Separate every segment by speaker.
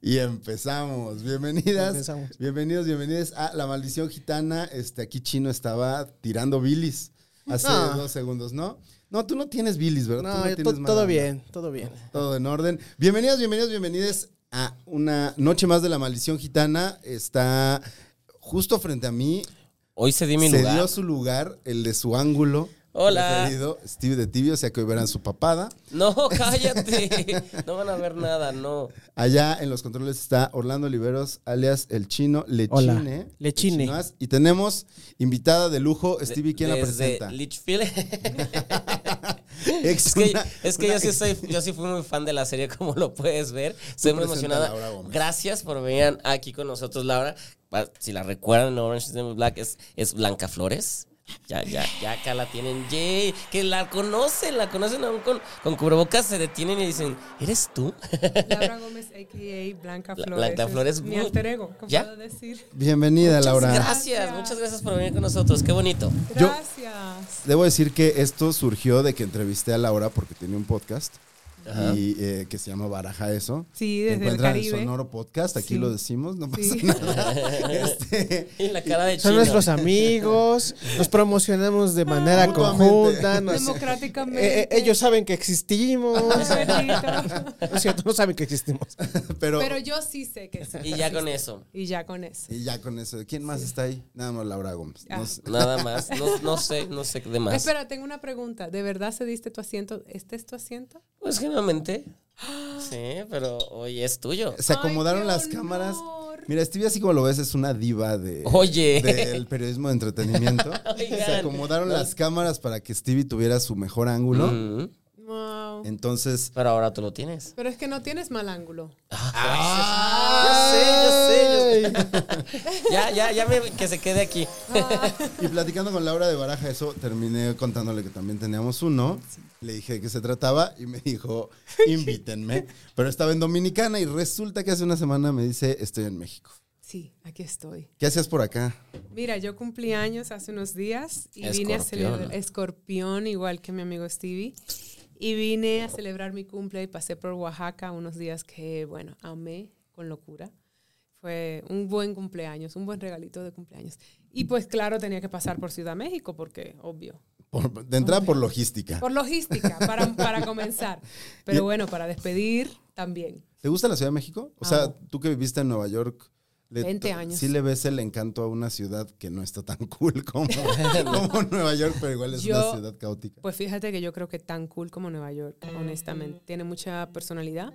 Speaker 1: Y empezamos. Bienvenidas.
Speaker 2: Empezamos.
Speaker 1: Bienvenidos, bienvenidas a La Maldición Gitana. Este, aquí Chino estaba tirando bilis hace
Speaker 2: No.
Speaker 1: dos segundos, ¿no? No, tú no tienes bilis, ¿verdad? Tú
Speaker 2: No, yo to-
Speaker 1: tienes mala
Speaker 2: todo
Speaker 1: onda.
Speaker 2: bien, todo bien.
Speaker 1: Todo en orden. Bienvenidos, bienvenidos, bienvenidas a una noche más de La Maldición Gitana. Está justo frente a mí.
Speaker 3: Hoy cedí mi
Speaker 1: se
Speaker 3: lugar.
Speaker 1: dio su lugar, el de su ángulo.
Speaker 3: Hola.
Speaker 1: Preferido, Steve de Tibio, o sea que hoy verán su papada.
Speaker 3: No, cállate. No van a ver nada, no.
Speaker 1: Allá en los controles está Orlando Oliveros, alias el chino Lechine.
Speaker 2: Hola, Lechine.
Speaker 1: Lechinoas. Y tenemos invitada de lujo, Stevie, ¿quién la
Speaker 3: Desde
Speaker 1: presenta?
Speaker 3: Litchfield.
Speaker 1: Ex
Speaker 3: es que,
Speaker 1: una-
Speaker 3: es que
Speaker 1: una
Speaker 3: yo, sí
Speaker 1: ex-
Speaker 3: soy, yo sí fui muy fan de la serie, como lo puedes ver. Estoy muy
Speaker 1: presenta a
Speaker 3: emocionada.
Speaker 1: Laura Gómez.
Speaker 3: Gracias por venir aquí con nosotros, Laura. Pa- Si la recuerdan, en Orange is the New Black es, es Blanca Flores. Ya, ya, ya acá la tienen. Yay. Que la conocen, la conocen aún con, con cubrebocas. Se detienen y dicen, ¿eres tú?
Speaker 4: Laura Gómez, a.k.a. Blanca
Speaker 3: Bla-
Speaker 4: Flores.
Speaker 3: Blanca
Speaker 4: es
Speaker 3: Flores,
Speaker 4: Mi
Speaker 3: uh,
Speaker 4: alter ego, como
Speaker 3: ¿ya?
Speaker 4: puedo decir.
Speaker 1: Bienvenida, Laura.
Speaker 3: Gracias, muchas gracias por venir con nosotros. Qué bonito.
Speaker 1: Yo-
Speaker 4: Gracias.
Speaker 1: Debo decir que esto surgió de que entrevisté a Laura porque tenía un podcast y, eh, que se llama Baraja Eso.
Speaker 4: Sí, desde el
Speaker 1: Encuentran en
Speaker 4: Caribe.
Speaker 1: Sonoro Podcast, aquí
Speaker 4: Sí.
Speaker 1: lo decimos, no pasa
Speaker 4: Sí.
Speaker 1: nada. Este,
Speaker 3: Y la cara de
Speaker 2: Son
Speaker 3: chino.
Speaker 2: nuestros amigos, nos promocionamos de manera
Speaker 1: Mutuamente.
Speaker 2: conjunta. nos-
Speaker 4: Democráticamente.
Speaker 2: Eh, eh, ellos saben que existimos.
Speaker 4: Es verdad.
Speaker 2: No es cierto, no saben que existimos.
Speaker 1: pero,
Speaker 4: Pero yo sí sé que sí.
Speaker 3: Y ya con eso.
Speaker 4: Y ya con eso.
Speaker 1: y ya con eso. ¿Quién más está ahí? Nada más Laura Gómez.
Speaker 4: Ah.
Speaker 1: No sé.
Speaker 3: Nada más. No, no sé, no sé de más.
Speaker 4: Espera, tengo una pregunta. ¿De verdad cediste tu asiento? ¿Este es tu asiento?
Speaker 3: Pues genuinamente. Sí, pero hoy es tuyo.
Speaker 1: Se
Speaker 4: Ay,
Speaker 1: acomodaron
Speaker 4: qué
Speaker 1: las
Speaker 4: honor.
Speaker 1: cámaras. Mira, Stevie, así como lo ves, es una diva de,
Speaker 3: Oye.
Speaker 1: del periodismo de entretenimiento.
Speaker 3: Oigan.
Speaker 1: Se acomodaron las cámaras para que Stevie tuviera su mejor ángulo.
Speaker 3: Mm,
Speaker 4: Wow.
Speaker 1: Entonces.
Speaker 3: pero ahora tú lo tienes.
Speaker 4: Pero es que no tienes mal ángulo.
Speaker 3: sé, yo sé, Ya, ya, ya me, que se quede aquí.
Speaker 1: Y platicando con Laura de Baraja, eso terminé contándole que también teníamos uno. Le dije de qué se trataba y me dijo, invítenme. Pero estaba en Dominicana y resulta que hace una semana me dice, estoy en México.
Speaker 4: Sí, aquí estoy.
Speaker 1: ¿Qué hacías por acá?
Speaker 4: Mira, yo cumplí años hace unos días y vine a
Speaker 3: Escorpión.
Speaker 4: celebrar escorpión, igual que mi amigo Stevie. Y vine a celebrar mi cumple y pasé por Oaxaca unos días que, bueno, amé con locura. Fue un buen cumpleaños, un buen regalito de cumpleaños. Y pues claro, tenía que pasar por Ciudad México porque, obvio,
Speaker 1: Por- de entrada por logística.
Speaker 4: por logística, para, para comenzar.
Speaker 1: Y-
Speaker 4: Pero bueno, para despedir también.
Speaker 1: ¿Te gusta la Ciudad de México? O sea,
Speaker 4: Amo.
Speaker 1: tú que viviste en Nueva York. le-
Speaker 4: 20 años.
Speaker 1: Sí le ves el encanto a una ciudad que no está tan cool como, como Nueva York, pero igual es
Speaker 4: Yo-
Speaker 1: una ciudad caótica.
Speaker 4: Pues fíjate que yo creo que tan cool como Nueva York, honestamente. Tiene mucha personalidad.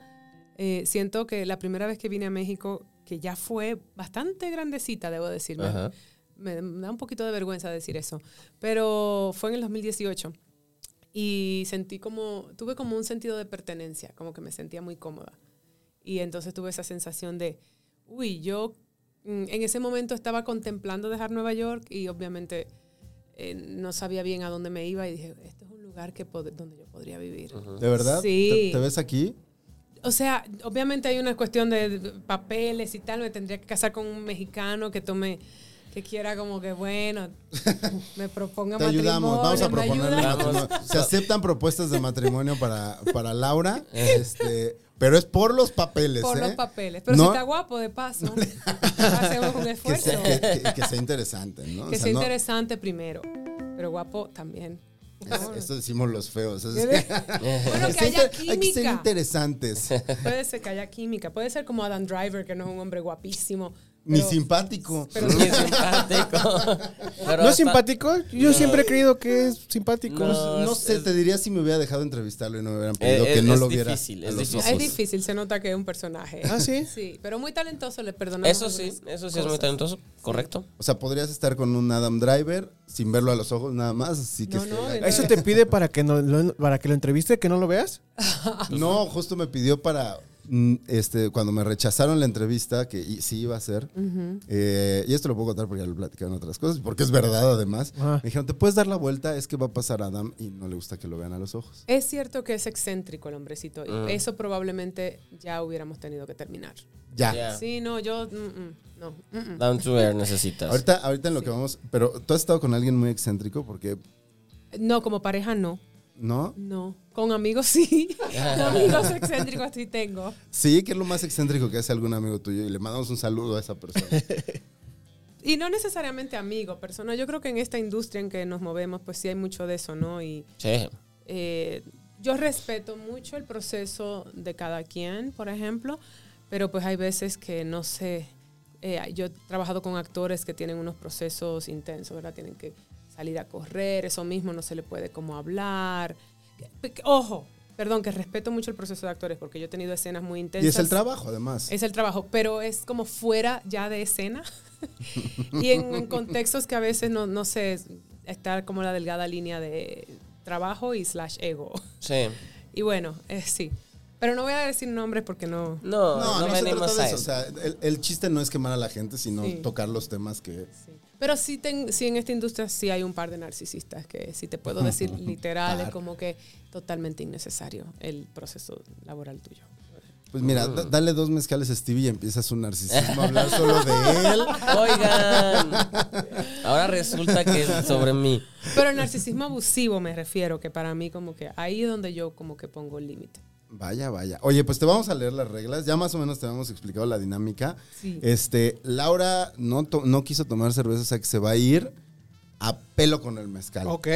Speaker 4: Eh, siento que la primera vez que vine a México, que ya fue bastante grandecita, debo decirme.
Speaker 3: Ajá.
Speaker 4: Me da un poquito de vergüenza decir eso. Pero fue en el 2018. Y sentí como, tuve como un sentido de pertenencia, como que me sentía muy cómoda. Y entonces tuve esa sensación de, uy, yo mm, en ese momento estaba contemplando dejar Nueva York y obviamente eh, no sabía bien a dónde me iba y dije, esto es un lugar que pod- donde yo podría vivir.
Speaker 1: ¿De verdad?
Speaker 4: Sí.
Speaker 1: ¿Te, te ves aquí?
Speaker 4: O sea, obviamente hay una cuestión de de papeles y tal, me tendría que casar con un mexicano que tome que quiera como que bueno, me proponga
Speaker 1: Te ayudamos, vamos a
Speaker 4: matrimonio, me
Speaker 1: proponerle
Speaker 4: ayuda.
Speaker 3: ayudas?
Speaker 1: matrimonio. Se aceptan propuestas de matrimonio para, para Laura, este, pero es por los papeles.
Speaker 4: por
Speaker 1: ¿eh?
Speaker 4: los papeles, pero
Speaker 1: No-
Speaker 4: si está guapo de paso, hacemos un
Speaker 1: Que
Speaker 4: esfuerzo.
Speaker 1: sea, que, que- que sea interesante, ¿no? O
Speaker 4: Que
Speaker 1: sea,
Speaker 4: sea
Speaker 1: no-
Speaker 4: interesante primero, pero guapo también.
Speaker 1: es- Esto decimos los feos. es-
Speaker 4: Bueno, que
Speaker 1: sea
Speaker 4: haya
Speaker 1: inter- hay que ser
Speaker 4: química.
Speaker 1: interesantes.
Speaker 4: Puede ser que haya química, puede ser como Adam Driver, que no es un hombre guapísimo,
Speaker 1: Ni
Speaker 4: Pero-
Speaker 1: simpático.
Speaker 4: pero-
Speaker 3: Ni es simpático. Pero
Speaker 2: ¿No
Speaker 3: está-
Speaker 2: es simpático? Yo siempre he creído que es simpático.
Speaker 3: No.
Speaker 1: No sé,
Speaker 3: es-
Speaker 1: te diría si me hubiera dejado entrevistarlo y no me hubieran pedido
Speaker 3: Eh,
Speaker 1: que
Speaker 3: es-
Speaker 1: no
Speaker 3: es
Speaker 1: lo viera.
Speaker 3: difícil,
Speaker 1: a
Speaker 3: es
Speaker 1: los
Speaker 3: difícil.
Speaker 1: ojos.
Speaker 4: Es difícil, se nota que es un personaje.
Speaker 2: ¿Ah, sí?
Speaker 4: Sí, pero muy talentoso, le perdonamos.
Speaker 3: Eso sí,
Speaker 4: algunas
Speaker 3: eso sí es muy
Speaker 4: cosas.
Speaker 3: talentoso, correcto.
Speaker 1: O sea, podrías estar con un Adam Driver sin verlo a los ojos nada más, así que
Speaker 4: No,
Speaker 1: esté
Speaker 4: no,
Speaker 1: la-
Speaker 4: de-
Speaker 2: ¿Eso te pide para que, no, lo, para que lo entreviste, que no lo veas?
Speaker 1: No, justo me pidió para mm, este cuando me rechazaron la entrevista que i- sí iba a hacer. eh, y esto lo puedo contar porque ya lo platicaron otras cosas, porque es verdad además.
Speaker 2: Ajá.
Speaker 1: Me dijeron, "¿Te puedes dar la vuelta? Es que va a pasar Adam y no le gusta que lo vean a los ojos."
Speaker 4: Es cierto que es excéntrico el hombrecito. y Eso probablemente ya hubiéramos tenido que terminar.
Speaker 1: Ya.
Speaker 3: Ya.
Speaker 4: Sí, no, yo. mm, mm, no. mm, mm.
Speaker 3: Down to air necesitas.
Speaker 1: Ahorita ahorita en lo que vamos, pero tú has estado con alguien muy excéntrico porque
Speaker 4: No, como pareja no.
Speaker 1: ¿no?
Speaker 4: No. Con amigos sí. Con amigos excéntricos sí tengo.
Speaker 1: Sí, que es lo más excéntrico que hace algún amigo tuyo y le mandamos un saludo a esa persona.
Speaker 4: Y no necesariamente amigos, personas. Yo creo que en esta industria en que nos movemos, pues sí hay mucho de eso, ¿no? Y
Speaker 3: Sí.
Speaker 4: eh, yo respeto mucho el proceso de cada quien, por ejemplo, pero pues hay veces que no sé. eh, yo he trabajado con actores que tienen unos procesos intensos, ¿verdad? Tienen que salir a correr, eso mismo no se le puede como hablar. Que- que- Ojo, perdón, que respeto mucho el proceso de actores porque yo he tenido escenas muy intensas.
Speaker 1: y es el trabajo además.
Speaker 4: Es el trabajo, pero es como fuera ya de escena y en, en contextos que a veces no, no sé, estar como la delgada línea de trabajo y slash ego.
Speaker 3: Sí.
Speaker 4: Y bueno, eh, sí. Pero no voy a decir nombres porque no...
Speaker 1: No,
Speaker 3: No, no,
Speaker 1: no, se trata
Speaker 3: venimos
Speaker 1: de
Speaker 3: a
Speaker 1: eso.
Speaker 3: eso.
Speaker 1: O sea, el, el chiste no es quemar a la gente, sino
Speaker 4: Sí.
Speaker 1: tocar los temas que.
Speaker 4: sí. Pero sí, ten- sí en esta industria sí hay un par de narcisistas que si te puedo decir literal es
Speaker 1: Par.
Speaker 4: como que totalmente innecesario el proceso laboral tuyo.
Speaker 1: Pues mira, da- dale dos mezcales a Stevie y empiezas un narcisismo a hablar solo de él.
Speaker 3: Oigan, ahora resulta que es sobre mí.
Speaker 4: Pero el narcisismo abusivo me refiero, que para mí como que ahí es donde yo como que pongo el límite.
Speaker 1: Vaya, vaya. Oye, pues te vamos a leer las reglas. Ya más o menos te habíamos explicado la dinámica.
Speaker 4: Sí.
Speaker 1: Este, Laura no, to- no quiso tomar cerveza, o sea que se va a ir a pelo con el mezcal.
Speaker 2: Ok.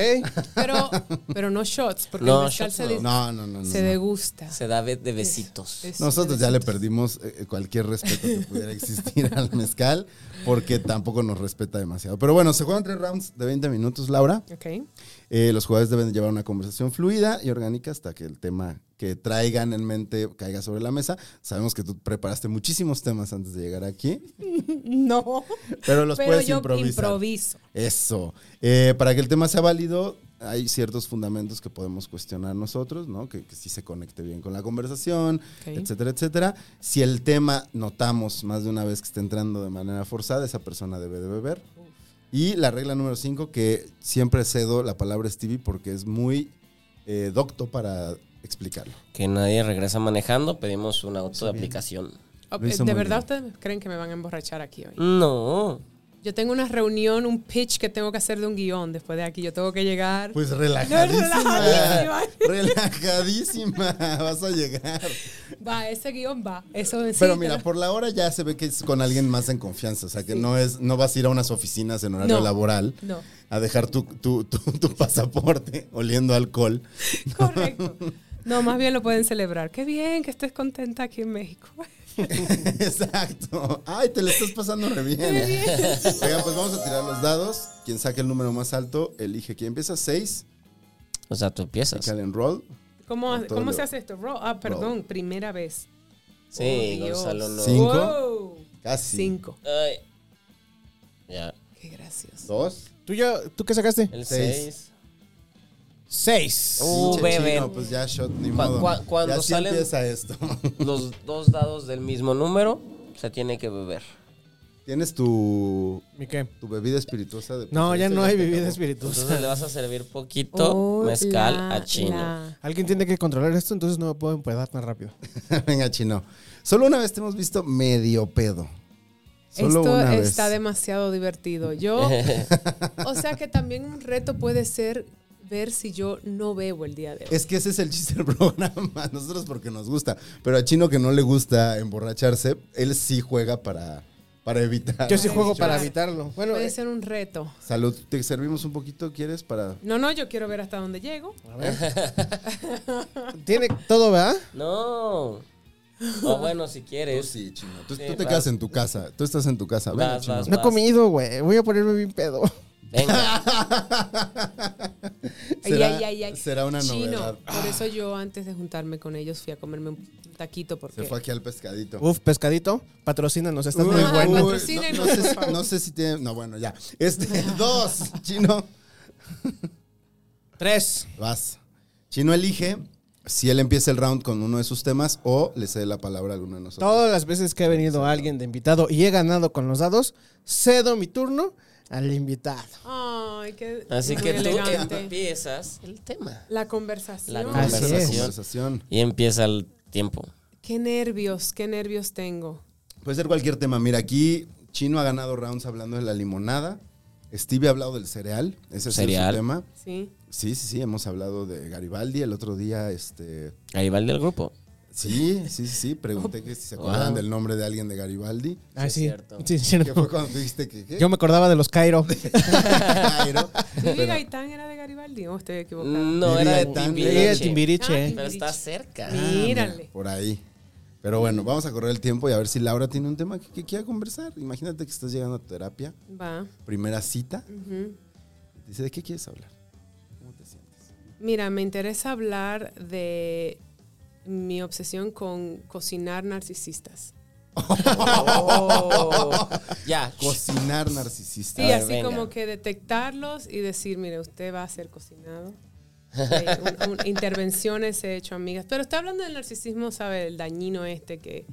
Speaker 4: Pero, pero no shots, porque
Speaker 3: No,
Speaker 4: el mezcal
Speaker 3: shots
Speaker 4: se,
Speaker 3: no.
Speaker 4: de-
Speaker 1: No, no, no. no,
Speaker 4: se
Speaker 1: no.
Speaker 4: degusta.
Speaker 3: Se da de, de besitos.
Speaker 4: Es-
Speaker 1: Nosotros ya le
Speaker 4: degusta.
Speaker 1: perdimos eh, cualquier respeto que pudiera existir al mezcal porque tampoco nos respeta demasiado. Pero bueno, se juegan tres rounds de 20 minutos, Laura.
Speaker 4: Ok.
Speaker 1: Eh, los jugadores deben de llevar una conversación fluida y orgánica hasta que el tema que traigan en mente caiga sobre la mesa. Sabemos que tú preparaste muchísimos temas antes de llegar aquí,
Speaker 4: No.
Speaker 1: pero los
Speaker 4: Pero
Speaker 1: puedes
Speaker 4: yo
Speaker 1: improvisar.
Speaker 4: improviso.
Speaker 1: Eso. Eh, para que el tema sea válido, hay ciertos fundamentos que podemos cuestionar nosotros, ¿no? Que, que sí se conecte bien con la conversación,
Speaker 4: Ok.
Speaker 1: etcétera, etcétera. Si el tema notamos más de una vez que está entrando de manera forzada, esa persona debe de beber. Y la regla número 5, que siempre cedo la palabra a Stevie porque es muy eh, docto para explicarlo.
Speaker 3: Que nadie regresa manejando, pedimos un auto de aplicación.
Speaker 4: Oh,
Speaker 1: Lo hizo
Speaker 4: ¿De
Speaker 1: muy
Speaker 4: verdad
Speaker 1: bien.
Speaker 4: ustedes creen que me van a emborrachar aquí hoy?
Speaker 3: No.
Speaker 4: Yo tengo una reunión, un pitch que tengo que hacer de un guión después de aquí. Yo tengo que llegar.
Speaker 1: Pues
Speaker 4: relajadísima.
Speaker 1: relajadísima. relajadísima. Vas a llegar.
Speaker 4: va, ese guión va. Eso sí, eh.
Speaker 1: Pero
Speaker 4: te
Speaker 1: mira,
Speaker 4: lo-
Speaker 1: por la hora ya se ve que es con alguien más en confianza. O sea, que no es no vas a ir a unas oficinas en horario
Speaker 4: No,
Speaker 1: laboral
Speaker 4: no.
Speaker 1: a dejar tu, tu, tu, tu pasaporte oliendo alcohol.
Speaker 4: Correcto. No, más bien lo pueden celebrar. Qué bien que estés contenta aquí en México.
Speaker 1: Exacto. Ay, te lo estás pasando re bien. eh. Oigan, pues vamos a tirar los dados. Quien saque el número más alto, elige quién empieza. 6,
Speaker 3: O sea, tú empiezas.
Speaker 1: Cal en roll.
Speaker 4: ¿Cómo,
Speaker 1: Con todo
Speaker 4: ¿cómo
Speaker 1: lo-
Speaker 4: se hace esto? Ro- ah, perdón, primera vez.
Speaker 3: Sí,
Speaker 4: Oh, Dios.
Speaker 3: Gonzalo, no.
Speaker 1: Cinco.
Speaker 4: Wow.
Speaker 1: Casi.
Speaker 4: Cinco.
Speaker 3: Ay. Ya.
Speaker 4: Qué gracioso.
Speaker 1: 2.
Speaker 2: ¿Tú, ya, ¿Tú qué sacaste?
Speaker 3: El
Speaker 1: Seis.
Speaker 3: 6.
Speaker 2: Seis.
Speaker 3: Uh, bebé.
Speaker 1: No, pues ya shot, ni
Speaker 3: Cu-
Speaker 1: modo.
Speaker 3: cu- cuando
Speaker 1: ya sí
Speaker 3: salen-
Speaker 1: empieza esto.
Speaker 3: Los dos dados del mismo número se tiene que beber.
Speaker 1: ¿Tienes tu,
Speaker 2: ¿Y qué?
Speaker 1: tu bebida espirituosa? De
Speaker 2: No, ya no hay bebida
Speaker 3: Entonces
Speaker 2: espirituosa.
Speaker 3: le vas a servir poquito mezcal a chino.
Speaker 4: Oh, la.
Speaker 2: Alguien tiene que controlar esto, entonces no me puedo empedar tan rápido.
Speaker 1: Venga, chino. Solo una vez te hemos visto medio pedo. Solo
Speaker 4: Esto
Speaker 1: una vez.
Speaker 4: está demasiado divertido. Yo, o sea que también un reto puede ser ver si yo no bebo el día de hoy.
Speaker 1: Es que ese es el chiste del programa. A Nosotros porque nos gusta. Pero a Chino que no le gusta emborracharse, él sí juega para, para evitar.
Speaker 2: Yo sí juego
Speaker 4: claro.
Speaker 2: para evitarlo. Bueno,
Speaker 4: puede
Speaker 2: eh,
Speaker 4: ser un reto.
Speaker 1: Salud, ¿te servimos un poquito? ¿Quieres? Para.
Speaker 4: No, no, yo quiero ver hasta dónde llego.
Speaker 2: tiene todo, ¿verdad?
Speaker 3: No. O bueno, si quieres.
Speaker 1: Tú sí, chino. Tú,
Speaker 3: Sí,
Speaker 1: tú te
Speaker 3: claro.
Speaker 1: quedas en tu casa. Tú estás en tu casa. Ven,
Speaker 3: Vas,
Speaker 1: chino.
Speaker 3: vas,
Speaker 2: No he
Speaker 3: vas.
Speaker 2: comido, güey. Voy a ponerme bien pedo.
Speaker 3: Venga.
Speaker 4: Ay,
Speaker 1: será,
Speaker 4: ay, ay, ay.
Speaker 1: será una novedad.
Speaker 4: Chino, por eso yo antes de juntarme con ellos fui a comerme un taquito porque
Speaker 1: Se fue aquí al pescadito.
Speaker 2: Uf, pescadito, patrocínanos, estás
Speaker 1: Uy,
Speaker 2: muy
Speaker 3: Uh.
Speaker 4: Ah,
Speaker 2: bueno.
Speaker 1: uy, no,
Speaker 4: Patrocínenos,
Speaker 1: no sé,
Speaker 4: por
Speaker 1: si-
Speaker 4: favor.
Speaker 1: no sé si tiene. No, bueno, ya. Este, dos, chino.
Speaker 2: Tres.
Speaker 1: Vas. Chino elige si él empieza el round con uno de sus temas o le cede la palabra a alguno de nosotros.
Speaker 2: Todas las veces que ha venido alguien de invitado y he ganado con los dados, cedo mi turno al invitado.
Speaker 4: Ay, qué
Speaker 3: Así
Speaker 4: muy
Speaker 3: que tú eh,
Speaker 4: elegante.
Speaker 3: empiezas el tema.
Speaker 4: La conversación.
Speaker 3: La
Speaker 2: Así es.
Speaker 3: conversación.
Speaker 1: Conversación.
Speaker 3: Y empieza el tiempo.
Speaker 4: Qué nervios, qué nervios tengo.
Speaker 1: Puede ser cualquier tema. Mira, aquí Chino ha ganado rounds hablando de la limonada. Steve ha hablado del cereal. Ese es el
Speaker 3: Cereal.
Speaker 1: tema.
Speaker 4: Sí.
Speaker 1: Sí, sí, sí. Hemos hablado de Garibaldi. El otro día, este.
Speaker 3: Garibaldi del grupo.
Speaker 1: Sí, sí, sí, sí.
Speaker 4: Oh.
Speaker 1: Pregunté que si se acuerdan
Speaker 3: Wow.
Speaker 1: del nombre de alguien de Garibaldi.
Speaker 2: Ah,
Speaker 3: es
Speaker 2: sí.
Speaker 3: cierto.
Speaker 2: Sí, sí, no.
Speaker 1: Que fue cuando dijiste que. ¿qué?
Speaker 2: Yo me acordaba de los Cairo.
Speaker 1: Cairo.
Speaker 4: Lili
Speaker 1: Pero-
Speaker 4: Gaitán era de Garibaldi o estoy equivocada.
Speaker 3: No, era de
Speaker 1: Vivian Tan-
Speaker 2: Leí el
Speaker 3: Timbiriche.
Speaker 2: Timbiriche.
Speaker 3: Pero está cerca.
Speaker 4: Mírale.
Speaker 1: Por ahí. Pero bueno, vamos a correr el tiempo y a ver si Laura tiene un tema que, que quiera conversar. Imagínate que estás llegando a tu terapia,
Speaker 4: Va.
Speaker 1: primera cita.
Speaker 4: Ujú.
Speaker 1: Dice, ¿de qué quieres hablar? ¿Cómo te sientes?
Speaker 4: Mira, me interesa hablar de mi obsesión con cocinar narcisistas.
Speaker 3: Oh. ya.
Speaker 1: Cocinar narcisista.
Speaker 4: Sí,
Speaker 3: A ver,
Speaker 4: así
Speaker 3: venga.
Speaker 4: como que detectarlos y decir, mire, usted va a ser cocinado. Eh, un- un- intervenciones he hecho, amigas. Pero está hablando del narcisismo, ¿sabe? El dañino este que,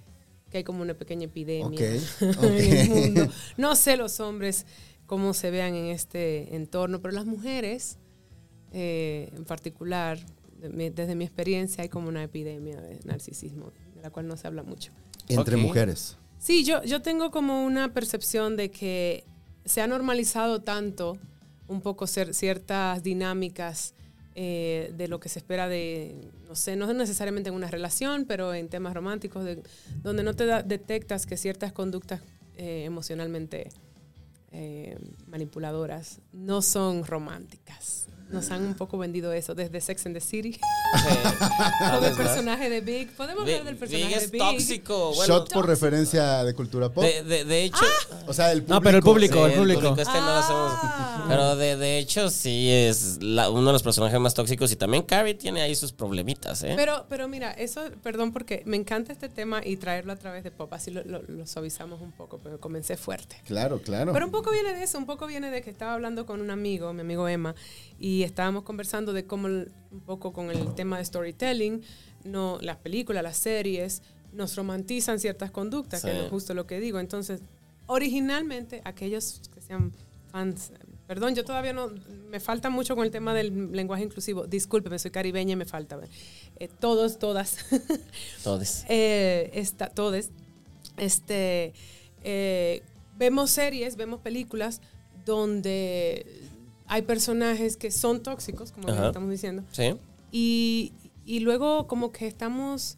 Speaker 4: que hay como una pequeña epidemia
Speaker 1: Ok,
Speaker 4: en
Speaker 1: ok.
Speaker 4: el mundo. No sé los hombres cómo se vean en este entorno, pero las mujeres, eh, en particular, de mi- desde mi experiencia, hay como una epidemia de narcisismo, de la cual no se habla mucho.
Speaker 1: Entre
Speaker 3: Ok.
Speaker 1: mujeres.
Speaker 4: Sí, yo, yo tengo como una percepción de que se ha normalizado tanto un poco cer- ciertas dinámicas eh, de lo que se espera de, no sé, no necesariamente en una relación, pero en temas románticos, de- donde no te da- detectas que ciertas conductas eh, emocionalmente eh, manipuladoras no son románticas. Nos han un poco vendido eso desde Sex and the City, o del personaje de Big. Podemos hablar del personaje
Speaker 3: Big
Speaker 4: de
Speaker 3: es
Speaker 4: Big.
Speaker 3: tóxico. Oh, Bueno,
Speaker 1: Shot por referencia de cultura pop.
Speaker 3: de, de, de hecho.
Speaker 1: o sea, el público.
Speaker 2: No, pero el público,
Speaker 3: Sí,
Speaker 2: el público.
Speaker 3: este no lo hacemos.
Speaker 4: Ah.
Speaker 3: Pero de, de hecho, sí es la- uno de los personajes más tóxicos. Y también Carrie tiene ahí sus problemitas, ¿eh?
Speaker 4: Pero, pero mira, eso, perdón, porque me encanta este tema y traerlo a través de pop, así lo, lo- lo suavizamos un poco, pero comencé fuerte.
Speaker 1: Claro, claro.
Speaker 4: Pero un poco viene de eso, un poco viene de que estaba hablando con un amigo, mi amigo Emma, y estábamos conversando de cómo el- un poco con el tema de storytelling, no, las películas, las series, nos romantizan ciertas conductas,
Speaker 3: Sí.
Speaker 4: que es justo lo que digo. Entonces, originalmente, aquellos que sean fans, perdón, yo todavía no, me falta mucho con el tema del lenguaje inclusivo, discúlpeme, soy caribeña y me falta, eh, todos, todas.
Speaker 3: Todos.
Speaker 4: eh, esta, todos, este, eh, vemos series, vemos películas donde hay personajes que son tóxicos, como bien
Speaker 3: Ajá.
Speaker 4: estamos diciendo,
Speaker 3: Sí.
Speaker 4: y, y luego como que estamos,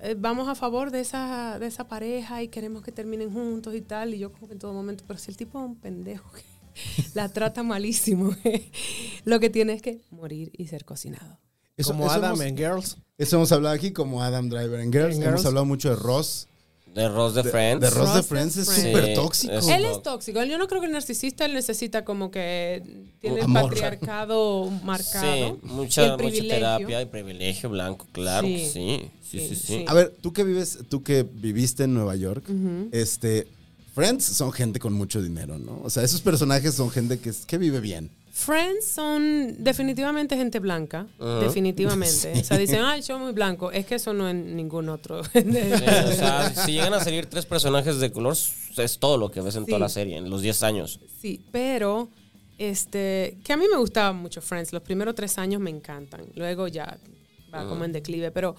Speaker 4: eh, vamos a favor de esa, de esa pareja y queremos que terminen juntos y tal, y yo como que en todo momento, pero si el tipo es un pendejo que la trata malísimo, lo que tiene es que morir y ser cocinado.
Speaker 1: Eso-
Speaker 2: Como
Speaker 1: eso
Speaker 2: Adam
Speaker 1: hemos-
Speaker 2: and Girls.
Speaker 1: Eso hemos hablado aquí como Adam Driver en Girls.
Speaker 2: En
Speaker 1: hemos
Speaker 2: Girls.
Speaker 1: hablado mucho de Ross.
Speaker 3: De Ross de Friends.
Speaker 1: De Ross de
Speaker 4: Ross
Speaker 1: Friends es
Speaker 4: Friends.
Speaker 1: súper
Speaker 3: Sí,
Speaker 1: tóxico.
Speaker 3: es-
Speaker 4: Él es tóxico. Yo no creo que el narcisista él necesita como que tiene el
Speaker 1: Amor.
Speaker 4: patriarcado marcado.
Speaker 3: Sí, mucha,
Speaker 4: el
Speaker 3: mucha
Speaker 4: privilegio.
Speaker 3: terapia y privilegio blanco, claro que sí. Sí, sí, sí.
Speaker 4: Sí, sí.
Speaker 1: A ver, tú que vives, tú que viviste en Nueva York, este, Friends son gente con mucho dinero, ¿no? O sea, esos personajes son gente que, es- que vive bien.
Speaker 4: Friends son definitivamente gente blanca,
Speaker 3: Ajá.
Speaker 4: definitivamente. O sea, dicen, ah, el show muy blanco. Es que eso no es ningún otro.
Speaker 3: Sí, o sea, si llegan a salir tres personajes de color, es todo lo que ves en toda
Speaker 4: Sí.
Speaker 3: la serie, en los 10 años.
Speaker 4: Sí, pero este, que a mí me gustaba mucho Friends. Los primeros tres años me encantan. Luego ya va
Speaker 3: Ah.
Speaker 4: como en declive. Pero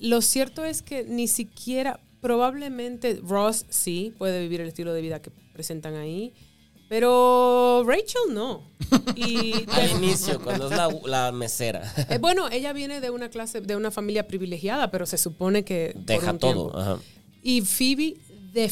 Speaker 4: lo cierto es que ni siquiera, probablemente Ross sí puede vivir el estilo de vida que presentan ahí. Pero Rachel no. Y
Speaker 3: Al inicio, cuando es la, la mesera.
Speaker 4: eh, bueno, ella viene de una clase, de una familia privilegiada, pero se supone que por
Speaker 3: Deja
Speaker 4: un
Speaker 3: todo.
Speaker 4: tiempo.
Speaker 3: ajá.
Speaker 4: Y Phoebe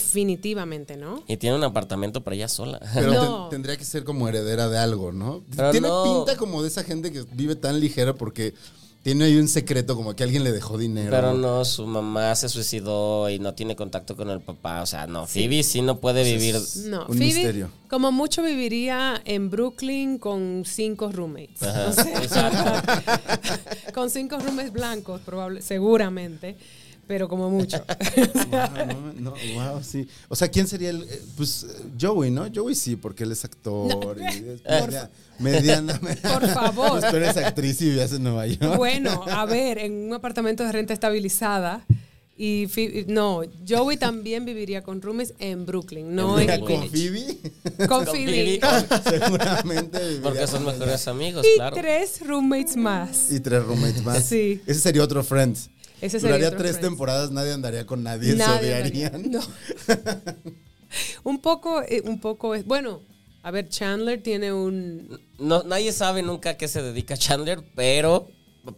Speaker 4: definitivamente no.
Speaker 3: Y tiene un apartamento para ella sola.
Speaker 1: Pero
Speaker 4: No.
Speaker 1: ten- tendría que ser como heredera de algo, ¿no?
Speaker 3: Pero
Speaker 1: Tiene
Speaker 3: no.
Speaker 1: pinta como de esa gente que vive tan ligera porque Tiene ahí un secreto, como que alguien le dejó dinero.
Speaker 3: Pero no, su mamá se suicidó y no tiene contacto con el papá. O sea, no, Phoebe sí no puede vivir.
Speaker 4: No,
Speaker 1: Un
Speaker 4: Phoebe,
Speaker 1: misterio.
Speaker 4: como mucho viviría en Brooklyn con cinco roommates.
Speaker 3: Ajá,
Speaker 4: O sea,
Speaker 3: exacto.
Speaker 4: con cinco roommates blancos, probable, seguramente, pero como mucho.
Speaker 1: Wow, no, no, wow, sí. O sea, ¿quién sería el. eh, Pues eh, Joey, ¿no? Joey sí, porque él es actor. y es media- mediana.
Speaker 4: Por favor.
Speaker 1: Pues tú eres actriz y vivías en Nueva York.
Speaker 4: bueno, a ver, en un apartamento de renta estabilizada. Y Phoebe- no, Joey también viviría con roommates en Brooklyn, no en
Speaker 1: Mira,
Speaker 4: el
Speaker 1: con
Speaker 4: Village.
Speaker 1: Phoebe.
Speaker 4: Con
Speaker 3: Con
Speaker 4: Phoebe.
Speaker 3: Phoebe,
Speaker 1: Seguramente. viviría
Speaker 3: Porque son
Speaker 1: con ella.
Speaker 3: mejores amigos,
Speaker 4: Y
Speaker 3: claro.
Speaker 4: tres roommates más.
Speaker 1: Y tres roommates más.
Speaker 4: Sí.
Speaker 1: Ese sería otro Friends.
Speaker 4: Ese sería
Speaker 1: Duraría
Speaker 4: otro
Speaker 1: tres
Speaker 4: Friends.
Speaker 1: temporadas, nadie andaría con nadie, se
Speaker 4: Nadie
Speaker 1: odiarían.
Speaker 4: andaría- no. un poco, eh, un poco es. Bueno, a ver, Chandler tiene un.
Speaker 3: No, nadie sabe nunca a qué se dedica Chandler, pero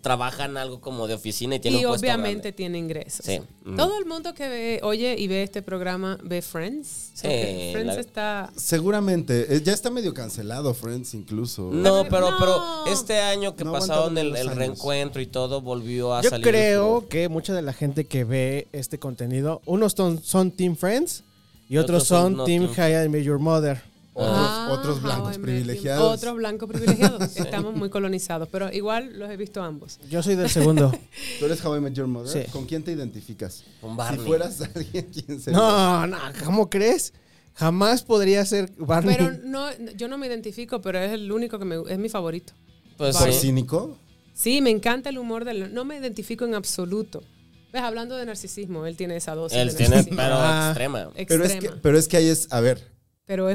Speaker 3: trabajan algo como de oficina y tienen
Speaker 4: y
Speaker 3: un puesto
Speaker 4: obviamente
Speaker 3: grande.
Speaker 4: tiene ingresos.
Speaker 3: Sí. Mm.
Speaker 4: Todo el mundo que ve, oye y ve este programa ve Friends.
Speaker 3: Sí,
Speaker 4: Porque Friends
Speaker 3: la-
Speaker 4: está.
Speaker 1: Seguramente. eh, Ya está medio cancelado Friends incluso.
Speaker 3: No, pero,
Speaker 4: No.
Speaker 3: pero este año que
Speaker 1: No
Speaker 3: pasaron
Speaker 1: aguantaron
Speaker 3: el, el
Speaker 1: los años.
Speaker 3: reencuentro y todo volvió a
Speaker 2: Yo
Speaker 3: salir.
Speaker 2: creo que mucha de la gente que ve este contenido, unos ton- son Team Friends y otros,
Speaker 3: Otros son
Speaker 2: son
Speaker 3: no
Speaker 2: Team
Speaker 3: Team
Speaker 2: High and Your Mother.
Speaker 1: Otros,
Speaker 4: Ah,
Speaker 1: otros
Speaker 4: How I
Speaker 1: blancos
Speaker 4: Met
Speaker 1: privilegiados.
Speaker 4: Your- Otros blancos privilegiados. Estamos muy colonizados, pero igual los he visto ambos.
Speaker 2: Yo soy del segundo.
Speaker 1: ¿Tú eres How I Met Your Mother?
Speaker 2: Sí.
Speaker 1: ¿Con quién te identificas?
Speaker 3: Con Barney.
Speaker 1: Si fueras alguien, ¿quién sería?
Speaker 2: no, no, ¿cómo crees? Jamás podría ser Barney.
Speaker 4: Pero no, yo no me identifico, pero es el único que me, es mi favorito.
Speaker 3: Pues
Speaker 1: ¿Por
Speaker 3: sí.
Speaker 1: cínico?
Speaker 4: Sí, me encanta el humor del. No me identifico en absoluto. ¿Ves? Hablando de narcisismo, él tiene esa dosis.
Speaker 3: Él
Speaker 4: de
Speaker 3: tiene,
Speaker 4: narcisismo
Speaker 3: pero
Speaker 2: Ah.
Speaker 3: extrema.
Speaker 1: Pero
Speaker 4: extrema.
Speaker 1: es, que, pero es que ahí es, a ver,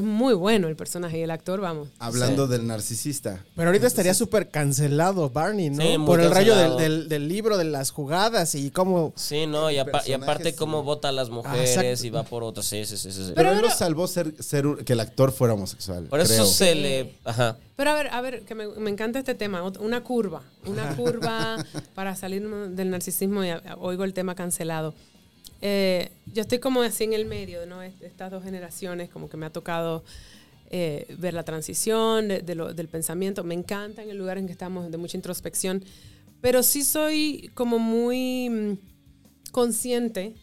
Speaker 4: muy bueno el personaje y el actor, vamos.
Speaker 1: hablando del narcisista.
Speaker 2: Pero ahorita estaría súper cancelado Barney, ¿no?
Speaker 3: Sí, muy
Speaker 2: Por el rayo del,
Speaker 3: cancelado.
Speaker 2: del- del libro, de las jugadas y cómo...
Speaker 3: Sí, no, y, apa- y
Speaker 1: personaje,
Speaker 3: aparte
Speaker 1: sí.
Speaker 3: cómo vota a las mujeres
Speaker 2: exacto.
Speaker 3: y va por otras. Sí, sí, sí, sí, sí.
Speaker 1: Pero, él lo salvó ser, ser un- que el actor fuera homosexual.
Speaker 3: Por eso
Speaker 1: creo.
Speaker 3: se le. Ajá.
Speaker 4: Pero a ver, a ver, que me, me encanta este tema. ot- Una curva. Una curva para salir del narcisismo y a- a- oigo el tema cancelado. Eh, yo estoy como así en el medio, ¿no? Est- Estas dos generaciones, como que me ha tocado eh, ver la transición de- de lo- del pensamiento. Me encanta en el lugar en que estamos, de mucha introspección. Pero sí soy como muy mm, consciente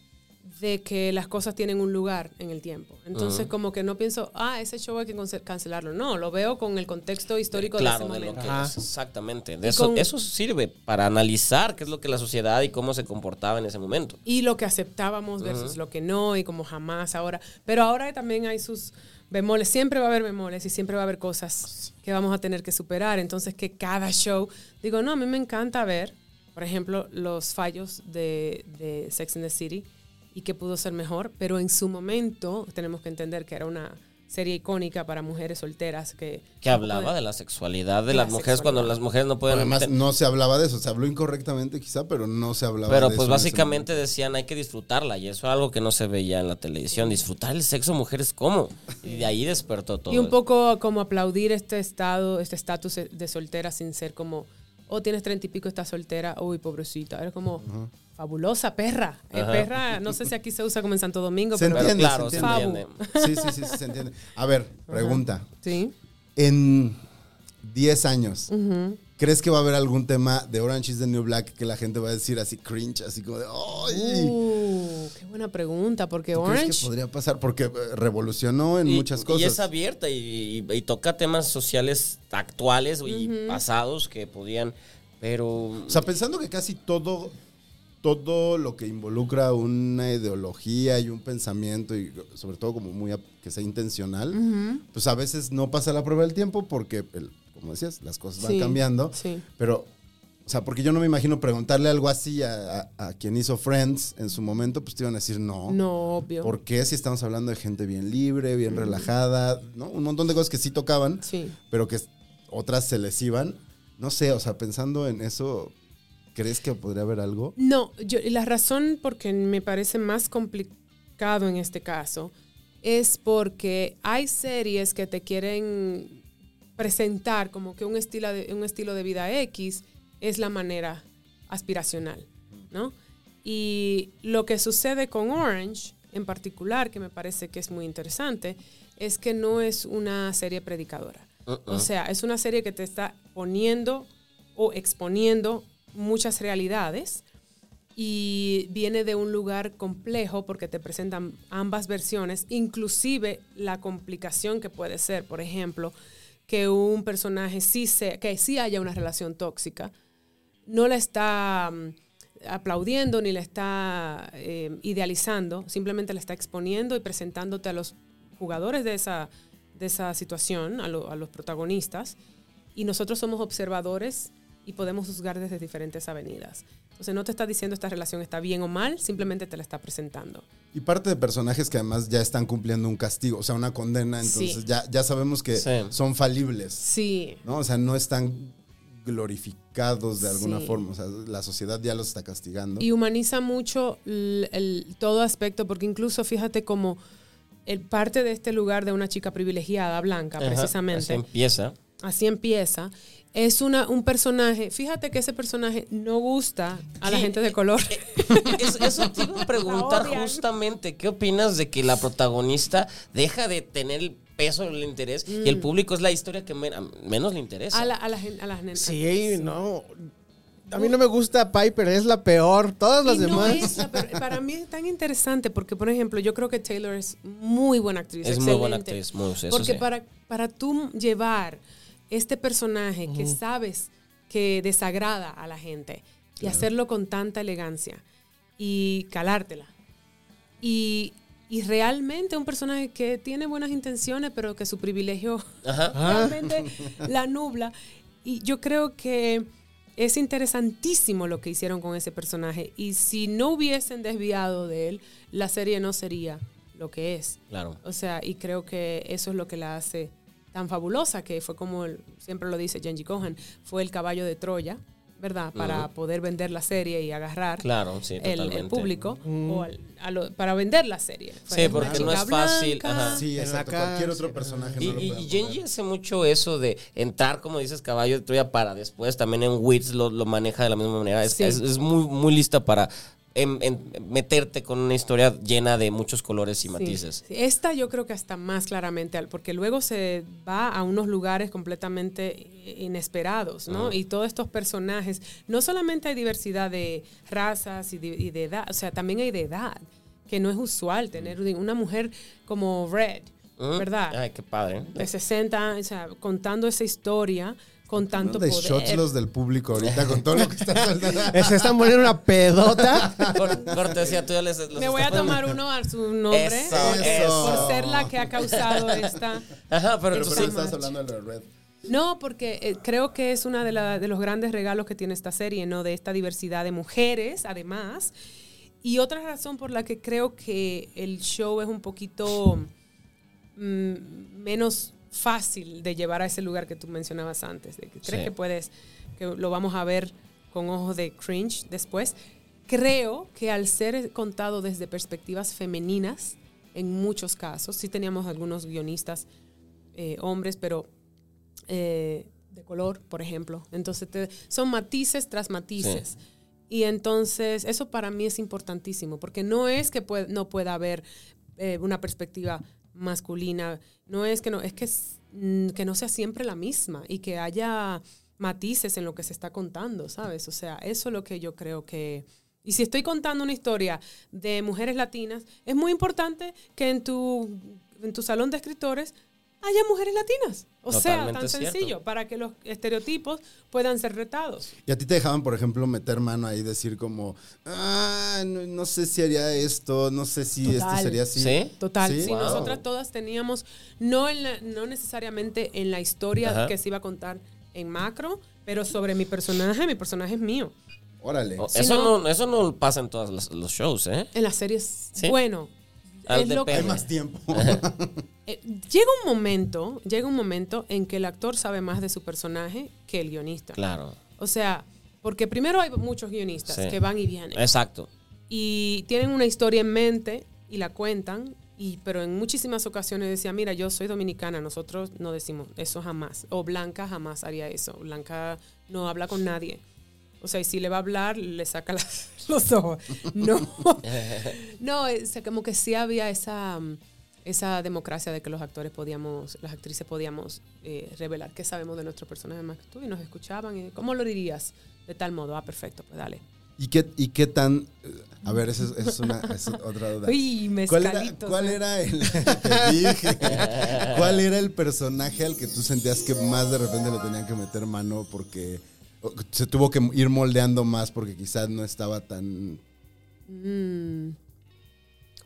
Speaker 4: de que las cosas tienen un lugar en el tiempo. Entonces, como que no pienso, ah, ese show hay que conce- cancelarlo. No, lo veo con el contexto histórico
Speaker 3: Claro, de
Speaker 4: de ese
Speaker 3: lo
Speaker 4: momento.
Speaker 3: que
Speaker 2: Ajá.
Speaker 3: es, exactamente. De eso,
Speaker 4: con-
Speaker 3: eso sirve para analizar qué es lo que la sociedad y cómo se comportaba en ese momento.
Speaker 4: y lo que aceptábamos versus lo que no y como jamás ahora. Pero ahora también hay sus bemoles, siempre va a haber bemoles y siempre va a haber cosas que vamos a tener que superar. Entonces que cada show, digo, no, a mí me encanta ver, por ejemplo, los fallos de, de Sex and the City y que pudo ser mejor, pero en su momento tenemos que entender que era una serie icónica para mujeres solteras que...
Speaker 3: Que hablaba de la sexualidad de,
Speaker 4: De la
Speaker 3: las mujeres cuando
Speaker 4: sexualidad.
Speaker 3: las mujeres no pueden.
Speaker 1: Además,
Speaker 3: ten-
Speaker 1: no se hablaba de eso. Se habló incorrectamente quizá, pero no se hablaba de
Speaker 3: Pero
Speaker 1: eso.
Speaker 3: pues
Speaker 1: en ese
Speaker 3: básicamente decían hay que disfrutarla y eso es algo que no se veía en la televisión. Disfrutar el sexo mujeres cómo. Y de ahí despertó todo.
Speaker 4: Y un poco como aplaudir este estado, este estatus de soltera sin ser como, oh, tienes treinta y pico, estás soltera, uy, pobrecita. Eres como, fabulosa, perra. Eh,
Speaker 3: Ajá.
Speaker 4: perra, no sé si aquí se usa como en Santo Domingo,
Speaker 1: Se
Speaker 4: pero...
Speaker 3: Pero
Speaker 1: entiende,
Speaker 3: claro,
Speaker 1: se
Speaker 3: se
Speaker 4: entiende.
Speaker 3: entiende.
Speaker 1: Sí, sí, sí, sí, se entiende. A ver, pregunta.
Speaker 4: Sí.
Speaker 1: En 10 años, ¿crees que va a haber algún tema de Orange is the New Black que la gente va a decir así cringe, así como de, ¡ay!
Speaker 4: Uh, qué buena pregunta, porque
Speaker 1: ¿Tú crees
Speaker 4: Orange...
Speaker 1: que podría pasar? Porque eh, revolucionó en
Speaker 3: Y-
Speaker 1: muchas cosas.
Speaker 3: Y es abierta y, y- y toca temas sociales actuales y pasados que podían, pero...
Speaker 1: O sea, pensando que casi todo, todo lo que involucra una ideología y un pensamiento, y sobre todo como muy a- que sea intencional, pues a veces no pasa la prueba del tiempo porque, el- como decías, las cosas van
Speaker 4: Sí,
Speaker 1: cambiando.
Speaker 4: sí.
Speaker 1: Pero, o sea, porque yo no me imagino preguntarle algo así a, a- a quien hizo Friends en su momento, pues te iban a decir no.
Speaker 4: No, obvio.
Speaker 1: ¿Por qué? Si estamos hablando de gente bien libre, bien relajada, ¿no? Un montón de cosas que sí tocaban
Speaker 4: Sí.
Speaker 1: pero que otras se les iban. No sé, o sea, pensando en eso, ¿crees que podría haber algo?
Speaker 4: No, yo, y la razón por que me parece más complicado en este caso es porque hay series que te quieren presentar como que un estilo de, un estilo de vida X es la manera aspiracional, ¿no? Y lo que sucede con Orange, en particular, que me parece que es muy interesante, es que no es una serie predicadora. O sea, es una serie que te está poniendo o exponiendo muchas realidades y viene de un lugar complejo porque te presentan ambas versiones, inclusive la complicación que puede ser, por ejemplo, que un personaje sí se, que sí haya una relación tóxica, no la está mm, aplaudiendo ni la está eh, idealizando, simplemente la está exponiendo y presentándote a los jugadores de esa, de esa situación, a, lo- a los protagonistas, y nosotros somos observadores y podemos juzgar desde diferentes avenidas. Entonces no te está diciendo esta relación está bien o mal, simplemente te la está presentando.
Speaker 1: Y parte de personajes que además ya están cumpliendo un castigo, o sea, una condena, entonces
Speaker 4: Sí.
Speaker 1: ya, ya sabemos que
Speaker 3: Sí.
Speaker 1: son falibles,
Speaker 4: Sí,
Speaker 1: ¿no? O sea, no están glorificados de alguna
Speaker 4: Sí.
Speaker 1: forma, o sea, la sociedad ya los está castigando.
Speaker 4: Y humaniza mucho l- el- todo aspecto, porque incluso fíjate como el parte de este lugar de una chica privilegiada, blanca,
Speaker 3: Ajá, así
Speaker 4: Ah, precisamente. Así,
Speaker 3: empieza.
Speaker 4: empieza. Es una, un personaje, fíjate que ese personaje no gusta a la
Speaker 3: Sí.
Speaker 4: gente de color.
Speaker 3: Es- eso te iba a preguntar justamente, ¿qué opinas de que la protagonista deja de tener el peso, el interés y el público es la historia que men- a- menos le interesa?
Speaker 4: Mm. A la, a la, gen- a la gen-
Speaker 2: Sí, no. A mí no me gusta Piper, es la peor. Todas las
Speaker 4: Y no
Speaker 2: demás.
Speaker 4: esa, pero para mí es tan interesante porque, por ejemplo, yo creo que Taylor es muy buena actriz.
Speaker 3: Es muy buena
Speaker 4: excelente.
Speaker 3: actriz, muy- eso
Speaker 4: Porque
Speaker 3: sí.
Speaker 4: para, para tú llevar este personaje que sabes que desagrada a la gente y hacerlo con tanta elegancia y calártela. Y, y realmente un personaje que tiene buenas intenciones, pero que su privilegio
Speaker 3: Ajá.
Speaker 4: realmente la nubla. Y yo creo que es interesantísimo lo que hicieron con ese personaje. Y si no hubiesen desviado de él, la serie no sería lo que es.
Speaker 3: Claro.
Speaker 4: O sea, y creo que eso es lo que la hace tan fabulosa, que fue como el- siempre lo dice Genji Cohen, fue el caballo de Troya, ¿verdad? Para poder vender la serie y agarrar
Speaker 3: Claro, sí,
Speaker 4: el- el,
Speaker 3: totalmente.
Speaker 4: público o al- a lo- para vender la serie. Fue
Speaker 3: Sí,
Speaker 4: una
Speaker 3: porque no
Speaker 4: chica
Speaker 3: es fácil, ajá.
Speaker 1: sí,
Speaker 2: En la
Speaker 1: exacto. Cualquier otro
Speaker 2: cárcel,
Speaker 1: personaje
Speaker 3: Y,
Speaker 1: no lo
Speaker 3: y-
Speaker 1: pueden
Speaker 3: y Genji
Speaker 1: poner.
Speaker 3: hace mucho eso de entrar, como dices, caballo de Troya para después. También en Wits lo, lo maneja de la misma manera. Es,
Speaker 4: Sí.
Speaker 3: es- es muy, muy lista para em- em- meterte con una historia llena de muchos colores y
Speaker 4: Sí.
Speaker 3: matices.
Speaker 4: Sí, Esta yo creo que hasta más claramente, al- porque luego se va a unos lugares completamente inesperados, ¿no? Y todos estos personajes, no solamente hay diversidad de razas y de, y de edad, o sea, también hay de edad, que no es usual tener una mujer como Red,
Speaker 1: Ah,
Speaker 3: ¿Mm?
Speaker 4: ¿verdad?
Speaker 3: Ay, qué padre.
Speaker 4: de 60, o sea, contando esa historia con tanto
Speaker 1: de
Speaker 4: poder.
Speaker 1: shots los del público ahorita con todo lo que está saliendo.
Speaker 2: Se están poniendo una pedota.
Speaker 3: Cor- cortesía, tú ya les, los
Speaker 4: Me voy a
Speaker 3: estás poniendo-
Speaker 4: tomar uno a su nombre eh,
Speaker 3: Eso,
Speaker 1: eso.
Speaker 4: por ser la que ha causado esta
Speaker 3: Ajá, pero,
Speaker 1: Pero,
Speaker 3: tú
Speaker 1: pero
Speaker 3: sí.
Speaker 1: no estás hablando de la red.
Speaker 4: No, porque eh, creo que es uno de, la- de los grandes regalos que tiene esta serie, ¿no? De esta diversidad de mujeres, además. Y otra razón por la que creo que el show es un poquito mm, menos fácil de llevar a ese lugar que tú mencionabas antes. De que
Speaker 3: Sí.
Speaker 4: ¿Crees que puedes, que lo vamos a ver con ojos de cringe después? Creo que al ser contado desde perspectivas femeninas, en muchos casos, sí teníamos algunos guionistas eh, hombres, pero eh, de color, por ejemplo. Entonces, te- son matices tras matices. Y entonces, eso para mí es importantísimo, porque no es que pue- no pueda haber eh, una perspectiva masculina, no es que no, es que, s- mm, que no sea siempre la misma y que haya matices en lo que se está contando, ¿sabes? O sea, eso es lo que yo creo que... Y si estoy contando una historia de mujeres latinas, es muy importante que en tu, en tu salón de escritores haya mujeres latinas. O sea,
Speaker 3: Totalmente
Speaker 4: tan
Speaker 3: cierto.
Speaker 4: sencillo para que los estereotipos puedan ser retados.
Speaker 1: Y a ti te dejaban, por ejemplo, meter mano ahí, decir como, ah, no, no sé si haría esto, no sé si esto
Speaker 4: Total.
Speaker 1: sería así.
Speaker 3: ¿Sí?
Speaker 4: Total,
Speaker 1: Sí,
Speaker 4: sí,
Speaker 1: wow.
Speaker 4: nosotras todas teníamos, no, en la- no necesariamente en la historia
Speaker 3: Ajá.
Speaker 4: que se iba a contar en macro, pero sobre mi personaje, mi personaje es mío.
Speaker 1: Órale.
Speaker 3: Oh,
Speaker 4: Si
Speaker 3: eso, no,
Speaker 4: no-
Speaker 3: eso no pasa en todos los, los shows, ¿eh?
Speaker 4: En las series,
Speaker 3: Sí.
Speaker 4: bueno,
Speaker 3: Al
Speaker 4: es lo que-
Speaker 3: depende.
Speaker 1: Hay más tiempo.
Speaker 4: eh, llega un momento, llega un momento en que el actor sabe más de su personaje que el guionista.
Speaker 3: Claro.
Speaker 4: O sea, porque primero hay muchos guionistas
Speaker 3: Sí.
Speaker 4: que van y vienen.
Speaker 3: Exacto.
Speaker 4: y tienen una historia en mente y la cuentan, y, pero en muchísimas ocasiones decía, mira, yo soy dominicana, nosotros no decimos eso jamás, o Blanca jamás haría eso, Blanca no habla con nadie. O sea, y si le va a hablar, le saca las- los ojos. No, no, o sea, como que sí había esa, mm, esa democracia de que los actores podíamos, las actrices podíamos eh, revelar qué sabemos de nuestros personajes más que tú y nos escuchaban. Y, ¿Cómo lo dirías? De tal modo, ah, perfecto, pues dale.
Speaker 1: ¿Y qué, y qué tan...? eh, A ver, esa es, esa es una, es otra duda.
Speaker 4: Uy,
Speaker 1: ¿Cuál era,
Speaker 4: mezcalitos.
Speaker 1: cuál
Speaker 4: eh.
Speaker 1: era el... te dije. ¿Cuál era el personaje al que tú sentías que más de repente le tenían que meter mano porque o, se tuvo que ir moldeando más porque quizás no estaba tan...
Speaker 4: Mm.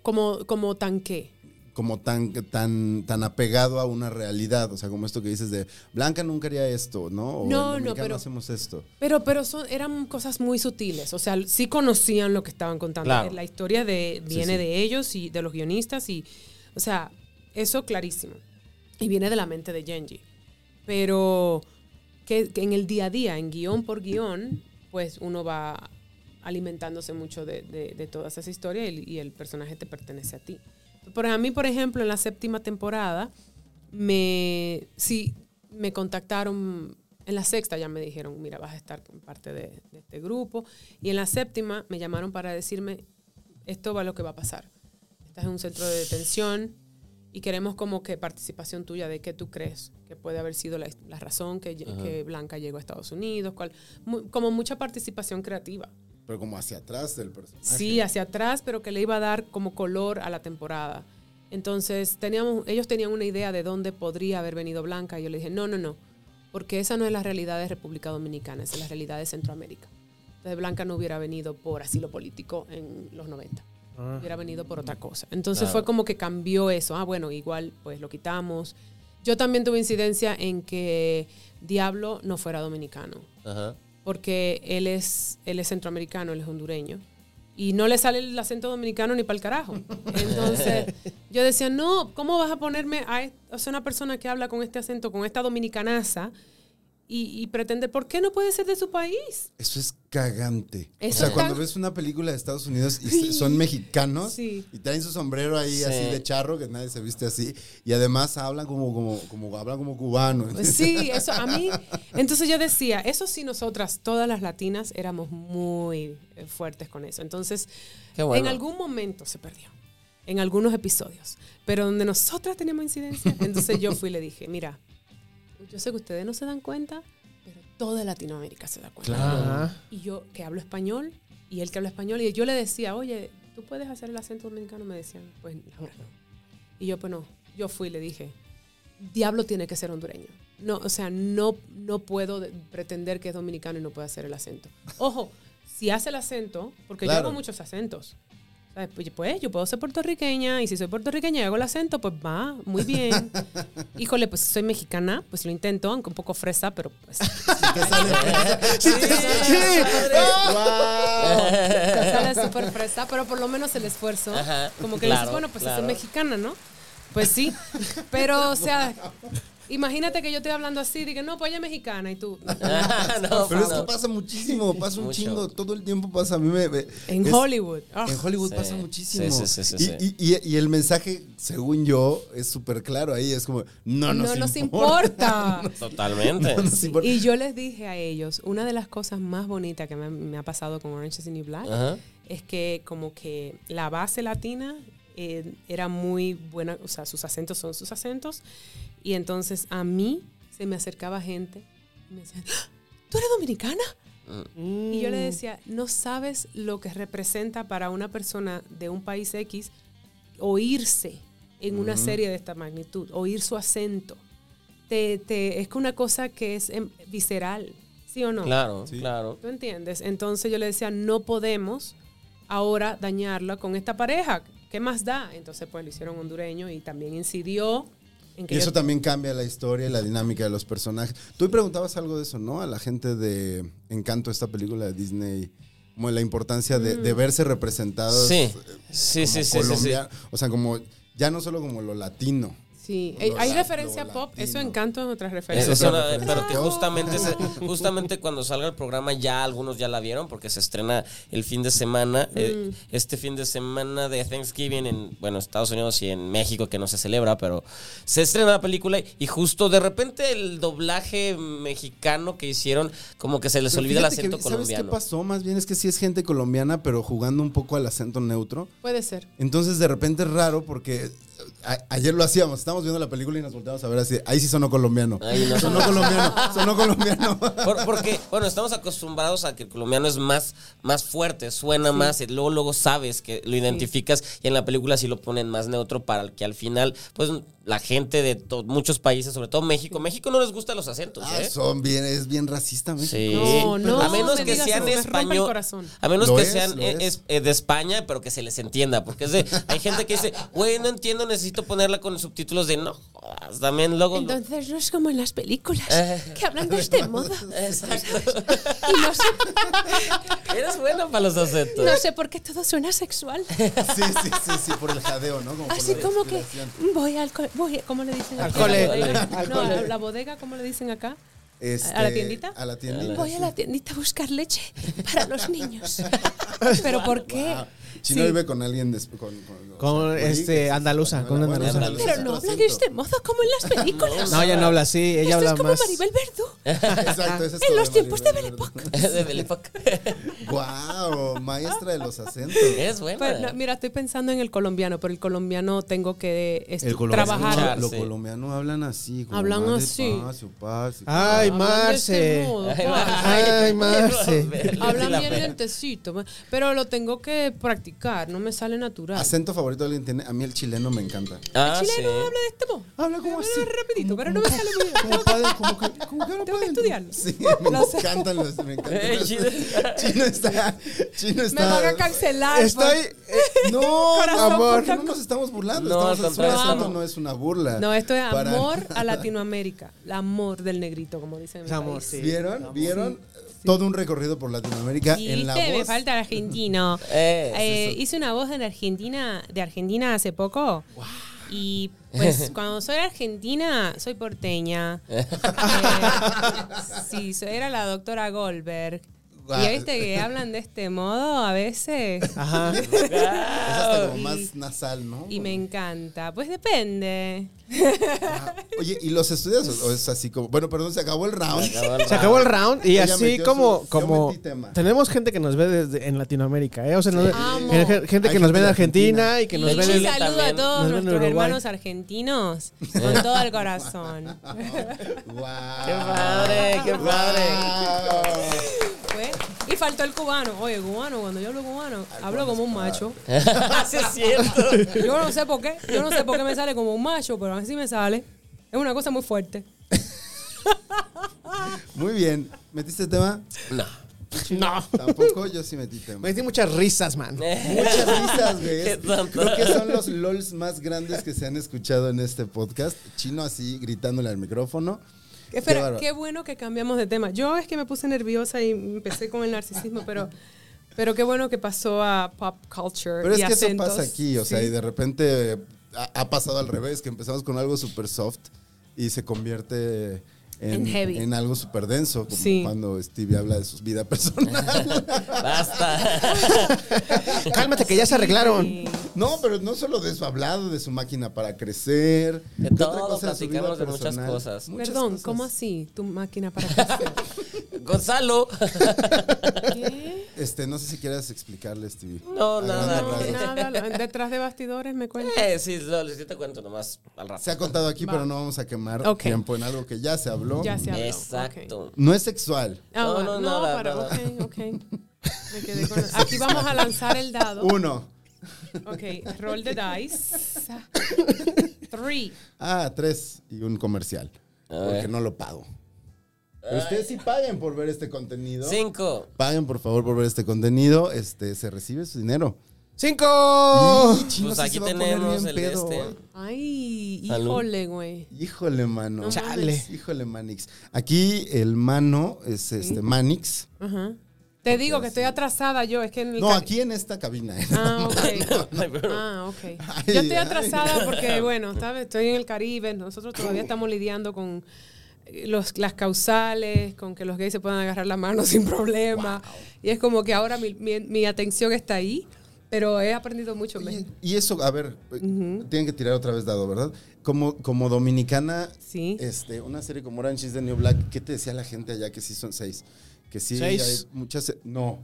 Speaker 4: como, como tanque.
Speaker 1: como tan, tan, tan apegado a una realidad, o sea, como esto que dices de Blanca nunca haría esto, ¿no? O
Speaker 4: No,
Speaker 1: en
Speaker 4: no,
Speaker 1: Dominicana
Speaker 4: pero-
Speaker 1: hacemos esto.
Speaker 4: Pero, pero son, eran cosas muy sutiles. O sea, sí conocían lo que estaban contando. eh,
Speaker 3: Claro.
Speaker 4: La historia de,
Speaker 1: Sí,
Speaker 4: viene
Speaker 1: sí.
Speaker 4: de ellos y de los guionistas. Y, o sea, eso clarísimo. Y viene de la mente de Genji. Pero que, que en el día a día, en guión por guión, pues uno va alimentándose mucho de, de, de todas esas historias y, y el personaje te pertenece a ti. Por, a mí, por ejemplo, en la séptima temporada, me, sí, me contactaron, en la sexta ya me dijeron, mira, vas a estar en parte de, de este grupo, y en la séptima me llamaron para decirme, esto va lo que va a pasar. Estás en un centro de detención y queremos como que participación tuya de qué tú crees que puede haber sido la, la razón que, lle- que Blanca llegó a Estados Unidos, cuál, mu- como mucha participación creativa.
Speaker 1: Pero como hacia atrás del personaje.
Speaker 4: Sí, hacia atrás, pero que le iba a dar como color a la temporada. Entonces, teníamos, ellos tenían una idea de dónde podría haber venido Blanca. Y yo le dije, no, no, no, porque esa no es la realidad de República Dominicana, esa es la realidad de Centroamérica. Entonces, Blanca no hubiera venido por asilo político en los 90, hubiera venido por otra cosa. Entonces,
Speaker 3: Claro.
Speaker 4: fue como que cambió eso. Ah, bueno, igual, pues lo quitamos. Yo también tuve incidencia en que Diablo no fuera dominicano
Speaker 3: Ajá.
Speaker 4: porque él es, él es centroamericano, él es hondureño. Y no le sale el acento dominicano ni para el carajo. Entonces yo decía, no, ¿cómo vas a ponerme a es- o sea, una persona que habla con este acento, con esta dominicanaza, y, y pretender, ¿por qué no puede ser de su país?
Speaker 1: Eso es cagante.
Speaker 4: Eso
Speaker 1: o sea,
Speaker 4: es
Speaker 1: cuando
Speaker 4: cag-
Speaker 1: ves una película de Estados Unidos y se- son mexicanos
Speaker 4: Sí.
Speaker 1: y traen su sombrero ahí
Speaker 3: Sí.
Speaker 1: así de charro, que nadie se viste así, y además hablan como, como, como, hablan como cubano.
Speaker 4: Pues sí, eso a mí. Entonces yo decía, eso sí, nosotras, todas las latinas, éramos muy eh, fuertes con eso. Entonces,
Speaker 3: Qué bueno.
Speaker 4: en algún momento se perdió, en algunos episodios, pero donde nosotras teníamos incidencia. Entonces yo fui y le dije, mira, yo sé que ustedes no se dan cuenta, pero toda Latinoamérica se da cuenta.
Speaker 3: Ah.
Speaker 2: Ajá.
Speaker 4: Y yo que hablo español, y él que habla español, y yo le decía, oye, ¿tú puedes hacer el acento dominicano? Me decían, pues Laura, no. Y yo, pues no, yo fui y le dije, Diablo tiene que ser hondureño. No, o sea, no, no puedo de- pretender que es dominicano y no puede hacer el acento. Ojo, si hace el acento, porque
Speaker 1: Claro.
Speaker 4: yo hago muchos acentos. ¿sabes? Pues, pues, yo puedo ser puertorriqueña y si soy puertorriqueña y hago el acento, pues va, muy bien. Híjole, pues soy mexicana, pues lo intento, aunque un poco fresa, pero pues... Sí, te sale te sale súper fresa, pero por lo menos el esfuerzo.
Speaker 3: Ajá,
Speaker 4: como que
Speaker 3: claro,
Speaker 4: dices, bueno, pues
Speaker 3: claro.
Speaker 4: soy mexicana, ¿no? Pues sí. Pero, o sea, imagínate que yo estoy hablando así, diga, no, pues ella es mexicana y tú.
Speaker 3: Ah, no,
Speaker 1: Pero esto
Speaker 3: no.
Speaker 1: pasa muchísimo, pasa un
Speaker 3: Mucho.
Speaker 1: chingo, todo el tiempo pasa. A mí me, me-
Speaker 4: En
Speaker 1: es-
Speaker 4: Hollywood. Ah.
Speaker 1: En Hollywood
Speaker 3: Sí,
Speaker 1: pasa muchísimo.
Speaker 3: sí, sí, sí,
Speaker 1: y,
Speaker 3: sí, sí.
Speaker 1: y- y- y el mensaje, según yo, es súper claro ahí. Es como, no nos,
Speaker 4: no nos
Speaker 1: importa.
Speaker 4: importa.
Speaker 3: Totalmente.
Speaker 1: No nos importa.
Speaker 4: Y yo les dije a ellos, una de las cosas más bonitas que me, me ha pasado con Orange is the New Black
Speaker 3: Ajá.
Speaker 4: es que como que la base latina eh, era muy buena, o sea, sus acentos son sus acentos, y entonces a mí se me acercaba gente y me decían, "¡Ah! ¿tú eres dominicana? Y yo le decía, no sabes lo que representa para una persona de un país X oírse en una serie de esta magnitud, oír su acento. Te, te- es que una cosa que es em, visceral, ¿sí o no?
Speaker 3: Claro,
Speaker 1: Sí.
Speaker 3: claro.
Speaker 4: ¿Tú entiendes? Entonces yo le decía, no podemos ahora dañarla con esta pareja. ¿Qué más da? Entonces pues lo hicieron hondureño y también incidió en que
Speaker 1: Y eso
Speaker 4: yo-
Speaker 1: también cambia la historia y la dinámica de los personajes. Tú preguntabas algo de eso, ¿no? A la gente de Encanto, esta película de Disney, como la importancia de,
Speaker 4: Mm.
Speaker 1: de verse representados.
Speaker 3: Sí,
Speaker 1: eh,
Speaker 3: sí,
Speaker 1: como
Speaker 3: sí, sí, sí, sí.
Speaker 1: colombian- O sea, como ya no solo como lo latino.
Speaker 4: Sí, eh,
Speaker 1: Lo
Speaker 4: hay, hay
Speaker 1: la-
Speaker 4: referencia
Speaker 1: lo
Speaker 4: pop, eso
Speaker 1: latino.
Speaker 4: encanto en otras
Speaker 3: Eso
Speaker 4: referencias.
Speaker 3: es
Speaker 1: otra
Speaker 3: una-
Speaker 1: referencia.
Speaker 3: pero que
Speaker 1: No.
Speaker 3: justamente, se- justamente cuando salga el programa ya algunos ya la vieron porque se estrena el fin de semana, eh,
Speaker 1: Mm.
Speaker 3: este fin de semana de Thanksgiving en bueno, Estados Unidos y en México que no se celebra, pero se estrena la película y, y justo de repente el doblaje mexicano que hicieron como que se les
Speaker 1: Pero
Speaker 3: olvida el
Speaker 1: fíjate que,
Speaker 3: acento
Speaker 1: ¿Sabes qué
Speaker 3: colombiano.
Speaker 1: pasó? Más bien es que sí es gente colombiana, pero jugando un poco al acento neutro.
Speaker 4: Puede ser.
Speaker 1: Entonces de repente es raro porque eh, a- ayer lo hacíamos, estábamos viendo la película y nos volteamos a ver así. Ahí sí sonó colombiano.
Speaker 3: Ahí no
Speaker 1: sonó colombiano, sonó colombiano.
Speaker 3: Por- porque, bueno, estamos acostumbrados a que el colombiano es más, más fuerte, suena más, y luego, luego sabes que lo identificas y en la película sí lo ponen más neutro para que al final, pues la gente de to- muchos países, sobre todo México, México no les gustan los acentos,
Speaker 1: Ah,
Speaker 3: ¿eh?
Speaker 1: son bien, es bien racista, México.
Speaker 3: Sí.
Speaker 4: No, no,
Speaker 3: a menos
Speaker 4: me
Speaker 3: que
Speaker 4: digas
Speaker 3: sean
Speaker 4: eso, me rompe el
Speaker 3: español,
Speaker 4: corazón.
Speaker 3: a menos
Speaker 1: Lo
Speaker 3: que
Speaker 1: es,
Speaker 3: sean
Speaker 1: lo
Speaker 3: eh,
Speaker 1: es.
Speaker 3: es, eh, de España, pero que se les entienda, porque es de- hay gente que dice, güey, no entiendo, necesito ponerla con subtítulos de no, jodas", también luego.
Speaker 4: Entonces no es como en las películas
Speaker 3: Eh.
Speaker 4: que hablan de este modo.
Speaker 3: Exacto.
Speaker 4: Y no sé,
Speaker 3: Eres bueno para los acentos.
Speaker 4: no sé por qué todo suena sexual.
Speaker 1: Sí, sí, sí, sí, por el jadeo, ¿no? por
Speaker 4: Así
Speaker 1: la
Speaker 4: como que Mm.
Speaker 1: respiración.
Speaker 4: voy al co- voy, ¿cómo le dicen
Speaker 2: Al
Speaker 4: aquí?
Speaker 2: cole.
Speaker 4: La bodega.
Speaker 2: Al
Speaker 4: No,
Speaker 2: cole.
Speaker 4: a la bodega, ¿cómo le dicen acá?
Speaker 1: Este,
Speaker 4: ¿A la tiendita?
Speaker 1: A la tiendita.
Speaker 4: Voy a la tiendita a buscar leche para los niños. Pero ¿por qué?
Speaker 1: Wow. Chino
Speaker 4: Sí.
Speaker 1: vive con alguien des- con, con, o
Speaker 2: Con,
Speaker 1: sea,
Speaker 2: este,
Speaker 1: Rodríguez,
Speaker 2: andaluza,
Speaker 1: española.
Speaker 2: con una
Speaker 1: Bueno,
Speaker 3: andaluza.
Speaker 4: Pero no habla de este modo como en las películas.
Speaker 2: No, ella no habla así, ella
Speaker 4: Esto es
Speaker 2: habla
Speaker 4: como
Speaker 2: más.
Speaker 4: Maribel Verdú.
Speaker 1: Exacto, ese es
Speaker 4: En
Speaker 1: como
Speaker 4: los tiempos de
Speaker 1: Maribel
Speaker 4: Belle
Speaker 1: Verdú.
Speaker 3: de Belipoc.
Speaker 1: Guau, maestra de los acentos.
Speaker 3: Es buena.
Speaker 4: Pero, no, mira, estoy pensando en el colombiano, pero el colombiano tengo que estu-
Speaker 2: El colombiano.
Speaker 3: Escuchar.
Speaker 4: trabajar.
Speaker 1: Los
Speaker 3: sí.
Speaker 1: colombianos hablan así. como
Speaker 4: Hablan
Speaker 1: más
Speaker 4: así.
Speaker 1: despacio, paz, y-
Speaker 2: Ay,
Speaker 4: Hablan de este
Speaker 2: Marce.
Speaker 4: modo,
Speaker 3: Ay,
Speaker 4: guau.
Speaker 2: Ay, Marce.
Speaker 3: Sí,
Speaker 4: Hablan
Speaker 3: la
Speaker 4: bien
Speaker 3: pena.
Speaker 4: lentecito, ma- pero lo tengo que practicar, no me sale natural.
Speaker 1: ¿Acento favorito alguien tiene? A mí el chileno me encanta.
Speaker 3: Ah,
Speaker 4: Chile
Speaker 3: sí.
Speaker 4: no habla de este modo.
Speaker 1: Habla como así.
Speaker 4: rapidito, pero no me sale bien.
Speaker 1: Como padre, como que, como que habla
Speaker 4: Tengo
Speaker 1: padre.
Speaker 4: que estudiarlo.
Speaker 1: Sí, me
Speaker 4: Lo sé.
Speaker 1: encantan los, me encantan
Speaker 3: Eh,
Speaker 1: los-
Speaker 3: chino.
Speaker 1: Chino está, chino está.
Speaker 4: Me van a cancelar.
Speaker 2: Estoy.
Speaker 4: por-
Speaker 2: eh,
Speaker 1: No,
Speaker 4: Corazón,
Speaker 1: amor.
Speaker 4: puta-
Speaker 1: No nos estamos burlando. estamos
Speaker 3: No, al
Speaker 1: es un
Speaker 4: contrario.
Speaker 1: acento, no es una burla.
Speaker 4: No, esto es
Speaker 1: Para-
Speaker 4: amor a Latinoamérica. El amor del negrito, como dicen en mi
Speaker 2: Amor,
Speaker 4: país.
Speaker 2: sí.
Speaker 1: ¿Vieron? ¿Vieron? Todo un recorrido por Latinoamérica
Speaker 4: Y
Speaker 1: en la
Speaker 4: viste, me
Speaker 1: voz.
Speaker 4: falta el argentino.
Speaker 3: Eh, sí,
Speaker 4: Eh, hice una voz en Argentina, de Argentina hace poco. Y pues cuando soy argentina, soy porteña. Eh, sí, so- era la doctora Goldberg.
Speaker 1: Guau.
Speaker 4: Y ya viste que hablan de este modo a veces.
Speaker 2: Ajá.
Speaker 1: Es hasta como
Speaker 4: Y-
Speaker 1: más nasal, ¿no?
Speaker 4: Y me encanta. Pues depende.
Speaker 1: Oye, ¿y los estudias o- o es así como? Bueno, perdón, se acabó el round.
Speaker 2: Se acabó el round y
Speaker 1: Ella
Speaker 2: así
Speaker 1: metió
Speaker 2: como,
Speaker 1: su- yo
Speaker 2: como
Speaker 1: metí tema.
Speaker 2: tenemos gente que nos ve desde en Latinoamérica, ¿eh? O sea, nos-
Speaker 4: Amo.
Speaker 2: gen- gen- gente
Speaker 1: Hay
Speaker 2: que nos ve
Speaker 1: gente
Speaker 2: en
Speaker 1: de
Speaker 2: Argentina,
Speaker 1: Argentina.
Speaker 2: y que
Speaker 4: Y
Speaker 2: nos
Speaker 4: un
Speaker 2: ve
Speaker 3: Chile
Speaker 2: en
Speaker 3: también.
Speaker 4: saludo a todos
Speaker 2: Nos ven en
Speaker 4: nuestros
Speaker 2: Uruguay.
Speaker 4: hermanos argentinos con todo el corazón.
Speaker 1: Guau.
Speaker 3: Eh. Qué padre, qué padre.
Speaker 4: Fue- Y faltó el cubano. Oye, cubano, cuando yo hablo cubano, hablo como un macho.
Speaker 3: Así Ah, es cierto.
Speaker 4: Yo no sé por qué, yo no sé por qué me sale como un macho, pero a mí sí me sale. Es una cosa muy fuerte.
Speaker 1: Muy bien. ¿Metiste tema?
Speaker 3: No.
Speaker 2: No.
Speaker 1: Tampoco, yo sí metí tema.
Speaker 2: Me di muchas risas, man.
Speaker 1: Muchas risas, güey.
Speaker 3: Qué tonto.
Speaker 1: Creo que son los LOLs más grandes que se han escuchado en este podcast. Chino así, gritándole al micrófono. Qué
Speaker 4: Espera,
Speaker 1: bárbaro.
Speaker 4: qué, bueno que cambiamos de tema. Yo es que me puse nerviosa y empecé con el narcisismo, pero, pero qué bueno que pasó a pop culture.
Speaker 1: Pero es
Speaker 4: y
Speaker 1: que
Speaker 4: acentos.
Speaker 1: eso pasa aquí, o sea, y de repente eh, ha, ha pasado al revés, que empezamos con algo súper soft y se convierte en,
Speaker 4: En heavy.
Speaker 1: en algo súper denso, como
Speaker 4: Sí.
Speaker 1: cuando Stevie habla de su vida personal.
Speaker 3: Basta.
Speaker 2: Cálmate que ya se arreglaron.
Speaker 4: Sí.
Speaker 1: no, pero no solo de su hablado, de su máquina para crecer.
Speaker 3: De
Speaker 1: ¿Qué
Speaker 3: todo,
Speaker 1: su
Speaker 3: platicamos
Speaker 1: vida
Speaker 3: de muchas
Speaker 1: personal?
Speaker 3: cosas.
Speaker 1: Muchas
Speaker 4: Perdón,
Speaker 1: cosas.
Speaker 4: ¿cómo así? Tu máquina para crecer.
Speaker 3: Gonzalo.
Speaker 4: ¿Qué?
Speaker 1: Este, no sé si quieras explicarle, Stevie.
Speaker 3: No,
Speaker 1: A
Speaker 3: nada.
Speaker 1: grandes
Speaker 4: No,
Speaker 1: rasgos.
Speaker 4: nada, lo- detrás de bastidores me cuentas.
Speaker 3: Eh, sí, lo, yo te cuento nomás al rato.
Speaker 1: Se ha contado aquí, pero no vamos a quemar
Speaker 4: Ok.
Speaker 1: tiempo en algo que ya se habló.
Speaker 4: Ya se habló.
Speaker 3: Exacto.
Speaker 4: ok.
Speaker 1: No es sexual.
Speaker 4: Ah,
Speaker 3: No,
Speaker 4: va-
Speaker 3: no,
Speaker 4: no,
Speaker 3: nada,
Speaker 4: para,
Speaker 3: nada.
Speaker 4: ok, ok. Me quedé con la- Aquí vamos a lanzar el dado.
Speaker 1: Uno.
Speaker 4: Ok, roll the dice. Three.
Speaker 1: Ah, tres y un comercial.
Speaker 3: A
Speaker 1: Porque
Speaker 3: ver.
Speaker 1: no lo pago. Pero ustedes sí paguen por ver este contenido.
Speaker 3: Cinco.
Speaker 1: Paguen por favor por ver este contenido. Este, se recibe su dinero.
Speaker 2: ¡Cinco!
Speaker 1: Y chino,
Speaker 3: Pues
Speaker 1: sí
Speaker 3: aquí
Speaker 1: se va a poner
Speaker 3: tenemos
Speaker 1: bien
Speaker 3: el
Speaker 1: pedo,
Speaker 3: este.
Speaker 1: güey.
Speaker 4: Ay,
Speaker 3: Salud.
Speaker 4: híjole, güey.
Speaker 1: Híjole, mano.
Speaker 4: No
Speaker 1: Chale.
Speaker 4: mames.
Speaker 1: Híjole, Manix. Aquí el mano es este
Speaker 4: Mm.
Speaker 1: Manix.
Speaker 4: Ajá. Te digo que estoy atrasada yo, es que en el
Speaker 1: No,
Speaker 4: ca-
Speaker 1: aquí en esta cabina.
Speaker 4: Ah, ok.
Speaker 3: Ay, pero-
Speaker 4: Ah, ok.
Speaker 1: Ay,
Speaker 4: Yo estoy
Speaker 1: ay.
Speaker 4: atrasada porque, bueno, ¿sabes? estoy en el Caribe, nosotros todavía estamos lidiando con eh, los, las causales, con que los gays se puedan agarrar la mano sin problema. Y es como que ahora mi, mi- mi atención está ahí, pero he aprendido mucho.
Speaker 1: Oye,
Speaker 4: me-
Speaker 1: Y eso, a ver, eh, tienen que tirar otra vez dado, ¿verdad? Como, como dominicana,
Speaker 4: Sí.
Speaker 1: este, una serie como Orange is the New Black, ¿qué te decía la gente allá que sí son seis? Que sí
Speaker 2: Seis.
Speaker 1: hay muchas. No.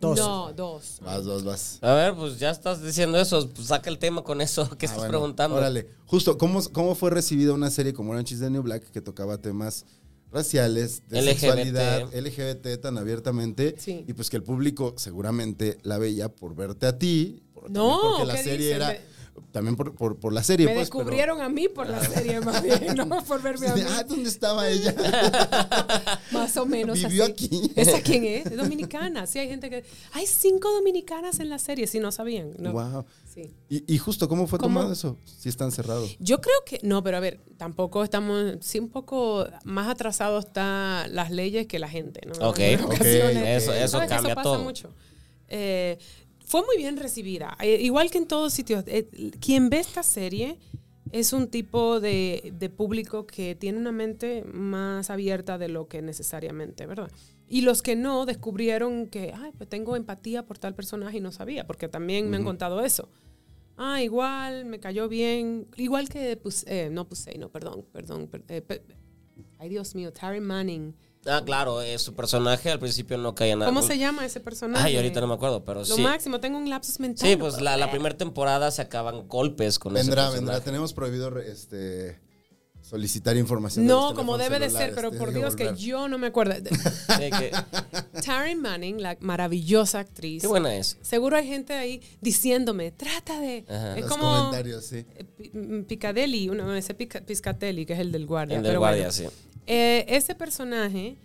Speaker 2: Dos.
Speaker 4: No, dos.
Speaker 1: Vas, vas, vas.
Speaker 3: A ver, pues ya estás diciendo eso. pues saca el tema con eso
Speaker 1: Ah,
Speaker 3: que estás
Speaker 1: bueno,
Speaker 3: preguntando.
Speaker 1: Órale. Justo, ¿cómo, ¿cómo fue recibida una serie como Orange is the New Black que tocaba temas raciales, de
Speaker 3: LGBT.
Speaker 1: sexualidad, LGBT tan abiertamente?
Speaker 4: Sí.
Speaker 1: Y pues que el público seguramente la veía por verte a ti. por-
Speaker 4: No,
Speaker 1: también Porque la
Speaker 4: ¿qué
Speaker 1: serie
Speaker 4: dicen?
Speaker 1: era... También por, por, por la serie,
Speaker 4: Me
Speaker 1: pues, pero-
Speaker 4: descubrieron a mí por la serie, más bien, no por verme a mí.
Speaker 1: Ah, ¿dónde estaba ella?
Speaker 4: Más o menos
Speaker 1: Vivió
Speaker 4: así.
Speaker 1: aquí.
Speaker 4: ¿Esa quién es? Es dominicana. Sí, hay gente que... Hay cinco dominicanas en la serie, si no sabían. ¿no?
Speaker 1: Wow.
Speaker 4: Sí.
Speaker 1: Y, y justo, ¿cómo fue
Speaker 4: ¿Cómo?
Speaker 1: tomado eso? Si están cerrados.
Speaker 4: Yo creo que, no, pero a ver, tampoco estamos, sí un poco más atrasados están las leyes que la gente, ¿no?
Speaker 3: Ok,
Speaker 4: En
Speaker 3: ok,
Speaker 4: ocasiones.
Speaker 3: eso- eso
Speaker 4: ¿Sabes que
Speaker 3: cambia
Speaker 4: pasa
Speaker 3: todo.
Speaker 4: mucho. Eh, fue muy bien recibida, Eh, igual que en todos sitios. Eh, quien ve esta serie es un tipo de, de público que tiene una mente más abierta de lo que necesariamente, ¿verdad? Y los que no descubrieron que, ay, pues tengo empatía por tal personaje y no sabía, porque también me han contado eso. Ah, igual, me cayó bien. Igual que, Pus- eh, no puse, no, perdón, perdón. per- eh, pe- ay, Dios mío, Terry Manning.
Speaker 3: Ah, claro, eh, su personaje al principio no caía nada.
Speaker 4: ¿Cómo se llama ese personaje?
Speaker 3: pues Ay, ahorita no me acuerdo, pero
Speaker 4: Lo
Speaker 3: sí.
Speaker 4: máximo, tengo un lapsus mental.
Speaker 3: Sí, pues la, la primera temporada se acaban golpes con ese
Speaker 1: Vendrá,
Speaker 3: personaje.
Speaker 1: vendrá. Tenemos prohibido re- este, solicitar información. de
Speaker 4: No,
Speaker 1: los
Speaker 4: como
Speaker 1: teléfonos
Speaker 4: debe de ser,
Speaker 1: celulares.
Speaker 4: pero
Speaker 1: Tienes
Speaker 4: por Dios que
Speaker 1: volver.
Speaker 4: yo no me acuerdo.
Speaker 3: Sí, que-
Speaker 4: Taryn Manning, la maravillosa actriz.
Speaker 3: qué buena es.
Speaker 4: Seguro hay gente ahí diciéndome, trata de.
Speaker 3: Ajá.
Speaker 4: Es
Speaker 1: Los
Speaker 4: como
Speaker 1: comentarios, sí.
Speaker 4: eh, pi- mm, Piccadilly, uno me dice Pica- Piscatelli, que es el del guardia.
Speaker 3: El del
Speaker 4: pero
Speaker 3: guardia,
Speaker 4: bueno.
Speaker 3: sí.
Speaker 4: Eh, ese personaje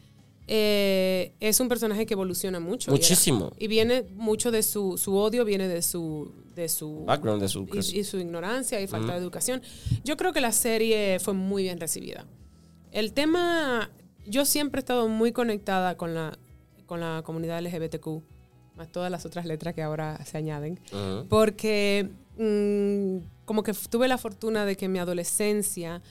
Speaker 4: eh, es un personaje que evoluciona mucho. y era-
Speaker 3: Muchísimo.
Speaker 4: Y, viene mucho de su, su odio, viene de su... De su
Speaker 3: Background de su... pues,
Speaker 4: y, y su ignorancia y falta de educación. Yo creo que la serie fue muy bien recibida. El tema, yo siempre he estado muy conectada con la, con la comunidad LGBTQ, más todas las otras letras que ahora se añaden,
Speaker 3: Ujú.
Speaker 4: porque mm, como que f- tuve la fortuna de que en mi adolescencia...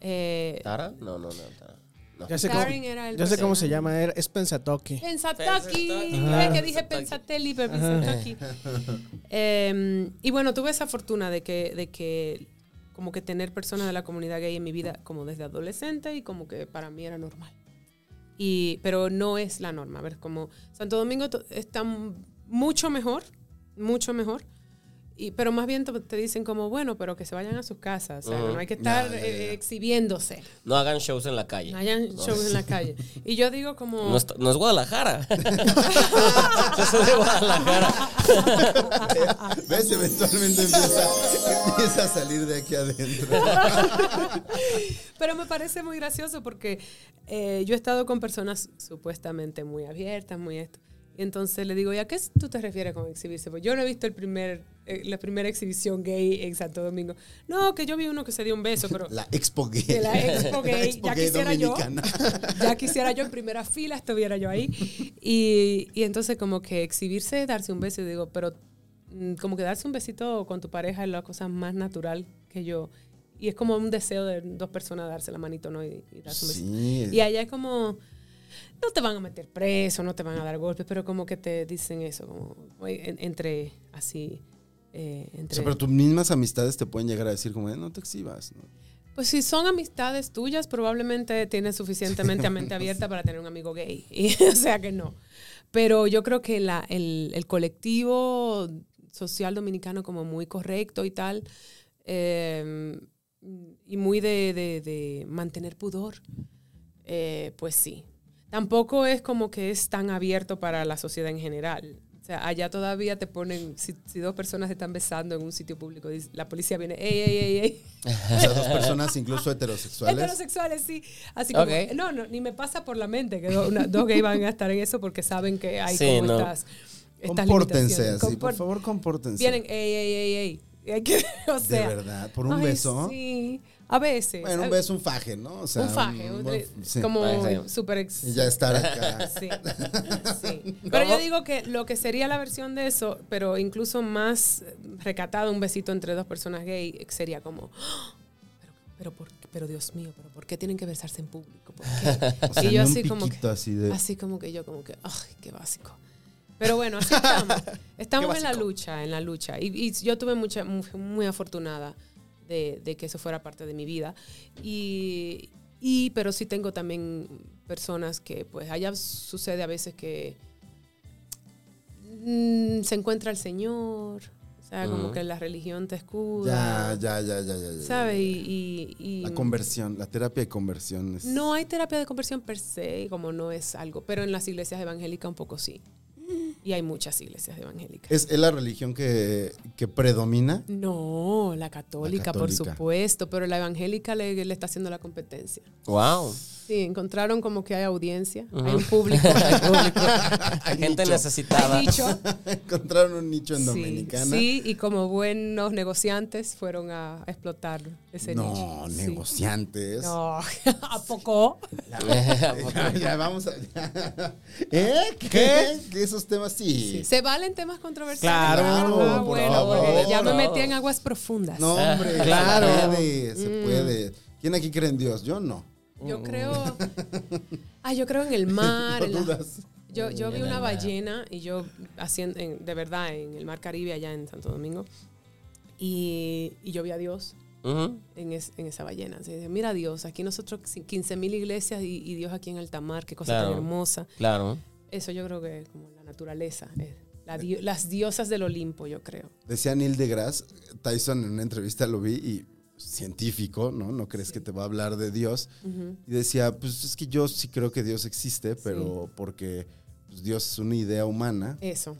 Speaker 4: eh,
Speaker 3: ¿Tara? No, no, no. Tara. No.
Speaker 2: Ya sé cómo,
Speaker 4: Karen era el
Speaker 2: ya sé cómo se
Speaker 4: personaje.
Speaker 2: llama. era- Es Pensatoki.
Speaker 4: Pensatoki.
Speaker 3: Pensatoki.
Speaker 4: Ay, que dije
Speaker 3: Pensatoki.
Speaker 4: Pensateli, pero Pensatoki. Eh, y bueno, tuve esa fortuna de que, de que como que tener personas de la comunidad gay en mi vida como desde adolescente y como que para mí era normal. Y, pero no es la norma. A ver, como Santo Domingo to- está m- mucho mejor, mucho mejor. Y, pero más bien te te dicen como, bueno, pero que se vayan a sus casas. O sea, no hay que estar
Speaker 1: Ya, ya,
Speaker 4: eh,
Speaker 1: ya.
Speaker 4: exhibiéndose.
Speaker 3: No hagan shows en la calle.
Speaker 4: No hayan shows en la calle. Y yo digo como...
Speaker 3: No, está- no es Guadalajara. Yo soy de Guadalajara.
Speaker 4: Ah.
Speaker 1: ¿Ves? Eventualmente empieza, empieza a salir de aquí adentro.
Speaker 4: Pero me parece muy gracioso porque eh, yo he estado con personas supuestamente muy abiertas, muy esto. Y entonces le digo, ¿y a qué tú te refieres con exhibirse? Pues yo no he visto el primer, eh, la primera exhibición gay en Santo Domingo. No, que yo vi uno que se dio un beso, pero
Speaker 1: La Expo Gay.
Speaker 4: de la Expo
Speaker 1: La
Speaker 4: Gay,
Speaker 1: Expo
Speaker 4: ya
Speaker 1: Gay
Speaker 4: quisiera
Speaker 1: Dominicana.
Speaker 4: yo. Ya quisiera yo en primera fila estuviera yo ahí. Y, y entonces como que exhibirse, darse un beso, y digo, pero mm, como que darse un besito con tu pareja es la cosa más natural que yo. Y es como un deseo de dos personas darse la manito, ¿no? Y, y darse un besito.
Speaker 1: Sí.
Speaker 4: Y allá es como, no te van a meter preso, no te van a dar golpes, pero como que te dicen eso, como oye, en- entre así. eh,
Speaker 1: O
Speaker 4: entre,
Speaker 1: sea, pero tus mismas amistades te pueden llegar a decir como, eh, no te exhibas. ¿no?
Speaker 4: Pues si son amistades tuyas, probablemente tienes suficientemente mente abierta para tener un amigo gay. Y, o sea que no. Pero yo creo que la- el, el colectivo social dominicano como muy correcto y tal, eh, y muy de, de- de mantener pudor, eh, pues sí. Tampoco es como que es tan abierto para la sociedad en general. O sea, allá todavía te ponen, si, si dos personas se están besando en un sitio público, dice- la policía viene, ey, ey, ey, ey.
Speaker 1: O sea, dos personas incluso heterosexuales.
Speaker 4: Heterosexuales, sí. Así como,
Speaker 3: Ok.
Speaker 4: no, no, ni me pasa por la mente que do- una- dos gays van a estar en eso porque saben que hay
Speaker 3: Sí,
Speaker 4: como
Speaker 3: no.
Speaker 4: estas, estas
Speaker 1: Compórtense
Speaker 4: limitaciones.
Speaker 1: así, por
Speaker 4: Compor-
Speaker 1: favor, compórtense.
Speaker 4: Vienen, ey, ey, ey, ey. Y hay que- o
Speaker 1: de
Speaker 4: sea,
Speaker 1: verdad, por un
Speaker 4: ay,
Speaker 1: beso.
Speaker 4: Sí, a veces.
Speaker 1: Bueno, un
Speaker 4: A-
Speaker 1: beso, un faje, ¿no? O sea,
Speaker 4: un faje, un-
Speaker 1: buen- sí.
Speaker 3: Ah,
Speaker 4: como
Speaker 3: sí.
Speaker 4: súper ex-
Speaker 1: Y ya estar acá.
Speaker 4: Sí, sí. Pero
Speaker 3: ¿Cómo?
Speaker 4: yo digo que lo que sería la versión de eso, pero incluso más eh, recatado, un besito entre dos personas gay, eh, sería como. "Ah, Pero, pero, por qué- pero Dios mío, pero ¿por qué tienen que besarse en público? ¿Por qué?"
Speaker 1: O sea,
Speaker 4: y yo
Speaker 1: ni un
Speaker 4: así como que,
Speaker 1: piquito así de-
Speaker 4: así como que yo como que, ay, qué básico. Pero bueno, así estamos. Estamos en la lucha, en la lucha. Y, y yo tuve mucha, mu- muy, afortunada de, de que eso fuera parte de mi vida. Y, y- pero sí tengo también personas que, pues, allá sucede a veces que mm, se encuentra el Señor, o sea, como que la religión te
Speaker 1: Ya,
Speaker 4: escuda,
Speaker 1: ya, ya, ya, ya. ya.
Speaker 4: ¿sabes? Y, y- y-
Speaker 1: La conversión, la terapia de conversión es.
Speaker 4: no hay terapia de conversión per se, como no es algo, pero en las iglesias evangélicas un poco sí. Y hay muchas iglesias evangélicas.
Speaker 1: ¿Es, es la religión que, que predomina?
Speaker 4: No, la católica, por
Speaker 1: católica.
Speaker 4: supuesto, pero la evangélica le, le está haciendo la competencia.
Speaker 3: Wow.
Speaker 4: Sí, encontraron como que hay audiencia, hay un público. hay público.
Speaker 3: Hay gente
Speaker 1: nicho.
Speaker 3: necesitada.
Speaker 4: Hay nicho.
Speaker 1: Encontraron un nicho en
Speaker 4: Sí,
Speaker 1: Dominicana.
Speaker 4: Sí, y como buenos negociantes fueron a a explotar ese
Speaker 1: No,
Speaker 4: nicho. Sí.
Speaker 1: negociantes.
Speaker 4: No, ¿a poco?
Speaker 1: Ya, ya, vamos a. ¿Eh? ¿Qué? ¿Qué esos temas sí?
Speaker 4: ¿Se valen temas controversiales?
Speaker 2: Claro,
Speaker 4: Ah,
Speaker 1: por
Speaker 4: bueno,
Speaker 1: favor.
Speaker 4: porque ya me
Speaker 3: No.
Speaker 4: metí en aguas profundas.
Speaker 1: No, hombre,
Speaker 2: Claro.
Speaker 1: se puede,
Speaker 4: Mm.
Speaker 1: se puede. ¿Quién aquí cree en Dios? Yo no.
Speaker 3: Mm.
Speaker 4: Yo creo. Ah, yo creo en el mar.
Speaker 1: No
Speaker 4: en la-
Speaker 1: dudas.
Speaker 4: Yo,
Speaker 3: Mm,
Speaker 4: yo vi una ballena y yo haciendo, en- de verdad, en el mar Caribe, allá en Santo Domingo. Y, y yo vi a Dios
Speaker 3: Ujú.
Speaker 4: en, es- en esa ballena. Así de, mira Dios, aquí nosotros 15 mil iglesias y, y Dios aquí en alta mar, qué cosa
Speaker 3: Claro.
Speaker 4: tan hermosa.
Speaker 3: Claro.
Speaker 4: Eso yo creo que es como la naturaleza. eh, la di- las diosas del Olimpo, yo creo.
Speaker 1: Decía Neil deGrasse, Tyson en una entrevista lo vi y científico, ¿no? No crees que te va a hablar de Dios. Y decía, pues es que yo sí creo que Dios existe, pero porque pues, Dios es una idea humana,
Speaker 4: Eso.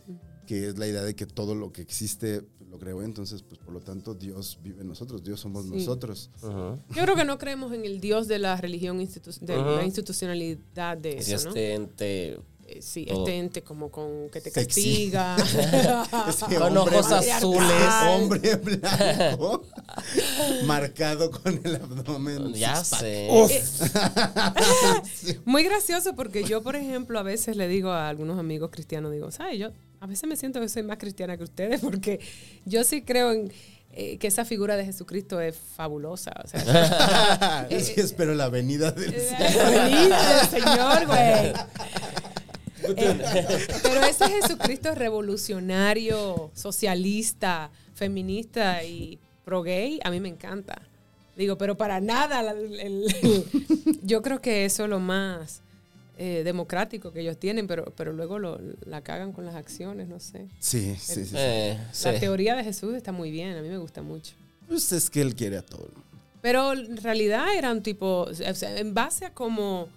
Speaker 1: que es la idea de que todo lo que existe pues, lo creo, entonces pues por lo tanto Dios vive en nosotros, Dios somos nosotros.
Speaker 3: Ujú.
Speaker 4: Yo creo que no creemos en el Dios de la religión, institu- de
Speaker 3: Ujú.
Speaker 4: la institucionalidad de
Speaker 3: Si
Speaker 4: eso, ¿no?
Speaker 3: este ente
Speaker 4: Eh, sí,
Speaker 3: Todo.
Speaker 4: este ente como con que te
Speaker 1: Sexy.
Speaker 4: castiga.
Speaker 1: Ese
Speaker 3: Con
Speaker 1: hombre
Speaker 3: ojos
Speaker 1: blanco,
Speaker 3: azules.
Speaker 1: Hombre blanco, marcado con el abdomen.
Speaker 3: Ya
Speaker 1: six-pack.
Speaker 3: sé.
Speaker 4: Muy gracioso porque yo, por ejemplo, a veces le digo a algunos amigos cristianos, digo, ¿sabes? Yo a veces me siento que soy más cristiana que ustedes porque yo sí creo en eh, que esa figura de Jesucristo es fabulosa. O sea,
Speaker 1: Sí, espero la venida del
Speaker 4: Venida del Señor, güey. Eh, pero ese Jesucristo revolucionario, socialista, feminista y pro gay, a mí me encanta. Digo, pero para nada. la- el- el- yo creo que eso es lo más eh, democrático que ellos tienen, pero, pero luego lo- la cagan con las acciones, no sé.
Speaker 1: Sí, sí, sí. sí.
Speaker 3: Eh, sí.
Speaker 4: La teoría de Jesús está muy bien, a mí me gusta mucho.
Speaker 1: Pues es que él quiere a todo el mundo.
Speaker 4: Pero en realidad eran tipo, o sea, en base a como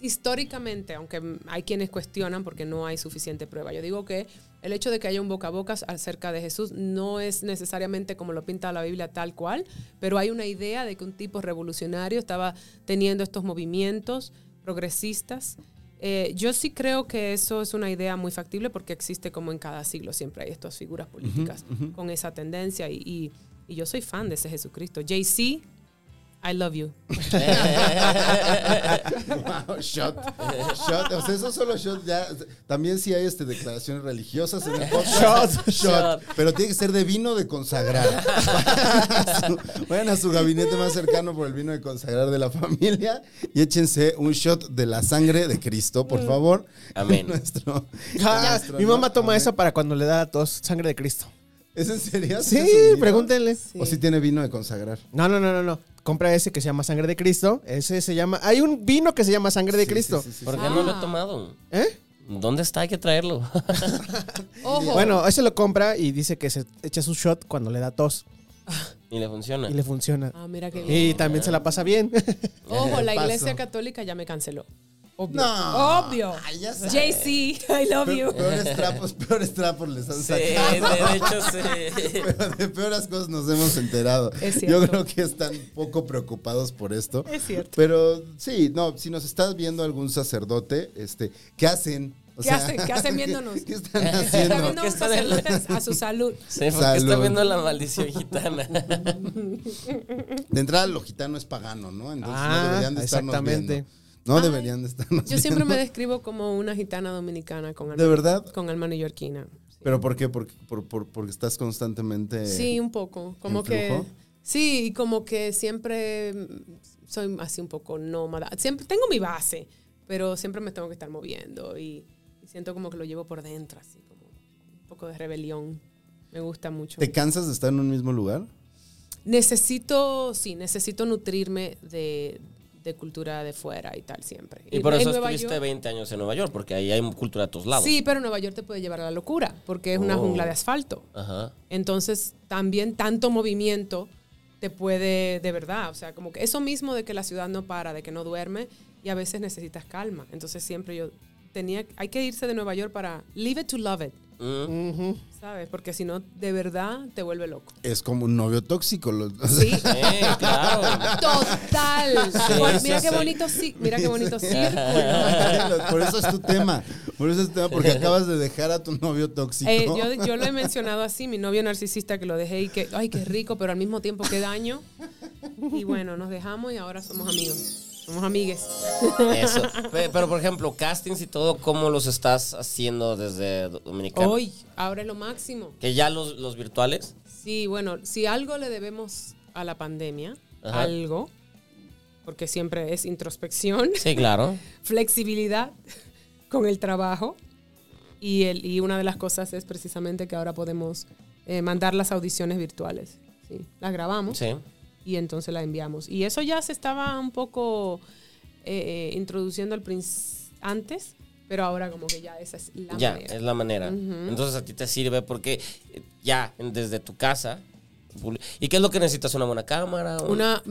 Speaker 4: históricamente, aunque hay quienes cuestionan porque no hay suficiente prueba. Yo digo que el hecho de que haya un boca a boca acerca de Jesús no es necesariamente como lo pinta la Biblia tal cual, pero hay una idea de que un tipo revolucionario estaba teniendo estos movimientos progresistas. Eh, yo sí creo que eso es una idea muy factible porque existe como en cada siglo, siempre hay estas figuras políticas con esa tendencia y, y- y yo soy fan de ese Jesucristo. Jay-Z, I love you.
Speaker 1: Wow, shot. Shot. O sea, eso solo shot ya. También sí hay este, declaraciones religiosas en el podcast. Shot, shot. Pero tiene que ser de vino de consagrar. Vayan a su gabinete más cercano por el vino de consagrar de la familia y échense un shot de la sangre de Cristo, por favor.
Speaker 3: Amén.
Speaker 1: Nuestro,
Speaker 2: Mm. Ah,
Speaker 1: nuestro,
Speaker 2: mi
Speaker 1: ¿no?
Speaker 2: mamá toma
Speaker 1: Amén.
Speaker 2: eso para cuando le da a tos sangre de Cristo.
Speaker 1: ¿Es en serio?
Speaker 2: Sí,
Speaker 1: ¿Es su vinito?
Speaker 2: pregúntenle.
Speaker 1: O si tiene vino de consagrar.
Speaker 2: No, no, no, no, no. Compra ese que se llama Sangre de Cristo. Ese se llama. Hay un vino que se llama Sangre de
Speaker 1: Sí,
Speaker 2: Cristo.
Speaker 1: sí, sí, sí.
Speaker 3: ¿Por qué no
Speaker 4: Ah.
Speaker 3: lo he tomado?
Speaker 2: ¿Eh?
Speaker 3: ¿Dónde está? Hay que traerlo.
Speaker 4: Ojo,
Speaker 2: Bueno, ese lo compra y dice que se echa su shot cuando le da tos
Speaker 3: y le funciona.
Speaker 2: y le funciona.
Speaker 4: Ah, mira qué bien.
Speaker 2: Y también se la pasa bien.
Speaker 4: Ojo, la
Speaker 1: Paso.
Speaker 4: iglesia católica ya me canceló. Obvio.
Speaker 1: No.
Speaker 4: Obvio.
Speaker 1: Ay, ya sé.
Speaker 4: JC, I love you.
Speaker 1: Pe- Peores trapos, peores trapos les han
Speaker 3: Sí,
Speaker 1: sacado.
Speaker 3: de hecho sí.
Speaker 1: Pero de peores cosas nos hemos enterado.
Speaker 4: Es cierto.
Speaker 1: Yo creo que están poco preocupados por esto.
Speaker 4: Es cierto.
Speaker 1: Pero sí, no, si nos estás viendo algún sacerdote, este, ¿qué hacen? O
Speaker 4: ¿Qué hacen? ¿Qué hacen viéndonos?
Speaker 1: ¿Qué están
Speaker 4: Está
Speaker 1: haciendo?
Speaker 3: que
Speaker 4: viendo un
Speaker 3: está de la-
Speaker 4: sacerdote a su salud.
Speaker 3: Sí, porque está
Speaker 1: Salud.
Speaker 3: viendo la maldición gitana.
Speaker 1: De entrada, lo gitano es pagano, ¿no? Entonces
Speaker 2: Ah,
Speaker 1: no deberían de estarnos
Speaker 2: exactamente.
Speaker 1: viendo. No deberían de estarnos
Speaker 4: Yo siempre me
Speaker 1: viendo.
Speaker 4: describo como una gitana dominicana con alma,
Speaker 1: ¿De verdad?
Speaker 4: con alma neoyorquina.
Speaker 1: ¿Pero por qué? Porque, por- por- porque estás constantemente...
Speaker 4: Sí, un poco. Como
Speaker 1: Eh, ¿En
Speaker 4: que.
Speaker 1: flujo?
Speaker 4: Sí, y como que siempre mm, soy así un poco nómada. Siempre tengo mi base, pero siempre me tengo que estar moviendo y, y siento como que lo llevo por dentro, así como un poco de rebelión. Me gusta mucho.
Speaker 1: ¿Te cansas de estar en un mismo lugar?
Speaker 4: Necesito, sí, necesito nutrirme de, de cultura de fuera y tal siempre.
Speaker 3: Y por
Speaker 4: en
Speaker 3: eso
Speaker 4: Nueva
Speaker 3: estuviste
Speaker 4: York-
Speaker 3: 20 años en Nueva York, porque ahí hay cultura a todos lados.
Speaker 4: Sí, pero Nueva York te puede llevar a la locura, porque es una
Speaker 3: Oh.
Speaker 4: jungla de asfalto.
Speaker 3: Ajá.
Speaker 4: Entonces, también tanto movimiento te puede, de verdad, o sea, como que eso mismo de que la ciudad no para, de que no duerme, y a veces necesitas calma. Entonces, siempre yo tenía, hay que irse de Nueva York para leave it to love it,
Speaker 3: Mm.
Speaker 4: ¿sabes? Porque si no, de verdad te vuelve loco.
Speaker 1: Es como un novio tóxico. lo-
Speaker 4: Sí.
Speaker 3: Eh, claro.
Speaker 4: Total. Pues
Speaker 3: Sí,
Speaker 4: mira
Speaker 3: sí,
Speaker 4: qué
Speaker 3: sí.
Speaker 4: bonito, sí, mira qué bonito círculo.
Speaker 1: Por eso es tu tema. Por eso es tu tema, porque acabas de dejar a tu novio tóxico.
Speaker 4: Eh, yo, yo lo he mencionado así, mi novio narcisista que lo dejé y que, ay, qué rico, pero al mismo tiempo qué daño. Y bueno, nos dejamos y ahora somos amigos. Somos amigues.
Speaker 3: Eso. Pe- Pero, por ejemplo, castings y todo, ¿cómo los estás haciendo desde Dominicana?
Speaker 4: Hoy, ahora es lo máximo.
Speaker 3: Que ya los, los virtuales.
Speaker 4: Sí, bueno, si algo le debemos a la pandemia,
Speaker 3: Ajá.
Speaker 4: algo, porque siempre es introspección,
Speaker 3: Sí, claro.
Speaker 4: flexibilidad con el trabajo. Y, el, y una de las cosas es precisamente que ahora podemos eh, mandar las audiciones virtuales. ¿sí? Las grabamos.
Speaker 3: Sí.
Speaker 4: y entonces la enviamos. Y eso ya se estaba un poco eh, eh, introduciendo al princ- antes, pero ahora como que ya esa es la
Speaker 3: ya,
Speaker 4: manera.
Speaker 3: es la manera.
Speaker 4: Ujú.
Speaker 3: Entonces a ti te sirve porque eh, ya en- desde tu casa. publi- ¿Y qué es lo que necesitas? ¿Una buena cámara? ¿Un
Speaker 4: Una,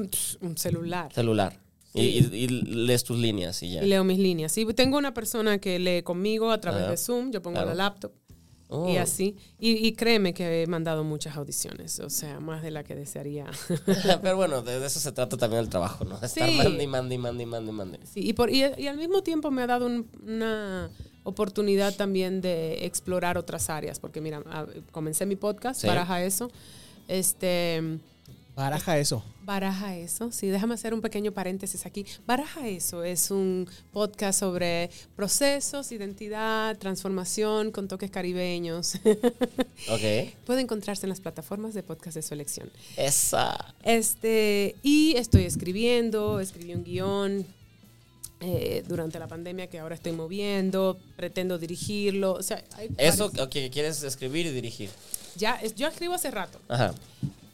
Speaker 4: un celular.
Speaker 3: celular? Y, y- y lees tus líneas y ya.
Speaker 4: Y leo mis líneas. Sí, tengo una persona que lee conmigo a través
Speaker 3: Ajá.
Speaker 4: de Zoom, yo pongo
Speaker 3: Ah, Claro.
Speaker 4: la laptop
Speaker 3: Oh.
Speaker 4: y así. Y, y créeme que he mandado muchas audiciones, o sea, más de la que desearía.
Speaker 3: Pero bueno, de de eso se trata también el trabajo, ¿no? De Estar
Speaker 4: Sí.
Speaker 3: mande y mande y mande y mande y mande.
Speaker 4: Sí, y, por, y, y al mismo tiempo me ha dado un- una oportunidad también de explorar otras áreas, porque mira, a- comencé mi podcast,
Speaker 3: Sí.
Speaker 4: Baraja Eso. Este,
Speaker 2: Baraja eso.
Speaker 4: Baraja Eso, sí, déjame hacer un pequeño paréntesis aquí. Baraja Eso es un podcast sobre procesos, identidad, transformación con toques caribeños.
Speaker 3: Ok.
Speaker 4: Puede encontrarse en las plataformas de podcast de su elección.
Speaker 3: Esa.
Speaker 4: Este, y estoy escribiendo, escribí un guión eh, durante la pandemia que ahora estoy moviendo, pretendo dirigirlo. O sea, hay
Speaker 3: Eso
Speaker 4: varios-
Speaker 3: que que quieres escribir y dirigir.
Speaker 4: ya, es- yo escribo hace rato.
Speaker 3: Ajá.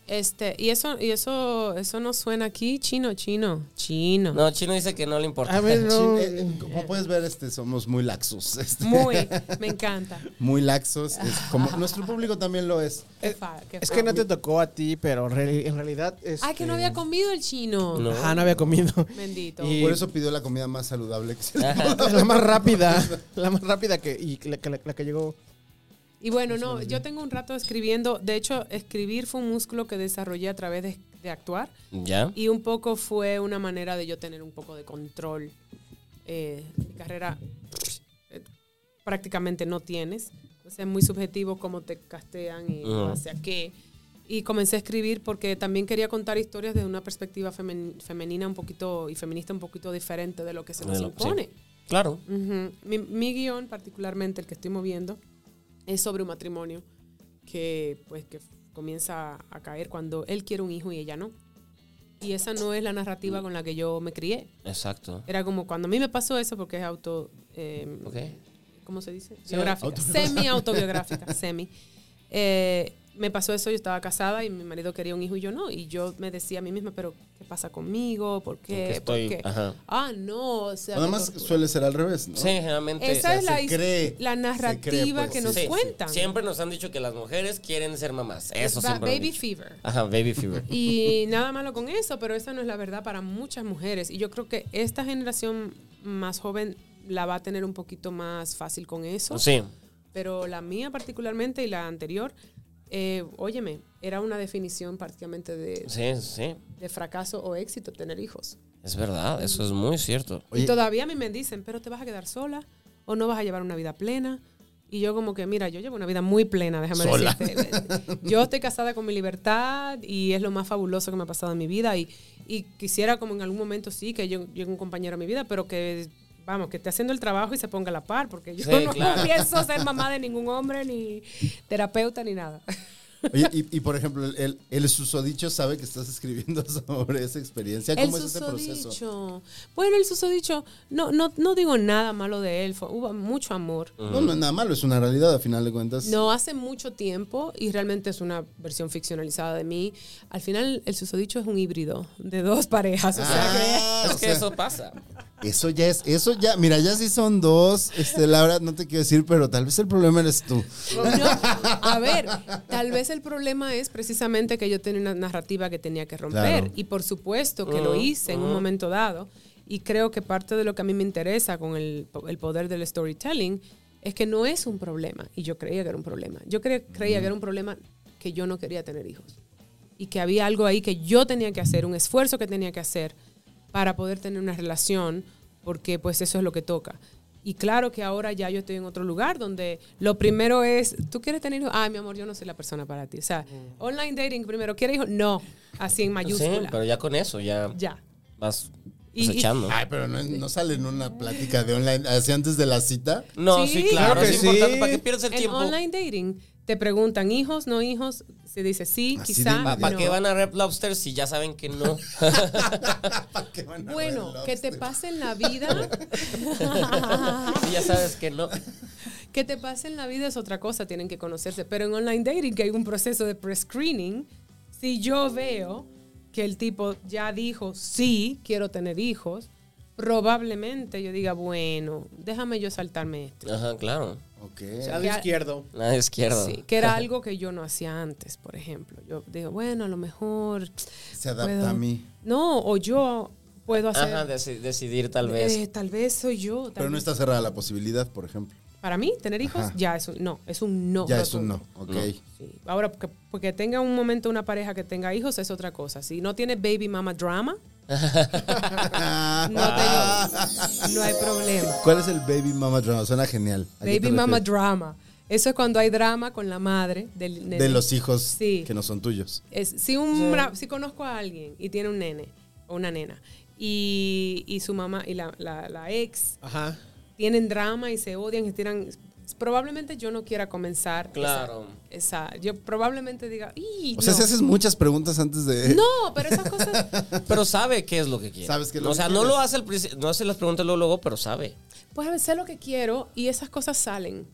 Speaker 4: Este, y eso, y eso, eso no suena aquí, chino, chino, chino.
Speaker 3: No, Chino dice que no le importa.
Speaker 2: A ver, no.
Speaker 1: Eh, como puedes ver, este, somos muy laxos. este,
Speaker 4: Muy, me encanta.
Speaker 1: muy laxos. es como, nuestro público también lo es.
Speaker 4: Qué fa- qué
Speaker 2: Eh, Es
Speaker 4: fa-
Speaker 2: que no te este, tocó a ti, pero re- en realidad.
Speaker 4: Ay, que no había
Speaker 2: comido.
Speaker 4: comido el chino.
Speaker 3: No.
Speaker 2: Ajá, no había comido.
Speaker 4: Bendito.
Speaker 2: Y-
Speaker 1: Por eso pidió la comida más saludable que se
Speaker 4: Ah.
Speaker 2: la más rápida. La más rápida que. Y la, que- la- la que llegó.
Speaker 4: Y bueno, no, yo tengo un rato escribiendo. De hecho, escribir fue un músculo que desarrollé a través de- de actuar.
Speaker 3: ¿Ya?
Speaker 4: Y un poco fue una manera de yo tener un poco de control. Eh, mi carrera eh, prácticamente no tienes. O sea, es muy subjetivo cómo te castean y
Speaker 3: Ujú.
Speaker 4: hacia qué. Y comencé a escribir porque también quería contar historias desde una perspectiva femen- femenina un poquito y feminista un poquito diferente de lo que se
Speaker 3: De
Speaker 4: nos
Speaker 3: lo- sí.
Speaker 4: impone.
Speaker 3: Claro.
Speaker 4: Ujú. mi, mi guión, particularmente el que estoy moviendo, es sobre un matrimonio que, pues, que comienza a caer cuando él quiere un hijo y ella no. Y esa no es la narrativa con la que yo me crié.
Speaker 3: Exacto.
Speaker 4: Era como cuando a mí me pasó eso porque es auto... eh,
Speaker 3: Ok.
Speaker 4: ¿Cómo se dice?
Speaker 3: Sí,
Speaker 4: Biográfica. Semi autobiográfica. semi. Eh, me pasó eso, yo estaba casada y mi marido quería un hijo y yo no. Y yo me decía a mí misma, pero ¿qué pasa conmigo? ¿por
Speaker 3: Que
Speaker 4: qué?
Speaker 3: estoy-
Speaker 4: ¿Por qué?
Speaker 3: ajá.
Speaker 4: Ah, no. O sea,
Speaker 1: Nada
Speaker 4: qué
Speaker 1: más
Speaker 4: tortura.
Speaker 1: suele ser al revés, ¿no?
Speaker 3: Sí, generalmente.
Speaker 4: Esa es la,
Speaker 1: se
Speaker 4: his-
Speaker 1: cree,
Speaker 4: la
Speaker 1: se
Speaker 4: narrativa
Speaker 1: cree, pues,
Speaker 4: que
Speaker 1: sí.
Speaker 4: nos
Speaker 3: Sí, sí.
Speaker 4: cuentan.
Speaker 3: Siempre nos han dicho que las mujeres quieren ser mamás. Eso
Speaker 4: Ba-
Speaker 3: siempre. lo han
Speaker 4: baby
Speaker 3: dicho.
Speaker 4: fever.
Speaker 3: Ajá, baby fever.
Speaker 4: Y nada malo con eso, pero esa no es la verdad para muchas mujeres. Y yo creo que esta generación más joven la va a tener un poquito más fácil con eso.
Speaker 3: Sí.
Speaker 4: Pero la mía particularmente y la anterior, eh, óyeme, era una definición prácticamente de,
Speaker 3: Sí, sí.
Speaker 4: de fracaso o éxito tener hijos.
Speaker 3: Es verdad, eso es muy cierto.
Speaker 4: y todavía a mí me dicen, pero te vas a quedar sola o no vas a llevar una vida plena. Y yo como que, mira, yo llevo una vida muy plena, déjame
Speaker 1: Sola.
Speaker 4: decirte. Yo estoy casada con mi libertad y es lo más fabuloso que me ha pasado en mi vida. Y, y quisiera como en algún momento sí que yo llegue un compañero a mi vida, pero que, vamos, que esté haciendo el trabajo y se ponga a la par, porque yo
Speaker 3: Sí,
Speaker 4: no
Speaker 3: claro.
Speaker 4: pienso ser mamá de ningún hombre, ni terapeuta, ni nada.
Speaker 1: Oye, y, y, por ejemplo, el, el, el susodicho sabe que estás escribiendo sobre esa experiencia. ¿Cómo
Speaker 4: el
Speaker 1: es ese proceso?
Speaker 4: susodicho. Bueno, el susodicho, no, no, no digo nada malo de él, fue- hubo mucho amor.
Speaker 1: No, no es nada malo, es una realidad a final de cuentas.
Speaker 4: No hace mucho tiempo, y realmente es una versión ficcionalizada de mí, al final el susodicho es un híbrido de dos parejas. o sea que-
Speaker 1: Ah,
Speaker 3: Es
Speaker 1: o
Speaker 3: que
Speaker 1: sea,
Speaker 3: eso pasa.
Speaker 1: Eso ya es, eso ya, mira, ya sí son dos, este, Laura, no te quiero decir, pero tal vez el problema eres tú.
Speaker 4: No, a ver, tal vez el problema es precisamente que yo tenía una narrativa que tenía que romper
Speaker 1: Claro.
Speaker 4: y por supuesto que lo hice en un momento dado y creo que parte de lo que a mí me interesa con el, po- el poder del storytelling es que no es un problema y yo creía que era un problema. Yo cre- creía que era un problema que yo no quería tener hijos y que había algo ahí que yo tenía que hacer, un esfuerzo que tenía que hacer para poder tener una relación, porque pues eso es lo que toca. Y claro que ahora ya yo estoy en otro lugar donde lo primero es, ¿tú quieres tener hijos? Ah, mi amor, yo no soy la persona para ti. O sea, online dating primero, ¿quieres hijos? No, así en
Speaker 3: Mm.
Speaker 4: mayúscula.
Speaker 3: Sí, pero ya con eso, ya,
Speaker 4: Ya.
Speaker 3: vas
Speaker 4: Y-
Speaker 3: echando.
Speaker 1: Ay, pero no, no sale en una plática de online, así antes de la cita.
Speaker 3: No,
Speaker 4: Sí.
Speaker 3: sí, claro,
Speaker 2: Claro que
Speaker 3: es importante.
Speaker 2: sí.
Speaker 3: ¿Para qué pierdes el
Speaker 4: En
Speaker 3: tiempo?
Speaker 4: online dating te preguntan hijos, no hijos, se dice sí,
Speaker 1: Así de
Speaker 4: quizá.
Speaker 1: inmediato.
Speaker 3: Ah, ¿Para
Speaker 4: no.
Speaker 3: qué van a Red Lobster si ya saben que no?
Speaker 1: ¿Para Ah, qué van a
Speaker 4: Bueno,
Speaker 1: ver
Speaker 4: que te
Speaker 1: Lobster?
Speaker 3: Pues.
Speaker 4: pase en la vida.
Speaker 3: si ya sabes que no.
Speaker 4: Que te pase en la vida es otra cosa, tienen que conocerse. Pero en online dating, que hay un proceso de pre-screening, si yo veo que el tipo ya dijo, sí, quiero tener hijos, probablemente yo diga, bueno, déjame yo saltarme esto.
Speaker 3: Ajá, claro.
Speaker 1: Ok.
Speaker 5: Lado izquierdo.
Speaker 3: Nada de izquierda.
Speaker 4: Sí, que era algo que yo no hacía antes, por ejemplo. Yo digo, bueno, a lo mejor...
Speaker 1: Se adapta
Speaker 4: puedo-
Speaker 1: a mí.
Speaker 4: No, o yo puedo hacer...
Speaker 3: Ajá, deci- decidir tal
Speaker 4: eh,
Speaker 3: vez.
Speaker 4: tal vez soy yo. tal
Speaker 1: Pero no
Speaker 4: vez-
Speaker 1: está cerrada la posibilidad, por ejemplo.
Speaker 4: Para mí, tener hijos
Speaker 1: Ajá.
Speaker 4: ya es un no, es un no.
Speaker 1: Ya es un no,
Speaker 4: rotundo.
Speaker 1: ok.
Speaker 4: Sí. Ahora, porque, porque tenga un momento una pareja que tenga hijos es otra cosa. Si no tiene baby mama drama, no,
Speaker 1: Ah.
Speaker 4: tengo- no hay problema.
Speaker 1: ¿Cuál es el baby mama drama? Suena genial. ¿A qué te
Speaker 4: Baby mama
Speaker 1: refieres?
Speaker 4: drama. Eso es cuando hay drama con la madre del nene.
Speaker 1: De los hijos
Speaker 4: Sí.
Speaker 1: que no son tuyos.
Speaker 4: Es- si, un, ra- si conozco a alguien y tiene un nene o una nena y, y su mamá y la, la- la ex
Speaker 2: Ajá.
Speaker 4: tienen drama y se odian y tiran... Probablemente yo no quiera comenzar. esa-
Speaker 3: Claro.
Speaker 4: Esa, yo probablemente diga... "Ih,
Speaker 1: O sea,
Speaker 4: no".
Speaker 1: si haces muchas preguntas antes de...
Speaker 4: No, pero esas cosas...
Speaker 3: Pero sabe qué es lo que quiere.
Speaker 1: Sabes qué es lo
Speaker 3: o
Speaker 1: que
Speaker 3: sea, no
Speaker 1: quieres.
Speaker 3: lo hace al principio, no hace las preguntas luego, luego, pero sabe.
Speaker 4: Pues sé lo que quiero y esas cosas salen.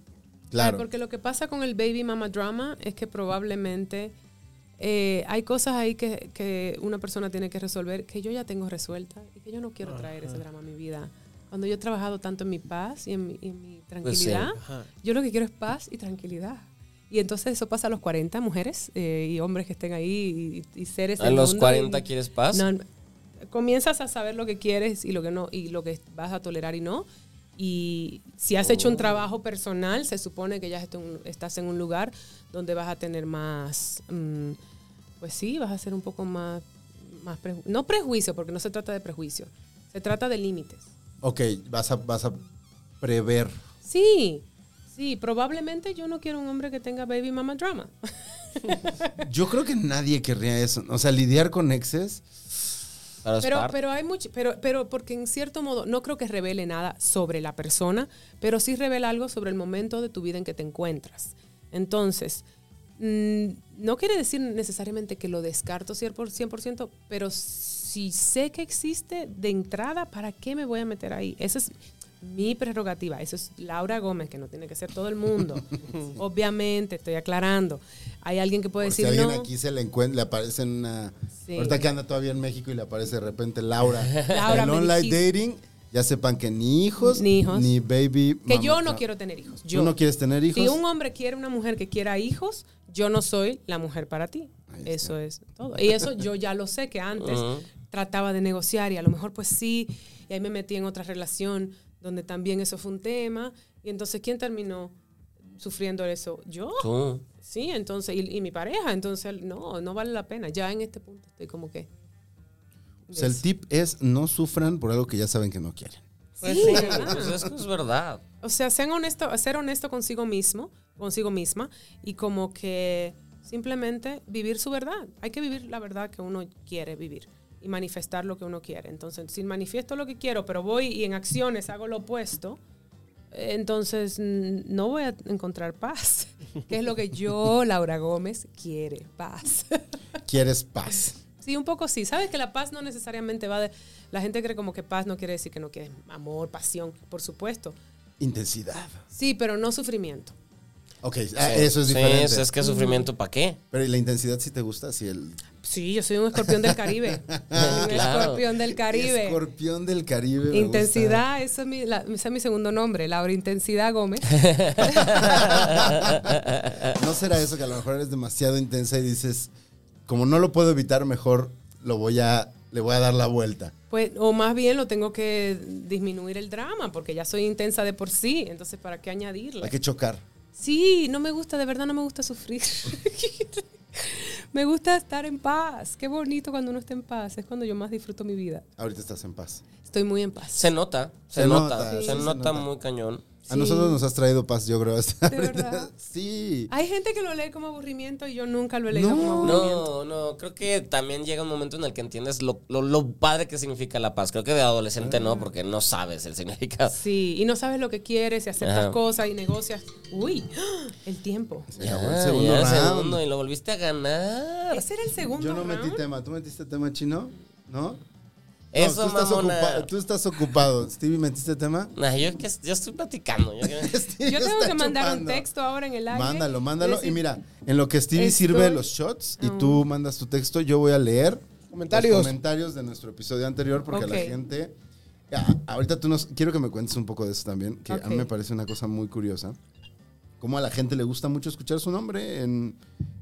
Speaker 1: Claro.
Speaker 4: Porque lo que pasa con el baby mama drama es que probablemente eh, hay cosas ahí que, que una persona tiene que resolver que yo ya tengo resuelta y que yo no quiero traer ese drama a mi vida. Cuando yo he trabajado tanto en mi paz y en mi, y en
Speaker 3: Pues
Speaker 4: mi tranquilidad,
Speaker 2: Ajá.
Speaker 4: yo lo que quiero es paz y tranquilidad. Y entonces eso pasa a los 40 mujeres eh, y hombres que estén ahí y, y seres.
Speaker 3: ¿A
Speaker 4: del
Speaker 3: los
Speaker 4: mundo
Speaker 3: 40
Speaker 4: y-
Speaker 3: quieres paz?
Speaker 4: No, no. comienzas a saber lo que quieres y lo que no y lo que vas a tolerar y no. Y si has hecho un trabajo personal, se supone que ya est- un- estás en un lugar donde vas a tener más, mm, pues sí, vas a ser un poco más, más preju- no prejuicio, porque no se trata de prejuicio, se trata de límites.
Speaker 1: Ok, vas a, vas a prever.
Speaker 4: Sí, sí, probablemente yo no quiero un hombre que tenga baby mama drama.
Speaker 1: Yo creo que nadie querría eso. O sea, lidiar con exes.
Speaker 3: Pero, es
Speaker 4: Pero,
Speaker 3: parte.
Speaker 4: pero hay mucho, pero, pero porque en cierto modo no creo que revele nada sobre la persona, pero sí revela algo sobre el momento de tu vida en que te encuentras. Entonces, mm, no quiere decir necesariamente que lo descarto 100%, pero si sé que existe de entrada, ¿para qué me voy a meter ahí? Esa es mi prerrogativa. Eso es Laura Gómez, que no tiene que ser todo el mundo. Obviamente, estoy aclarando. Hay alguien que puede
Speaker 1: Por si
Speaker 4: decir
Speaker 1: alguien
Speaker 4: no.
Speaker 1: aquí se le encuentra, le aparece en una.
Speaker 4: Sí.
Speaker 1: Ahorita que anda todavía en México y le aparece de repente Laura.
Speaker 4: Laura,
Speaker 1: el
Speaker 4: me
Speaker 1: online
Speaker 4: dijiste.
Speaker 1: dating, ya sepan que ni hijos,
Speaker 4: Ni hijos.
Speaker 1: ni baby.
Speaker 4: Que
Speaker 1: mama.
Speaker 4: yo no quiero tener hijos. Yo
Speaker 1: ¿Tú no quieres tener hijos?
Speaker 4: Si un hombre quiere una mujer que quiera hijos, yo no soy la mujer para ti.
Speaker 1: Ahí está.
Speaker 4: Eso es todo. Y eso yo ya lo sé que antes
Speaker 3: Ujú.
Speaker 4: trataba de negociar y a lo mejor pues sí, y ahí me metí en otra relación donde también eso fue un tema. Y entonces, ¿quién terminó sufriendo eso? Yo.
Speaker 3: Tú.
Speaker 4: Sí, entonces, y, y mi pareja. Entonces, no, no vale la pena. Ya en este punto estoy como que...
Speaker 1: O sea, el tip es no sufran por algo que ya saben que no quieren.
Speaker 4: Sí,
Speaker 3: sí,
Speaker 4: ¿verdad?
Speaker 3: pues es que es verdad.
Speaker 4: O sea, sean honesto, ser honesto consigo mismo, consigo misma, y como que simplemente vivir su verdad. Hay que vivir la verdad que uno quiere vivir y manifestar lo que uno quiere. Entonces, si manifiesto lo que quiero, pero voy y en acciones hago lo opuesto, eh, entonces mm, no voy a encontrar paz. que es lo que yo, Laura Gómez, quiere, paz.
Speaker 1: Quieres paz.
Speaker 4: Sí, un poco sí. Sabes que la paz no necesariamente va de... La gente cree como que paz no quiere decir que no quieres amor, pasión, por supuesto.
Speaker 1: Intensidad.
Speaker 4: Sí, pero no sufrimiento.
Speaker 1: Ok, ah, eso es
Speaker 3: Sí,
Speaker 1: diferente.
Speaker 3: es que sufrimiento, ¿para qué?
Speaker 1: Pero ¿y la intensidad si te gusta? Si el
Speaker 4: Sí, yo soy un escorpión del Caribe. Soy un
Speaker 3: Claro.
Speaker 4: escorpión del Caribe.
Speaker 1: escorpión del Caribe. me
Speaker 4: Intensidad, ese es, mi, la- ese es mi segundo nombre, Laura Intensidad Gómez.
Speaker 1: gusta. ¿No será eso que a lo mejor eres demasiado intensa y dices, como no lo puedo evitar, mejor lo voy a, le voy a dar la vuelta?
Speaker 4: Pues, o más bien lo tengo que disminuir el drama, porque ya soy intensa de por sí, entonces ¿para qué añadirle?
Speaker 1: Hay que chocar.
Speaker 4: Sí, no me gusta, de verdad no me gusta sufrir. me gusta estar en paz. Qué bonito cuando uno está en paz, es cuando yo más disfruto mi vida.
Speaker 1: Ahorita estás en paz.
Speaker 4: Estoy muy en paz.
Speaker 3: Se nota, se,
Speaker 1: Se
Speaker 3: nota,
Speaker 1: nota, sí,
Speaker 3: se
Speaker 1: se
Speaker 3: nota
Speaker 1: nota.
Speaker 3: muy cañón.
Speaker 1: A
Speaker 4: Sí.
Speaker 1: nosotros nos has traído paz, yo creo. hasta
Speaker 4: ¿De
Speaker 1: ahorita.
Speaker 4: verdad?
Speaker 1: Sí.
Speaker 4: Hay gente que lo lee como aburrimiento y yo nunca lo he leído
Speaker 1: No.
Speaker 4: como aburrimiento.
Speaker 3: No, no, creo que también llega un momento en el que entiendes lo, lo, lo padre que significa la paz. Creo que de adolescente
Speaker 1: Ah.
Speaker 3: no, porque no sabes el significado.
Speaker 4: Sí, y no sabes lo que quieres y aceptas
Speaker 3: Ajá.
Speaker 4: cosas y negocias. Uy, el tiempo.
Speaker 1: Se acabó el segundo
Speaker 3: ya,
Speaker 1: round.
Speaker 3: segundo, y lo volviste a ganar.
Speaker 4: Ese era el segundo
Speaker 1: Yo no metí
Speaker 4: round?
Speaker 1: tema. ¿Tú metiste tema chino? ¿No?
Speaker 3: Eso,
Speaker 1: no, tú estás,
Speaker 3: mamona.
Speaker 1: ocupa- tú estás ocupado. Stevie, ¿metiste tema?
Speaker 3: Nah, yo, que- yo estoy platicando. yo que-
Speaker 1: Stevie
Speaker 4: Yo tengo
Speaker 1: está
Speaker 4: que mandar un
Speaker 1: chupando.
Speaker 4: texto ahora en el aire.
Speaker 1: Mándalo, mándalo.
Speaker 4: Decir-
Speaker 1: y mira, en lo que Stevie
Speaker 4: Estoy-
Speaker 1: sirve los shots y tú mandas tu texto, yo voy a leer
Speaker 2: Comentarios.
Speaker 1: los comentarios de nuestro episodio anterior porque
Speaker 4: Ok.
Speaker 1: la gente... Ah, ahorita tú nos... Quiero que me cuentes un poco de eso también, que a mí
Speaker 4: Ok.
Speaker 1: me parece una cosa muy curiosa. Cómo a la gente le gusta mucho escuchar su nombre en,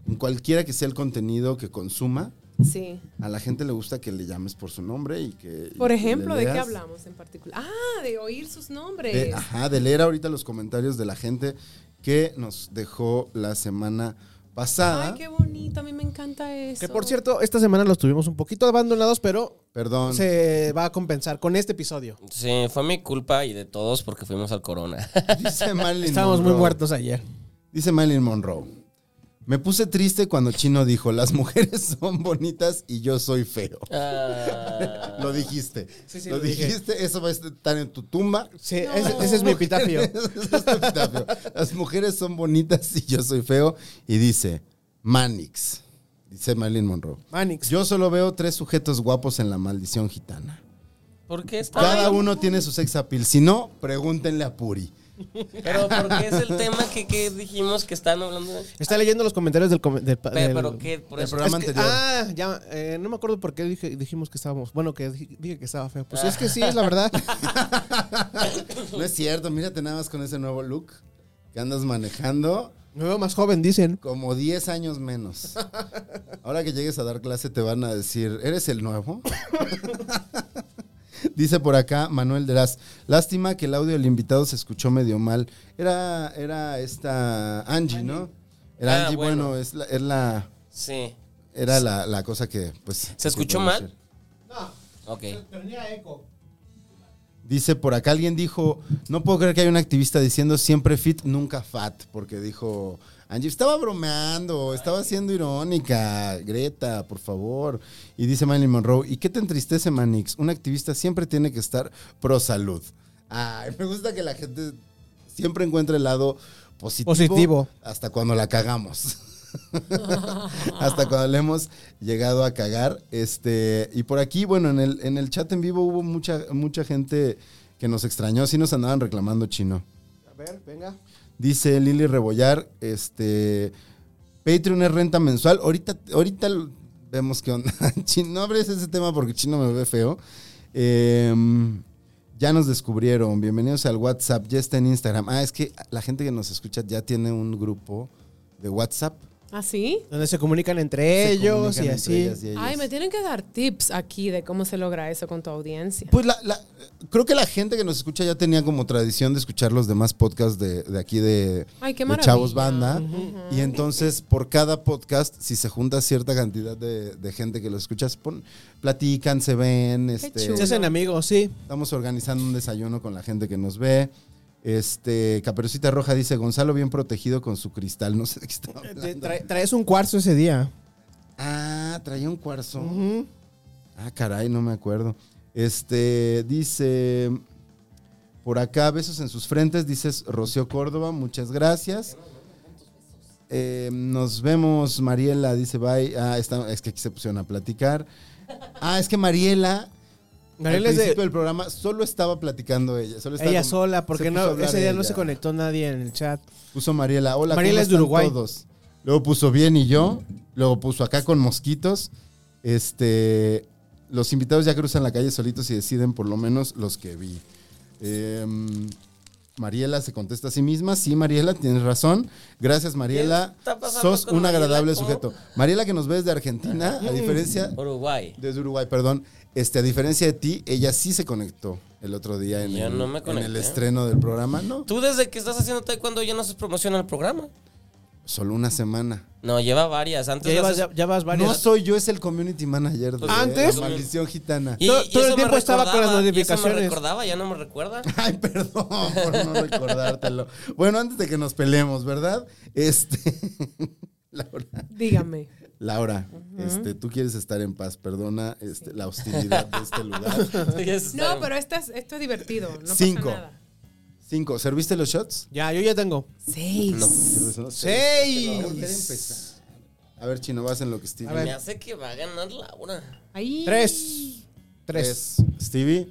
Speaker 1: en cualquiera que sea el contenido que consuma.
Speaker 4: Sí.
Speaker 1: A la gente le gusta que le llames por su nombre y que... y
Speaker 4: Por
Speaker 1: que
Speaker 4: ejemplo,
Speaker 1: le
Speaker 4: ¿de qué
Speaker 1: leas.
Speaker 4: hablamos en particular? Ah, de oír sus nombres.
Speaker 1: De, ajá, de leer ahorita los comentarios de la gente que nos dejó la semana pasada.
Speaker 4: Ay, qué bonito, a mí me encanta eso.
Speaker 2: Que por cierto, esta semana los tuvimos un poquito abandonados, pero
Speaker 1: Perdón.
Speaker 2: se va a compensar con este episodio.
Speaker 3: Sí, fue mi culpa y de todos porque fuimos al corona.
Speaker 1: Dice Marilyn
Speaker 2: Estábamos muy
Speaker 1: Monroe.
Speaker 2: muertos ayer.
Speaker 1: Dice Marilyn Monroe. Me puse triste cuando Chino dijo, las mujeres son bonitas y yo soy feo.
Speaker 3: Ah.
Speaker 1: Lo dijiste.
Speaker 2: Sí, sí,
Speaker 1: lo
Speaker 2: lo dije.
Speaker 1: dijiste, eso va a estar en tu tumba.
Speaker 2: Sí, ese, ese es mi epitafio.
Speaker 1: Eso es tu epitafio. las mujeres son bonitas y yo soy feo. Y dice, Manix. Dice Marilyn Monroe.
Speaker 2: Manix.
Speaker 1: Yo solo veo tres sujetos guapos en la maldición gitana.
Speaker 3: ¿Por qué está?
Speaker 1: Cada uno tiene su sex appeal. Si no, pregúntenle a Puri.
Speaker 3: Pero porque es el tema que, que dijimos que están hablando. de-
Speaker 2: Está leyendo los comentarios del... come- del pa-
Speaker 3: Pe-
Speaker 2: del-
Speaker 3: pero que por
Speaker 1: el
Speaker 3: eso.
Speaker 1: programa
Speaker 2: Es que-
Speaker 1: anterior.
Speaker 2: ah, ya, eh, no me acuerdo por qué dije- dijimos que estábamos. Bueno, que di- dije que estaba feo. Pues es que sí, es la verdad.
Speaker 1: No es cierto, mírate nada más con ese nuevo look que andas manejando
Speaker 2: Me veo más joven, dicen.
Speaker 1: como 10 años menos. Ahora que llegues a dar clase te van a decir, ¿eres el nuevo? Dice por acá Manuel Deraz, lástima que el audio del invitado se escuchó medio mal. Era, era esta Angie, ¿no?
Speaker 3: Ah,
Speaker 1: Era Angie,
Speaker 3: bueno.
Speaker 1: bueno, es la, es la-
Speaker 3: Sí.
Speaker 1: era la, la cosa que pues...
Speaker 3: ¿Se escuchó
Speaker 1: que-
Speaker 3: mal?
Speaker 2: No,
Speaker 3: Ok.
Speaker 2: tenía eco.
Speaker 1: Dice por acá alguien dijo, no puedo creer que hay un activista diciendo siempre fit, nunca fat, porque dijo, Angie, estaba bromeando, estaba siendo irónica, Greta, por favor. Y dice Marilyn Monroe, ¿y qué te entristece, Manix? Un activista siempre tiene que estar pro salud. Ay, me gusta que la gente siempre encuentre el lado positivo.
Speaker 2: Positivo.
Speaker 1: Hasta cuando la cagamos. hasta cuando le hemos llegado a cagar. Este, y por aquí, bueno, en el, en el chat en vivo hubo mucha, mucha gente que nos extrañó, sí nos andaban reclamando chino.
Speaker 2: A ver, venga.
Speaker 1: Dice Lili Rebollar, este, Patreon es renta mensual. Ahorita, ahorita l- vemos qué onda. Chin, no abres ese tema porque chino me ve feo. Em, ya nos descubrieron. Bienvenidos al WhatsApp. Ya está en Instagram. Ah, es que la gente que nos escucha ya tiene un grupo de WhatsApp.
Speaker 4: ¿Ah, sí?
Speaker 2: Donde se comunican entre
Speaker 1: Se
Speaker 2: ellos
Speaker 1: comunican
Speaker 2: y
Speaker 1: entre
Speaker 2: así.
Speaker 1: ellas y ellos.
Speaker 4: Ay, me tienen que dar tips aquí de cómo se logra eso con tu audiencia.
Speaker 1: Pues la, la- creo que la gente que nos escucha ya tenía como tradición de escuchar los demás podcasts de, de aquí de,
Speaker 4: Ay, qué
Speaker 1: de
Speaker 4: maravilla.
Speaker 1: Chavos Banda. Y entonces por cada podcast, si se junta cierta cantidad de, de gente que lo escucha, se pon- platican, se ven, este,
Speaker 4: chulo.
Speaker 2: Se hacen amigos, sí.
Speaker 1: estamos organizando un desayuno con la gente que nos ve. Este, Caperucita Roja dice, Gonzalo bien protegido con su cristal, no sé de qué está
Speaker 2: Te
Speaker 1: hablando.
Speaker 2: trae- traes un cuarzo ese día. Mm.
Speaker 1: Ah, traía un cuarzo.
Speaker 2: Ujú.
Speaker 1: Ah, caray, no me acuerdo. Este, dice. Por acá, besos en sus frentes, dices Rocío Córdoba, muchas gracias. Eh, nos vemos, Mariela dice bye. Ah, está- es que aquí se pusieron a platicar. Ah, es que Mariela,
Speaker 2: Mariela
Speaker 1: al
Speaker 2: es de-
Speaker 1: principio del programa, solo estaba platicando ella. Solo estaba
Speaker 2: Ella
Speaker 1: como-
Speaker 2: sola,
Speaker 1: se
Speaker 2: porque
Speaker 1: puso a
Speaker 2: no,
Speaker 1: hablar
Speaker 2: ese día no
Speaker 1: ella.
Speaker 2: se conectó nadie en el chat.
Speaker 1: Puso Mariela, hola,
Speaker 2: Mariela
Speaker 1: ¿cómo
Speaker 2: es de
Speaker 1: están
Speaker 2: Uruguay.
Speaker 1: todos? Luego puso bien y yo. Luego puso acá con mosquitos. Este, los invitados ya cruzan la calle solitos y deciden por lo menos los que vi. Em, Mariela se contesta a sí misma. Sí, Mariela, tienes razón. Gracias, Mariela.
Speaker 3: ¿Qué está pasando
Speaker 1: Sos
Speaker 3: con
Speaker 1: un
Speaker 3: Mariela?
Speaker 1: agradable
Speaker 3: ¿Cómo?
Speaker 1: sujeto. Mariela, que nos ves de Argentina, a diferencia
Speaker 3: Uruguay.
Speaker 1: desde Uruguay, perdón. Este, a diferencia de ti, ella sí se conectó el otro día en,
Speaker 3: Yo
Speaker 1: el,
Speaker 3: no me
Speaker 1: en
Speaker 3: conecté.
Speaker 1: el estreno del programa. No,
Speaker 3: Tú desde que estás haciendo taekwondo ya no haces promoción al programa.
Speaker 1: solo una semana.
Speaker 3: No, lleva varias. Antes
Speaker 2: Ya,
Speaker 3: las
Speaker 2: llevas- ya-
Speaker 3: haces-
Speaker 2: ya vas varias.
Speaker 1: No soy yo, es el community manager de
Speaker 2: Antes-
Speaker 1: La Maldición Gitana.
Speaker 3: Y-
Speaker 2: Todo-
Speaker 3: y
Speaker 2: todo el
Speaker 3: eso me
Speaker 2: tiempo estaba con las
Speaker 3: recordaba, y Eso
Speaker 2: notificaciones.
Speaker 3: me recordaba, ya no me recuerda.
Speaker 1: Ay, perdón por no recordártelo. Bueno, antes de que nos peleemos, ¿verdad? Este. Laura.
Speaker 4: Dígame.
Speaker 1: Laura, este, tú quieres estar en paz. Perdona este, la hostilidad de este lugar.
Speaker 4: No, pero esta es- esto es divertido. No
Speaker 1: Cinco.
Speaker 4: pasa nada.
Speaker 1: Cinco. ¿Serviste los shots?
Speaker 2: Ya, yo ya tengo.
Speaker 4: Seis.
Speaker 1: Seis. A ver, Chino, vas en lo que Stevie.
Speaker 2: A ver.
Speaker 3: Me hace que va a ganar Laura.
Speaker 4: Ahí.
Speaker 2: Tres. Tres.
Speaker 1: Stevie.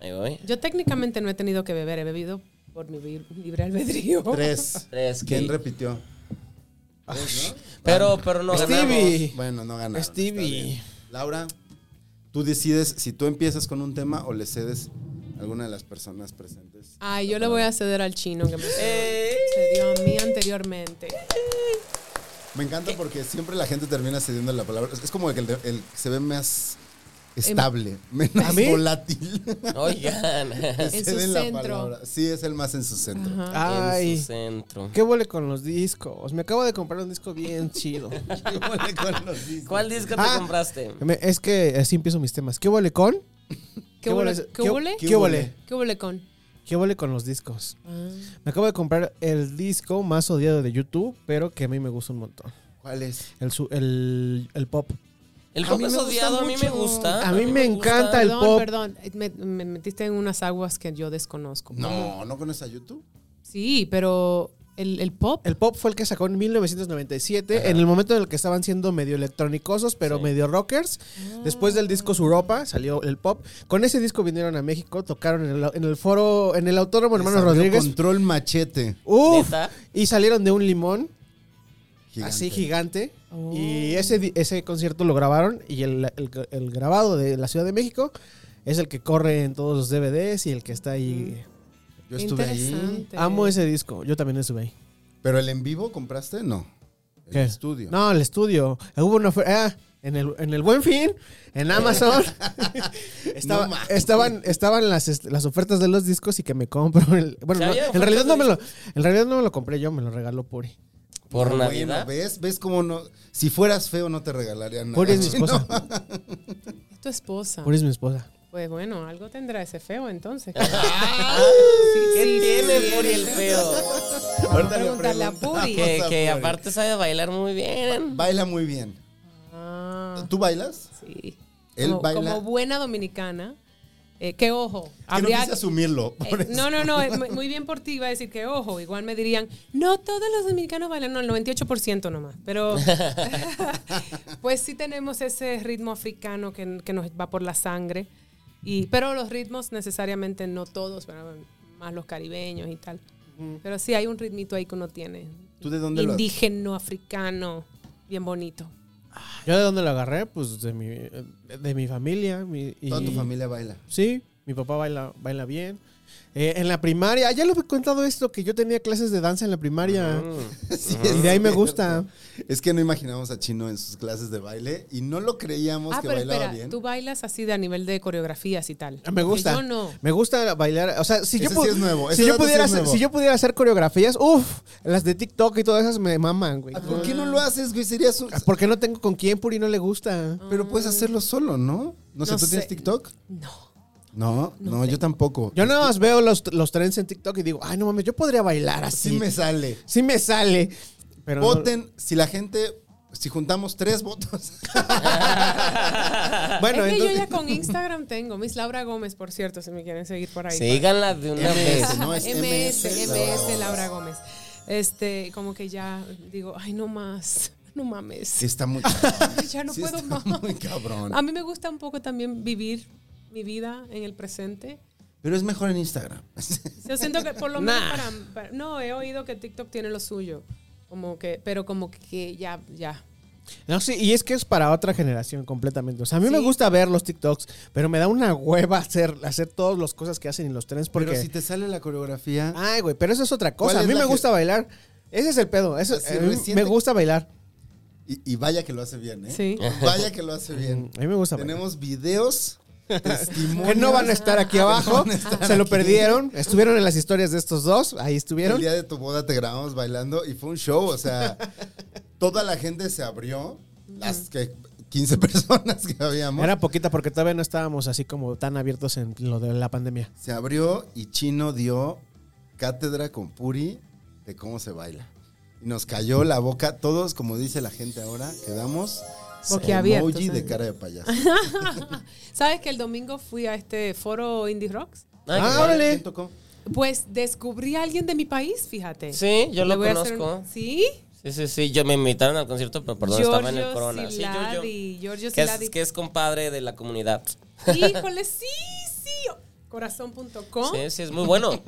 Speaker 3: Ahí voy.
Speaker 4: Yo técnicamente no he tenido que beber, he bebido por mi vi- libre albedrío.
Speaker 1: Tres.
Speaker 3: Tres,
Speaker 1: ¿Quién
Speaker 3: que-
Speaker 1: repitió?
Speaker 3: Pero, pero no ganamos.
Speaker 2: Stevie.
Speaker 1: Bueno, no ganaron.
Speaker 2: Stevie.
Speaker 1: está bien. Laura, tú decides si tú empiezas con un tema o le cedes a alguna de las personas presentes.
Speaker 4: Ay, yo le voy a ceder al chino que me se dio a mí anteriormente.
Speaker 1: Me encanta porque siempre la gente termina cediendo la palabra. Es como que el, el que se ve más estable, menos
Speaker 2: mí?
Speaker 1: volátil.
Speaker 3: Oigan.
Speaker 4: En su
Speaker 1: Ceden la
Speaker 4: centro.
Speaker 1: palabra. Sí, es el más en su centro.
Speaker 3: En su
Speaker 2: Ay.
Speaker 3: centro.
Speaker 2: ¿Qué huele con los discos? Me acabo de comprar un disco bien chido.
Speaker 1: ¿Qué huele con los discos?
Speaker 3: ¿Cuál disco te
Speaker 2: Ah.
Speaker 3: compraste?
Speaker 2: Me- Es que así empiezo mis temas. ¿Qué huele con?
Speaker 4: ¿Qué huele? ¿Qué huele?
Speaker 2: ¿Qué huele?
Speaker 4: ¿Qué huele con?
Speaker 2: ¿Qué huele con los discos? Me acabo de comprar el disco más odiado de YouTube, pero que a mí me gusta un montón.
Speaker 1: ¿Cuál es?
Speaker 2: El, su- el, el pop.
Speaker 3: El
Speaker 1: A
Speaker 3: pop
Speaker 1: mí
Speaker 3: es
Speaker 1: me
Speaker 3: odiado, a
Speaker 1: gusta
Speaker 3: mí me
Speaker 1: mucho.
Speaker 3: gusta.
Speaker 2: A mí me encanta
Speaker 3: gusta.
Speaker 2: el
Speaker 4: Perdón,
Speaker 2: pop.
Speaker 4: perdón. eh, Me, me metiste en unas aguas que yo desconozco.
Speaker 1: No, ¿no conoces a YouTube?
Speaker 4: Sí, pero el, el pop.
Speaker 2: El pop fue el que sacó en 1997, en el momento en el que estaban siendo medio electrónicosos, pero medio rockers. Después del disco Europa salió el pop. Con ese disco vinieron a México, tocaron en el, en el foro, en el Autódromo Hermano
Speaker 1: Les abrió
Speaker 2: Rodríguez.
Speaker 1: Control machete.
Speaker 2: Uf,
Speaker 3: ¿Neta?
Speaker 2: y salieron de un limón
Speaker 1: Gigante.
Speaker 2: así Ah, gigante.
Speaker 3: Oh.
Speaker 2: Y ese, di- ese concierto lo grabaron y el, el- el grabado de la Ciudad de México es el que corre en todos los DVDs y el que está ahí.
Speaker 3: Mm,
Speaker 1: Yo estuve ahí.
Speaker 4: Interesante.
Speaker 2: Amo ese disco, yo también estuve ahí.
Speaker 1: ¿Pero el en vivo compraste? No. El
Speaker 2: ¿Qué?
Speaker 1: estudio.
Speaker 2: No, el estudio. Hubo una ofer- ah, en el, en el Buen Fin, en Amazon. Estaba-
Speaker 1: No manches.
Speaker 2: estaban estaban las, est- las ofertas de los discos y que me compro el- bueno,
Speaker 3: ¿Ya
Speaker 2: no,
Speaker 3: había
Speaker 2: en realidad
Speaker 3: ofertas
Speaker 2: no me
Speaker 3: de
Speaker 2: lo en realidad no me lo compré yo, me lo regaló Puri.
Speaker 3: Por
Speaker 1: Bueno,
Speaker 3: Navidad.
Speaker 1: Pues, ¿ves? ¿Ves cómo no? Si fueras feo, no te regalarían nada.
Speaker 2: Puri es mi esposa.
Speaker 4: Es tu esposa.
Speaker 2: Puri es mi esposa.
Speaker 4: Pues bueno, algo tendrá ese feo entonces.
Speaker 3: ¿Qué
Speaker 4: sí,
Speaker 3: tiene
Speaker 4: sí.
Speaker 3: Puri el feo?
Speaker 1: Ahorita le
Speaker 4: Preguntarle a
Speaker 1: preguntamos
Speaker 4: Puri.
Speaker 1: a
Speaker 3: Que,
Speaker 1: Puri.
Speaker 3: que aparte sabe bailar muy bien.
Speaker 1: Baila muy bien.
Speaker 4: Ah,
Speaker 1: ¿Tú bailas?
Speaker 4: sí.
Speaker 1: Él
Speaker 4: como,
Speaker 1: baila-
Speaker 4: como buena dominicana. eh, que ojo.
Speaker 1: Que no quise asumirlo.
Speaker 4: Eh,
Speaker 1: por eso.
Speaker 4: no, no, no, eh, mu- muy bien por ti iba a decir que, ojo, igual me dirían, no todos los dominicanos bailan, no, el 98% nomás, pero pues sí tenemos ese ritmo africano que, que nos va por la sangre, y, pero los ritmos necesariamente no todos, pero más los caribeños y tal. Pero sí hay un ritmito ahí que uno tiene.
Speaker 1: ¿Tú de dónde lo-
Speaker 4: Indígeno, africano, bien bonito.
Speaker 2: ¿Yo de dónde lo agarré? Pues de mi de mi familia, mi- y-
Speaker 1: Toda tu familia baila.
Speaker 2: Sí, mi papá baila baila bien. Eh, en la primaria, ah, ya lo he contado esto que yo tenía clases de danza en la primaria.
Speaker 1: Sí,
Speaker 2: Y
Speaker 1: es
Speaker 2: de ahí me
Speaker 1: cierto.
Speaker 2: gusta.
Speaker 1: Es Ah, que no imaginábamos a Chino en sus clases de baile y no lo creíamos
Speaker 4: Ah,
Speaker 1: que
Speaker 4: pero
Speaker 1: bailaba
Speaker 4: espera,
Speaker 1: bien. Ah,
Speaker 4: tú bailas así de a nivel de coreografías y tal.
Speaker 2: Me
Speaker 4: Porque
Speaker 2: gusta.
Speaker 4: Yo no.
Speaker 2: Me gusta bailar. O sea, si
Speaker 1: Ese
Speaker 2: yo, pu-
Speaker 1: sí es nuevo, ese
Speaker 2: si yo
Speaker 1: dato sí
Speaker 2: pudiera
Speaker 1: es
Speaker 2: hacer,
Speaker 1: nuevo.
Speaker 2: si yo pudiera hacer coreografías, uff, las de TikTok y todas esas me maman, güey.
Speaker 1: Ah, ¿Por qué no lo haces, güey? Serías un-
Speaker 2: Porque no tengo con quién, Puri no le gusta.
Speaker 1: Pero puedes hacerlo solo, ¿no? No sé,
Speaker 4: Ah. No
Speaker 1: ¿tú tienes
Speaker 4: sé.
Speaker 1: TikTok?
Speaker 4: No.
Speaker 1: No, no, yo tampoco.
Speaker 2: Yo nada más veo los, los trends en TikTok y digo, ay, no mames, yo podría bailar así.
Speaker 1: sí me sale.
Speaker 2: Sí me sale. Pero no-
Speaker 1: Voten si la gente, si juntamos tres votos.
Speaker 2: bueno,
Speaker 4: es que
Speaker 2: entonces.
Speaker 4: yo ya con Instagram tengo, Miss Laura Gómez, por cierto, si me quieren seguir por ahí.
Speaker 3: Síganla de una vez.
Speaker 1: MS, ¿no? Es
Speaker 4: MS,
Speaker 1: MS.
Speaker 4: MS Laura Gómez. Este, como que ya digo, ay, no más, no
Speaker 1: Sí
Speaker 4: mames.
Speaker 1: está muy cabrón.
Speaker 4: ya no
Speaker 1: Sí
Speaker 4: puedo
Speaker 1: está
Speaker 4: más.
Speaker 1: muy cabrón.
Speaker 4: A mí me gusta un poco también vivir mi vida en el presente.
Speaker 1: Pero es mejor en Instagram.
Speaker 4: Yo siento que por lo
Speaker 3: Nah.
Speaker 4: menos para, para- No, he oído que TikTok tiene lo suyo. Como que, pero como que ya, ya.
Speaker 2: No, sí, y es que es para otra generación completamente. O sea, a mí me
Speaker 4: Sí.
Speaker 2: gusta ver los TikToks, pero me da una hueva hacer, hacer todas las cosas que hacen y los trenes porque...
Speaker 1: Pero Ah. si te sale la coreografía.
Speaker 2: Ay, güey, pero eso es otra cosa.
Speaker 1: ¿Cuál
Speaker 2: A
Speaker 1: es
Speaker 2: mí
Speaker 1: la
Speaker 2: me
Speaker 1: que-
Speaker 2: gusta bailar. Ese es el pedo. Eso,
Speaker 1: Así
Speaker 2: a mí
Speaker 1: reciente.
Speaker 2: me gusta bailar.
Speaker 1: Y, y vaya que lo hace bien, ¿eh?
Speaker 4: Sí.
Speaker 1: Vaya que lo hace bien.
Speaker 2: Mm, A mí me gusta bailar.
Speaker 1: Tenemos videos,
Speaker 2: Que
Speaker 1: testimonios.
Speaker 2: no van a estar aquí abajo. Se lo perdieron. Estuvieron en las historias de estos dos. Ahí
Speaker 1: El
Speaker 2: estuvieron.
Speaker 1: día de tu boda te grabamos bailando y fue un show, o sea, toda la gente se abrió, las que 15 personas que habíamos.
Speaker 2: Era poquita porque todavía no estábamos así como tan abiertos en lo de la pandemia.
Speaker 1: Se abrió y Chino dio cátedra con Puri de cómo se baila. Y nos cayó la boca, todos, como dice la gente ahora, quedamos
Speaker 4: Boquiabiertos,
Speaker 1: emoji de
Speaker 4: ¿eh?
Speaker 1: cara de payaso.
Speaker 4: ¿Sabes que el domingo fui a este foro Indie Rocks?
Speaker 3: Ay,
Speaker 2: Ah,
Speaker 3: qué padre.
Speaker 2: órale.
Speaker 1: ¿Quién tocó?
Speaker 4: Pues descubrí a alguien de mi país, fíjate.
Speaker 3: Sí, yo
Speaker 4: Le
Speaker 3: lo
Speaker 4: voy a hacer
Speaker 3: conozco.
Speaker 4: un- ¿Sí?
Speaker 3: Sí, sí, sí. Yo me invitaron al concierto, pero perdón, estaba en el corona. Sí, Giorgio.
Speaker 4: Siladi, Giorgio
Speaker 3: Que
Speaker 4: Siladi.
Speaker 3: es, que es compadre de la comunidad.
Speaker 4: Híjole, sí, sí. Corazón.com.
Speaker 3: Sí, sí, es muy bueno.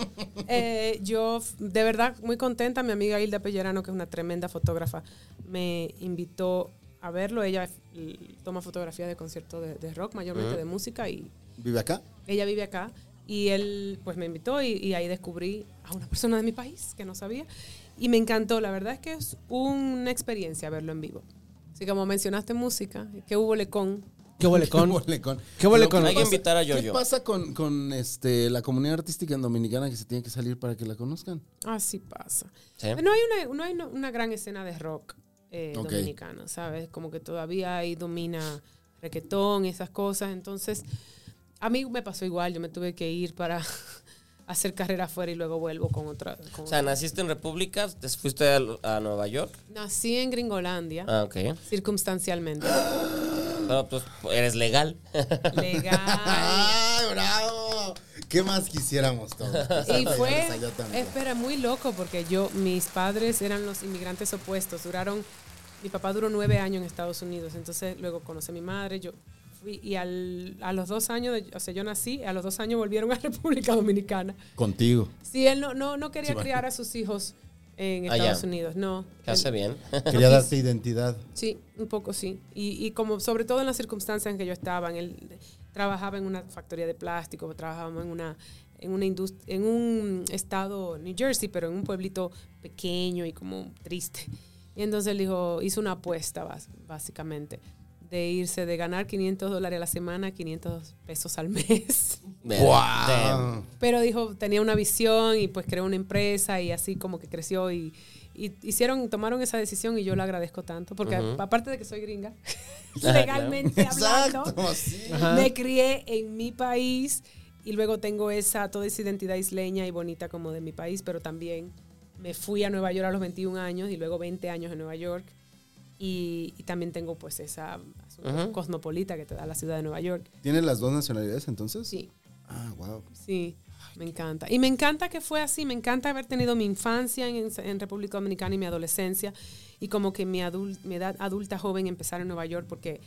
Speaker 4: Eh, yo, f- de verdad, muy contenta. Mi amiga Hilda Pellerano, que es una tremenda fotógrafa, me invitó a verlo. Ella l- toma fotografía de conciertos de, de rock, mayormente de música, y
Speaker 1: ¿Vive acá?
Speaker 4: ella vive acá. Y él, pues, me invitó y, y ahí descubrí a una persona de mi país que no sabía. Y me encantó. La verdad es que es una experiencia verlo en vivo. Así como mencionaste música, que hubo lecón.
Speaker 2: ¿Qué huele con?
Speaker 1: ¿Qué huele con?
Speaker 2: ¿Qué huele
Speaker 1: Lo
Speaker 2: con?
Speaker 1: que
Speaker 3: Hay que
Speaker 1: pasa-
Speaker 3: invitar a
Speaker 1: ¿Qué
Speaker 3: Yoyo.
Speaker 1: pasa con, con, este, la comunidad artística en dominicana que se tiene que salir para que la conozcan?
Speaker 4: Así pasa.
Speaker 3: Sí.
Speaker 4: No hay una, no hay una- una gran escena de rock eh,
Speaker 1: Ok.
Speaker 4: dominicano, ¿sabes? Como que todavía ahí domina requetón y esas cosas. Entonces, a mí me pasó igual. Yo me tuve que ir para hacer carrera afuera y luego vuelvo con otra. con
Speaker 3: O sea,
Speaker 4: otra.
Speaker 3: naciste en República, te fuiste a, a Nueva York.
Speaker 4: Nací en Gringolandia,
Speaker 3: Ah, ok.
Speaker 4: circunstancialmente.
Speaker 3: No, pues eres legal.
Speaker 4: Legal.
Speaker 1: ¡Ay, bravo! ¿Qué más quisiéramos todos?
Speaker 4: Y
Speaker 1: Esa
Speaker 4: fue,
Speaker 1: regresa ya tanto.
Speaker 4: espera, muy loco porque yo, mis padres eran los inmigrantes opuestos, duraron, mi papá duró nueve años en Estados Unidos, entonces luego conocí a mi madre, yo fui y al- a los dos años, de- o sea, yo nací, a los dos años volvieron a República Dominicana.
Speaker 1: Contigo.
Speaker 4: Sí, él no, no, no quería
Speaker 1: Sí, Ah, va.
Speaker 4: criar a sus hijos en
Speaker 3: Allá.
Speaker 4: Estados Unidos, no.
Speaker 3: Que hace bien.
Speaker 1: Quería darte identidad.
Speaker 4: Sí, un poco sí. Y, y como sobre todo en las circunstancias en que yo estaba, en el, trabajaba en una factoría de plástico, trabajábamos en una en una indust- en un estado New Jersey, pero en un pueblito pequeño y como triste. Y entonces él dijo, hizo una apuesta bas- básicamente de irse de ganar 500 dólares a la semana, a 500 pesos al mes.
Speaker 3: ¡Wow!
Speaker 4: Pero dijo, tenía una visión y pues creó una empresa y así como que creció y, y hicieron, tomaron esa decisión y yo lo agradezco tanto porque
Speaker 3: Ujú. Ah,
Speaker 4: aparte de que soy gringa,
Speaker 3: claro.
Speaker 4: legalmente hablando,
Speaker 1: Exacto, sí.
Speaker 2: Ajá.
Speaker 4: me crié en mi país y luego tengo esa, toda esa identidad isleña y bonita como de mi país, pero también me fui a Nueva York a los 21 años y luego 20 años en Nueva York y, y también tengo pues esa asunto
Speaker 3: Ujú.
Speaker 4: cosmopolita que te da la ciudad de Nueva York.
Speaker 1: ¿Tienes las dos nacionalidades entonces?
Speaker 4: Sí.
Speaker 1: Ah, wow.
Speaker 4: Sí, me encanta. Y me encanta que fue así, me encanta haber tenido mi infancia en, en República Dominicana y mi adolescencia y como que mi, adul- mi edad adulta joven empezar en Nueva York porque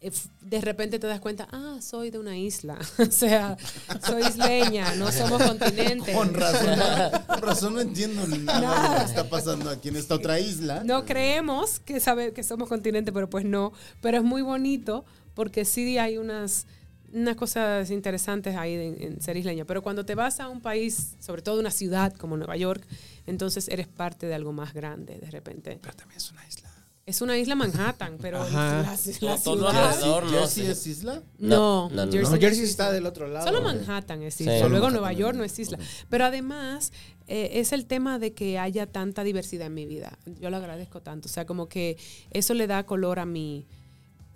Speaker 4: eh, f- de repente te das cuenta, ah, soy de una isla, o sea, soy isleña, no somos continente.
Speaker 1: Con razón, no- con razón no entiendo nada de lo que está pasando aquí en esta otra isla.
Speaker 4: No creemos que, sabe, que somos continente, pero pues no. Pero es muy bonito porque sí hay unas, unas cosas interesantes ahí en, en ser isleña. Pero cuando te vas a un país, sobre todo una ciudad como Nueva York, entonces eres parte de algo más grande de repente. Pero también es una isla. Es una isla Manhattan, pero
Speaker 2: Ajá.
Speaker 4: la, ci- la
Speaker 3: No, todo
Speaker 4: ciudad-
Speaker 3: alrededor. No, no
Speaker 1: ¿Jersey
Speaker 3: sé.
Speaker 1: es isla?
Speaker 3: No,
Speaker 4: No,
Speaker 3: no, no.
Speaker 2: No,
Speaker 4: Jersey
Speaker 2: Jersey está del otro lado.
Speaker 4: Solo Manhattan es isla,
Speaker 3: Sí.
Speaker 1: Solo
Speaker 4: luego
Speaker 1: Manhattan
Speaker 4: Nueva
Speaker 1: es
Speaker 4: York
Speaker 1: isla.
Speaker 4: no es isla. Pero además eh, es el tema de que haya tanta diversidad en mi vida. Yo lo agradezco tanto. O sea, como que eso le da color a mi,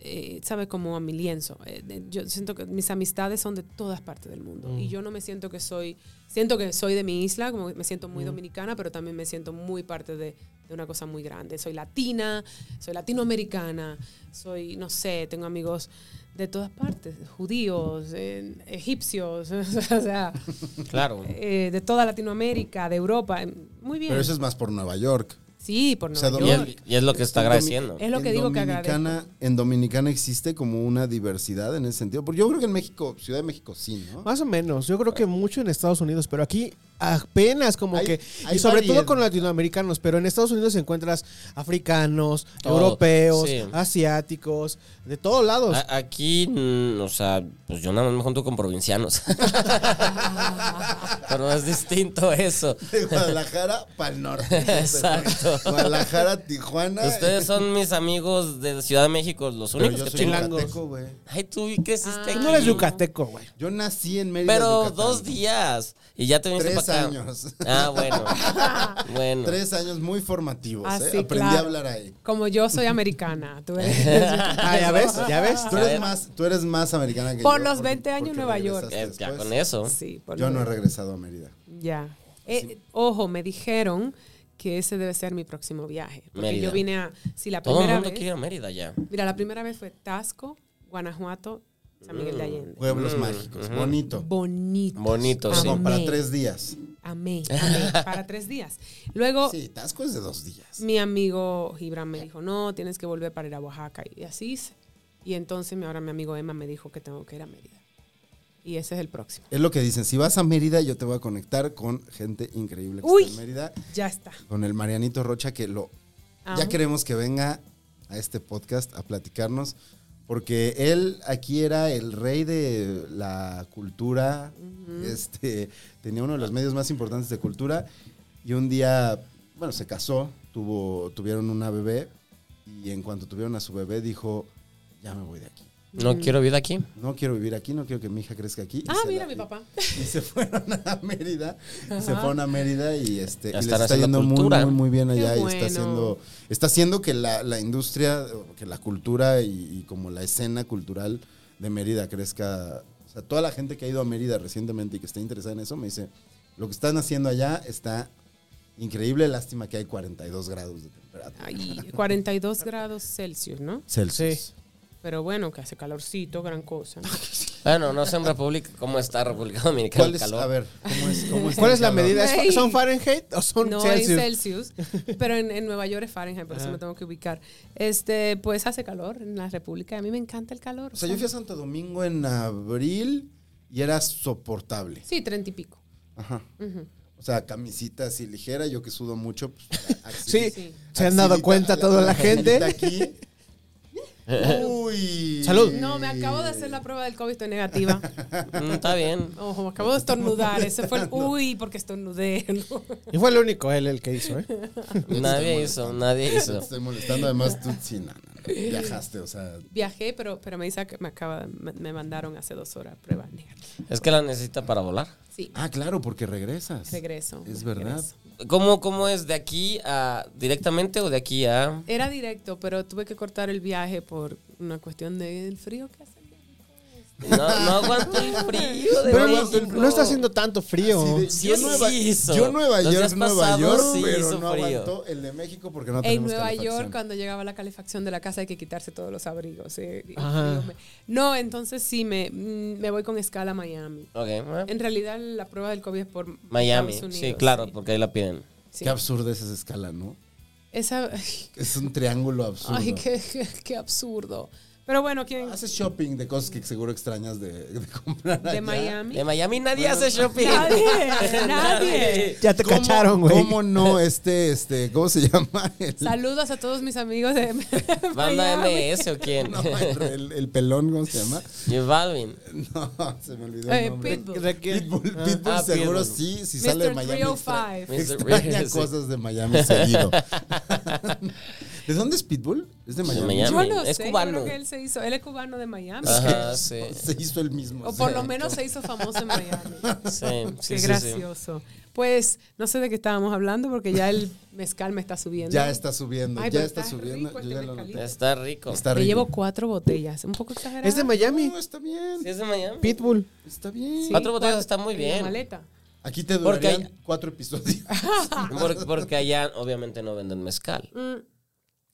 Speaker 4: eh, ¿sabe? Como a mi lienzo. Eh, de- yo siento que mis amistades son de todas partes del mundo.
Speaker 1: Mm.
Speaker 4: Y yo no me siento
Speaker 1: Mm.
Speaker 4: que soy, siento que soy de mi isla, como que me siento muy dominicana, pero también me siento muy parte de de una cosa muy grande. Soy latina, soy latinoamericana, soy, no sé, tengo amigos de todas partes, judíos, eh, egipcios, o sea,
Speaker 3: Claro.
Speaker 4: eh, de toda Latinoamérica, de Europa. eh, Muy bien.
Speaker 1: Pero eso es más por Nueva York.
Speaker 4: sí, por
Speaker 1: o sea,
Speaker 4: Nueva
Speaker 3: Y
Speaker 4: York.
Speaker 3: es, y es lo que está
Speaker 1: En Domi-
Speaker 3: agradeciendo.
Speaker 4: Es lo que
Speaker 1: en
Speaker 4: digo que
Speaker 1: Dominicana, En Dominicana existe como una diversidad en ese sentido. Porque yo creo que en México, Ciudad de México sí, ¿no?
Speaker 2: Más o menos, yo creo que mucho en Estados Unidos, pero aquí apenas como
Speaker 1: Hay-
Speaker 2: que,
Speaker 1: hay
Speaker 2: y sobre
Speaker 1: variedad.
Speaker 2: todo con latinoamericanos, pero en Estados Unidos encuentras africanos,
Speaker 3: Todo,
Speaker 2: europeos,
Speaker 3: sí.
Speaker 2: asiáticos, de todos lados.
Speaker 1: Ah,
Speaker 3: A- aquí, mm, o sea, pues yo nada más me junto con provincianos. Pero no es distinto eso.
Speaker 1: De Guadalajara para el norte.
Speaker 3: Exacto.
Speaker 1: Guadalajara, Tijuana.
Speaker 3: Ustedes son mis amigos de Ciudad de México, los
Speaker 1: Pero
Speaker 3: únicos
Speaker 1: yo
Speaker 3: que
Speaker 1: soy
Speaker 3: tengo.
Speaker 2: chilangos.
Speaker 1: yucateco, güey.
Speaker 3: Ay, tú creciste
Speaker 2: Tú
Speaker 3: aquí.
Speaker 2: no eres yucateco, güey.
Speaker 1: Yo nací en Mérida,
Speaker 3: Pero
Speaker 1: Yucatán.
Speaker 3: dos días. Y ya te viniste
Speaker 1: Tres
Speaker 3: para acá.
Speaker 1: años.
Speaker 3: Ah, bueno. bueno.
Speaker 1: Tres años muy formativos,
Speaker 4: Ah,
Speaker 1: ¿eh?
Speaker 4: sí,
Speaker 1: Aprendí a
Speaker 4: claro.
Speaker 1: hablar ahí.
Speaker 4: Como yo soy americana. tú eres-
Speaker 2: Ah, ya ves, ya ves.
Speaker 1: Tú
Speaker 3: A ver.
Speaker 1: eres, más, tú eres más americana que
Speaker 4: Por
Speaker 1: yo,
Speaker 4: los
Speaker 1: porque-
Speaker 4: 20 años
Speaker 1: porque
Speaker 4: Nueva York.
Speaker 1: regresaste
Speaker 3: Eh, ya
Speaker 1: después.
Speaker 3: con eso.
Speaker 4: sí, por
Speaker 1: Yo no he
Speaker 4: Nueva-
Speaker 1: regresado a Mérida.
Speaker 4: Ya. Eh, ojo, me dijeron que ese debe ser mi próximo viaje. Porque
Speaker 3: Mérida.
Speaker 4: yo vine a. Si la
Speaker 3: Todo el
Speaker 4: primera
Speaker 3: mundo
Speaker 4: vez.
Speaker 3: quiere ir a Mérida ya.
Speaker 4: Mira, la primera vez fue Tasco, Guanajuato, San Miguel de
Speaker 3: Mm.
Speaker 4: Allende.
Speaker 1: Pueblos mágicos, bonito.
Speaker 4: Bonito.
Speaker 3: Bonito, sí.
Speaker 1: Como para
Speaker 4: Amé.
Speaker 1: tres días.
Speaker 4: Amé, amé. Para tres días. Luego,
Speaker 1: Sí, Tasco es de dos días.
Speaker 4: Oh. mi amigo Gibran me dijo, no, tienes que volver para ir a Oaxaca. Y así hice. Y entonces mi- ahora mi amigo Emma me dijo que tengo que ir a Mérida. Y ese es el próximo.
Speaker 1: Es lo que dicen, si vas a Mérida yo te voy a conectar con gente increíble que
Speaker 4: Uy.
Speaker 1: está en Mérida,
Speaker 4: Ya está.
Speaker 1: con el Marianito Rocha que lo
Speaker 4: Amo.
Speaker 1: ya queremos que venga a este podcast a platicarnos porque él aquí era el rey de la cultura, este tenía uno de los medios más importantes de cultura y un día, bueno, se casó, tuvo tuvieron una bebé y en cuanto tuvieron a su bebé dijo, ya me voy de aquí.
Speaker 3: No quiero vida aquí.
Speaker 1: No quiero vivir aquí, no quiero que mi hija crezca aquí. Y
Speaker 4: Ah,
Speaker 1: se
Speaker 4: mira,
Speaker 1: la-
Speaker 4: mi papá.
Speaker 1: y se fueron a Mérida. y se fueron a Mérida y este y
Speaker 3: Ya
Speaker 1: les
Speaker 3: están
Speaker 1: está
Speaker 3: haciendo
Speaker 1: yendo muy,
Speaker 3: cultura.
Speaker 1: muy, muy bien allá.
Speaker 4: Qué
Speaker 1: Y está
Speaker 4: bueno.
Speaker 1: haciendo, está haciendo que la, la industria, que la cultura y, y como la escena cultural de Mérida crezca. O sea, toda la gente que ha ido a Mérida recientemente y que está interesada en eso me dice, lo que están haciendo allá está increíble, lástima que hay 42 grados de temperatura.
Speaker 4: Ay, 42 grados Celsius, ¿no?
Speaker 1: Celsius.
Speaker 2: Sí.
Speaker 4: Pero bueno, que hace calorcito, gran cosa.
Speaker 3: Bueno, no sé en República cómo está República Dominicana.
Speaker 1: ¿Cuál
Speaker 3: el
Speaker 1: es,
Speaker 3: calor?
Speaker 1: a ver, ¿cómo es, cómo está
Speaker 2: ¿Cuál
Speaker 1: el
Speaker 2: es la
Speaker 1: calor?
Speaker 2: medida?
Speaker 4: Güey.
Speaker 2: ¿Es- ¿Son Fahrenheit o son
Speaker 4: No es
Speaker 2: Celsius?
Speaker 4: Celsius, pero en, en Nueva York es Fahrenheit, por eso me tengo que ubicar. Este, pues hace calor en la República. A mí me encanta el calor.
Speaker 1: O sea, yo fui a Santo Domingo en abril y era soportable.
Speaker 4: Sí, treinta y pico.
Speaker 1: Ajá. O sea, camisita así ligera, yo que sudo mucho. Pues,
Speaker 2: Sí,
Speaker 1: axili-
Speaker 4: Sí.
Speaker 2: se han dado
Speaker 1: axilita,
Speaker 2: cuenta toda la gente.
Speaker 1: axilita aquí. Uy.
Speaker 2: Salud.
Speaker 4: No, me acabo de hacer la prueba del COVID, estoy negativa.
Speaker 3: Mm, está bien.
Speaker 4: Ojo, me acabo de estornudar. Ese fue el uy, porque estornudé. ¿no?
Speaker 2: Y fue el único él el que hizo, ¿eh?
Speaker 3: Nadie hizo, nadie
Speaker 1: Te
Speaker 3: hizo.
Speaker 1: estoy molestando, además tú sí, no, no, no, viajaste, o sea.
Speaker 4: Viajé, pero, pero me dice que me acaba, me, me mandaron hace dos horas prueba negativa.
Speaker 3: Es que la necesita para volar.
Speaker 4: Sí,
Speaker 1: Ah, claro, porque regresas.
Speaker 4: regreso.
Speaker 1: Es verdad.
Speaker 4: regreso.
Speaker 3: ¿Cómo, cómo es? ¿De aquí a directamente o de aquí a...?
Speaker 4: Era directo, pero tuve que cortar el viaje por una cuestión del frío que hace.
Speaker 3: No, no aguanto el frío de
Speaker 2: Pero no,
Speaker 3: México.
Speaker 2: no está haciendo tanto frío.
Speaker 1: Así de-
Speaker 3: Sí,
Speaker 1: yo
Speaker 3: sí
Speaker 1: Nueva,
Speaker 3: hizo.
Speaker 1: yo Nueva
Speaker 3: Los
Speaker 1: York,
Speaker 3: días
Speaker 1: Nueva
Speaker 3: pasados
Speaker 1: York,
Speaker 3: sí hizo
Speaker 1: pero no
Speaker 3: frío.
Speaker 1: aguantó el de México porque no
Speaker 4: En
Speaker 1: tenemos
Speaker 4: Nueva York,
Speaker 1: calefacción.
Speaker 4: cuando llegaba la calefacción de la casa, hay que quitarse todos los abrigos. eh, y el
Speaker 2: Ajá.
Speaker 4: frío me- No, entonces sí, me, mm, me voy con escala a Miami.
Speaker 3: Ok, bueno.
Speaker 4: En realidad, la prueba del COVID es por
Speaker 3: Miami,
Speaker 4: Estados
Speaker 3: sí,
Speaker 4: Unidos,
Speaker 3: claro,
Speaker 4: sí,
Speaker 3: porque ahí la piden.
Speaker 4: sí.
Speaker 1: Qué absurda es esa escala, ¿no?
Speaker 4: Esa,
Speaker 1: Es un triángulo absurdo. Ah,
Speaker 4: ay, qué, qué- qué absurdo. Pero bueno, ¿quién?
Speaker 1: Haces shopping de cosas que seguro extrañas de, de comprar
Speaker 4: De
Speaker 1: allá.
Speaker 4: Miami.
Speaker 3: De Miami nadie hace shopping.
Speaker 4: Nadie, nadie.
Speaker 2: Ya te
Speaker 1: ¿Cómo-
Speaker 2: cacharon, güey.
Speaker 1: ¿Cómo no? Este, este, ¿cómo se llama? El,
Speaker 4: Saludos a todos mis amigos de
Speaker 3: ¿Banda
Speaker 4: Miami.
Speaker 3: MS o quién?
Speaker 1: no, el, el- el pelón, ¿cómo se llama?
Speaker 3: J Balvin.
Speaker 1: No, se me olvidó
Speaker 4: Eh,
Speaker 1: el nombre.
Speaker 4: Pitbull.
Speaker 1: Pitbull, Pitbull
Speaker 3: Ah,
Speaker 1: seguro
Speaker 3: Pitbull.
Speaker 1: sí, si
Speaker 4: Mr.
Speaker 1: sale de Miami. extra-
Speaker 4: 305.
Speaker 3: Mr.
Speaker 1: Extraña
Speaker 3: Sí.
Speaker 1: cosas de Miami seguido. ¿De dónde es Pitbull? Es de Miami.
Speaker 3: Miami.
Speaker 4: Yo no
Speaker 3: Es
Speaker 4: sé, yo
Speaker 3: cubano.
Speaker 4: creo que él se hizo, él es cubano de Miami.
Speaker 3: Ajá, sí.
Speaker 1: Se hizo el mismo.
Speaker 4: O por lo menos se hizo famoso en Miami.
Speaker 3: Sí, sí,
Speaker 4: Qué
Speaker 3: sí, sí.
Speaker 4: gracioso. Pues no sé de qué estábamos hablando porque ya el mezcal me está subiendo.
Speaker 1: Ya está subiendo,
Speaker 4: Ay,
Speaker 1: ya
Speaker 4: pero
Speaker 1: está,
Speaker 4: está
Speaker 1: subiendo.
Speaker 4: rico
Speaker 1: Yo
Speaker 4: este
Speaker 1: ya lo noté.
Speaker 4: mezcalito.
Speaker 3: Está rico.
Speaker 1: Está
Speaker 4: Me
Speaker 1: rico.
Speaker 4: llevo cuatro botellas. Un poco exagerado.
Speaker 2: Es de Miami,
Speaker 1: No, está bien.
Speaker 3: Sí, es de Miami.
Speaker 2: Pitbull.
Speaker 1: Está bien.
Speaker 4: Sí,
Speaker 3: cuatro botellas está muy
Speaker 4: en
Speaker 3: bien.
Speaker 4: La maleta.
Speaker 1: Aquí te
Speaker 3: Porque
Speaker 1: durarían
Speaker 3: hay-
Speaker 1: cuatro episodios.
Speaker 3: Por- porque allá obviamente no venden mezcal.
Speaker 4: Mm,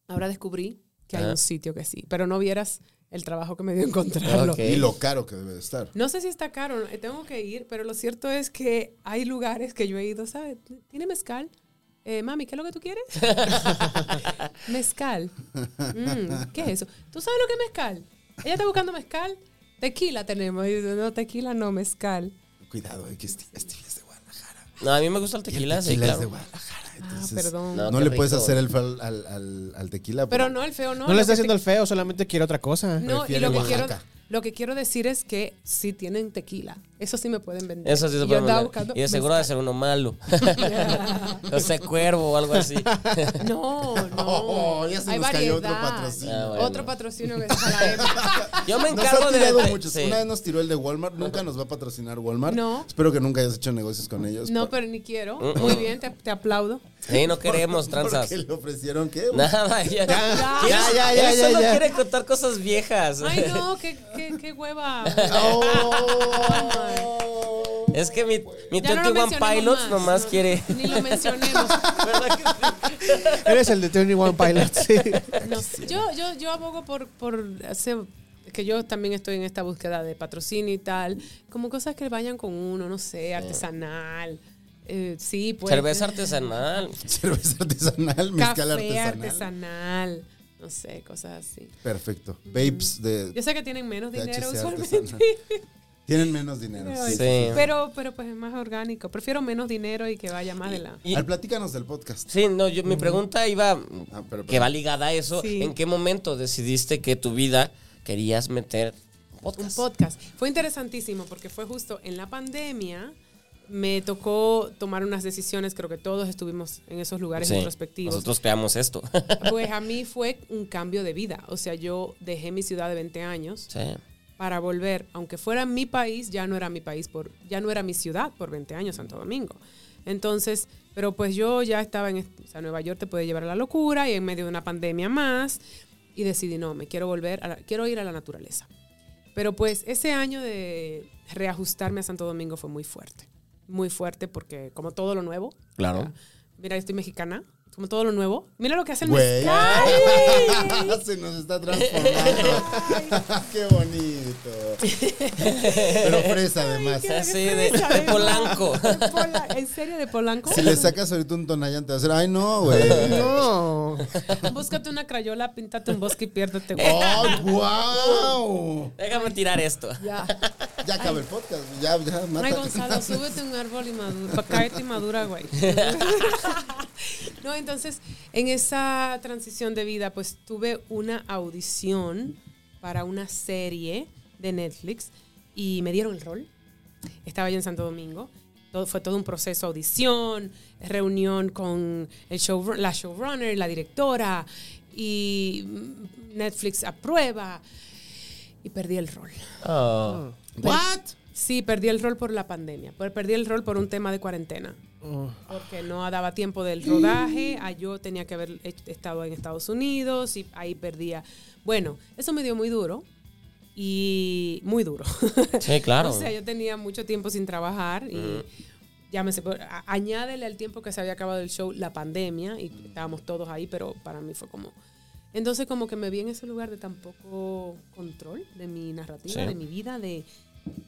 Speaker 4: Ahora descubrí que hay
Speaker 3: Ah.
Speaker 4: un sitio que sí, pero no vieras el trabajo que me dio encontrarlo.
Speaker 3: Ok.
Speaker 1: Y lo caro que debe de estar.
Speaker 4: No sé si está caro, eh, tengo que ir, pero lo cierto es que hay lugares que yo he ido, ¿sabes? ¿Tiene mezcal? Eh, mami, ¿qué es lo que tú quieres? mezcal. Mm, ¿Qué es eso? ¿Tú sabes lo que es mezcal? Ella está buscando mezcal. Tequila tenemos. Y yo, no, tequila no, mezcal.
Speaker 1: Cuidado, eh, que este, este es de Guadalajara.
Speaker 3: No, a mí me gusta el
Speaker 1: Y el
Speaker 3: tequila, sí,
Speaker 1: tequila es de
Speaker 3: claro.
Speaker 1: Guadalajara.
Speaker 4: Ah,
Speaker 1: Entonces,
Speaker 4: perdón.
Speaker 3: No.
Speaker 1: No,
Speaker 3: qué
Speaker 1: le puedes
Speaker 3: rico.
Speaker 1: hacer el fal al, al, al tequila.
Speaker 4: Pero
Speaker 1: porque-
Speaker 4: no, el feo no.
Speaker 2: No, le
Speaker 4: lo
Speaker 2: está
Speaker 4: que
Speaker 2: haciendo
Speaker 4: te-
Speaker 2: el feo, solamente quiere otra cosa.
Speaker 4: No, y
Speaker 1: Prefiere
Speaker 4: lo que, quiero,
Speaker 1: Oaxaca.
Speaker 4: lo que quiero decir es que sí tienen tequila. Eso sí me pueden vender.
Speaker 3: Eso sí
Speaker 4: Y
Speaker 3: se
Speaker 4: yo
Speaker 3: puede
Speaker 4: andaba
Speaker 3: mandar.
Speaker 4: buscando
Speaker 3: Y de seguro de
Speaker 4: mezcal.
Speaker 3: ser uno malo. o sea, cuervo o algo así.
Speaker 4: No, no.
Speaker 1: Oh, ya se
Speaker 4: Hay
Speaker 1: nos cayó otro
Speaker 4: variedad.
Speaker 1: patrocinio.
Speaker 3: Ah, bueno.
Speaker 4: Otro patrocinio que es para Emma.
Speaker 3: Yo me
Speaker 1: Nos
Speaker 3: encargo
Speaker 1: ha
Speaker 3: de.
Speaker 1: tirado
Speaker 3: de-
Speaker 1: muchos.
Speaker 3: sí.
Speaker 1: Una vez nos tiró el de Walmart. Nunca nos va a patrocinar Walmart.
Speaker 4: No.
Speaker 1: Espero que nunca hayas hecho negocios con ellos.
Speaker 4: No,
Speaker 1: por-
Speaker 4: pero ni quiero. Muy bien, te, te aplaudo.
Speaker 3: Sí, no queremos tranzas.
Speaker 1: Porque le ofrecieron qué.
Speaker 3: Nada, ya.
Speaker 4: Ya,
Speaker 3: ¿Quién-
Speaker 2: ya, ya, ya,
Speaker 3: Él solo
Speaker 2: ya.
Speaker 3: quiere contar cosas viejas.
Speaker 4: Ay, no, qué, qué, qué hueva.
Speaker 1: Oh.
Speaker 3: Es que mi, mi
Speaker 4: Ya no
Speaker 3: 21
Speaker 4: lo mencionemos
Speaker 3: Pilots
Speaker 4: más,
Speaker 3: nomás
Speaker 4: no,
Speaker 3: quiere.
Speaker 4: Ni lo mencionemos.
Speaker 2: Eres el de 21 Pilot, sí.
Speaker 4: No, yo, yo, yo abogo por, por hacer que yo también estoy en esta búsqueda de patrocinio y tal, como cosas que vayan con uno, no sé, artesanal. Eh, sí, pues.
Speaker 3: Cerveza artesanal.
Speaker 1: Cerveza artesanal,
Speaker 4: Café
Speaker 1: mezcal
Speaker 4: artesanal.
Speaker 1: artesanal.
Speaker 4: No sé, cosas así.
Speaker 1: Perfecto. Vapes
Speaker 4: Yo
Speaker 1: de
Speaker 4: sé que tienen menos dinero
Speaker 1: THC
Speaker 4: usualmente.
Speaker 1: artesanal. Tienen menos dinero.
Speaker 4: Ay,
Speaker 1: sí.
Speaker 3: Sí.
Speaker 4: Pero, pero pues es más orgánico. Prefiero menos dinero y que vaya más de la.
Speaker 3: Y-
Speaker 1: Al platícanos del podcast.
Speaker 3: Sí, no, yo, mi pregunta iba,
Speaker 1: Ah, pero-
Speaker 3: que va ligada a eso,
Speaker 4: Sí.
Speaker 3: ¿en qué momento decidiste que tu vida querías meter
Speaker 4: un
Speaker 3: podcast?
Speaker 4: podcast. Fue interesantísimo porque fue justo en la pandemia. Me tocó tomar unas decisiones, creo que todos estuvimos en esos lugares
Speaker 3: Sí,
Speaker 4: introspectivos.
Speaker 3: Nosotros creamos esto.
Speaker 4: Pues a mí fue un cambio de vida. O sea, yo dejé mi ciudad de 20 años
Speaker 3: sí.
Speaker 4: para volver, aunque fuera mi país, ya no era mi país, por, ya no era mi ciudad por 20 años, Santo Domingo. Entonces, pero pues yo ya estaba en, o sea, Nueva York te puede llevar a la locura y en medio de una pandemia más, y decidí, no, me quiero volver, a la- quiero ir a la naturaleza. Pero pues ese año de reajustarme a Santo Domingo fue muy fuerte, muy fuerte porque como todo lo nuevo,
Speaker 3: Claro.
Speaker 4: o sea, mira, yo estoy mexicana, como todo lo nuevo, mira lo que hace el
Speaker 1: Güey.
Speaker 4: mezcal.
Speaker 1: Se nos está transformando. Qué bonito. Pero fresa además.
Speaker 3: qué- Sí, de-
Speaker 4: fresa,
Speaker 3: de
Speaker 4: ¿verdad?
Speaker 3: Polanco.
Speaker 4: ¿eh? De Pola- ¿En serio de Polanco?
Speaker 1: Si le sacas ahorita un tonallante, te va a decir, ay no, güey.
Speaker 2: No.
Speaker 4: Búscate una crayola, píntate un bosque y piérdete. güey.
Speaker 1: ¡Oh, wow!
Speaker 3: Déjame tirar esto.
Speaker 4: Ya.
Speaker 1: Ya acaba el podcast. Ya, ya,
Speaker 4: Ay,
Speaker 1: mátate.
Speaker 4: Gonzalo, súbete a un árbol y madura. pa' Cáete y madura, güey. No, entonces, en esa transición de vida, pues tuve una audición para una serie de Netflix y me dieron el rol. Estaba yo en Santo Domingo. Todo, fue todo un proceso, audición, reunión con el show, la showrunner, la directora, y mm, Netflix aprueba. Y perdí el rol.
Speaker 3: Oh.
Speaker 4: ¿What? Pues, Sí, perdí el rol por la pandemia. Per- Perdí el rol por un tema de cuarentena. Porque no daba tiempo del rodaje. ah, Yo tenía que haber he- estado en Estados Unidos y ahí perdía. Bueno, eso me dio muy duro. Y muy duro.
Speaker 3: Sí, claro.
Speaker 4: o sea, yo tenía mucho tiempo sin trabajar y llámese, por- a- añádele al tiempo que se había acabado el show la pandemia y estábamos todos ahí, pero para mí fue como... Entonces como que me vi en ese lugar de tan poco control de mi narrativa,
Speaker 3: Sí.
Speaker 4: de mi vida, de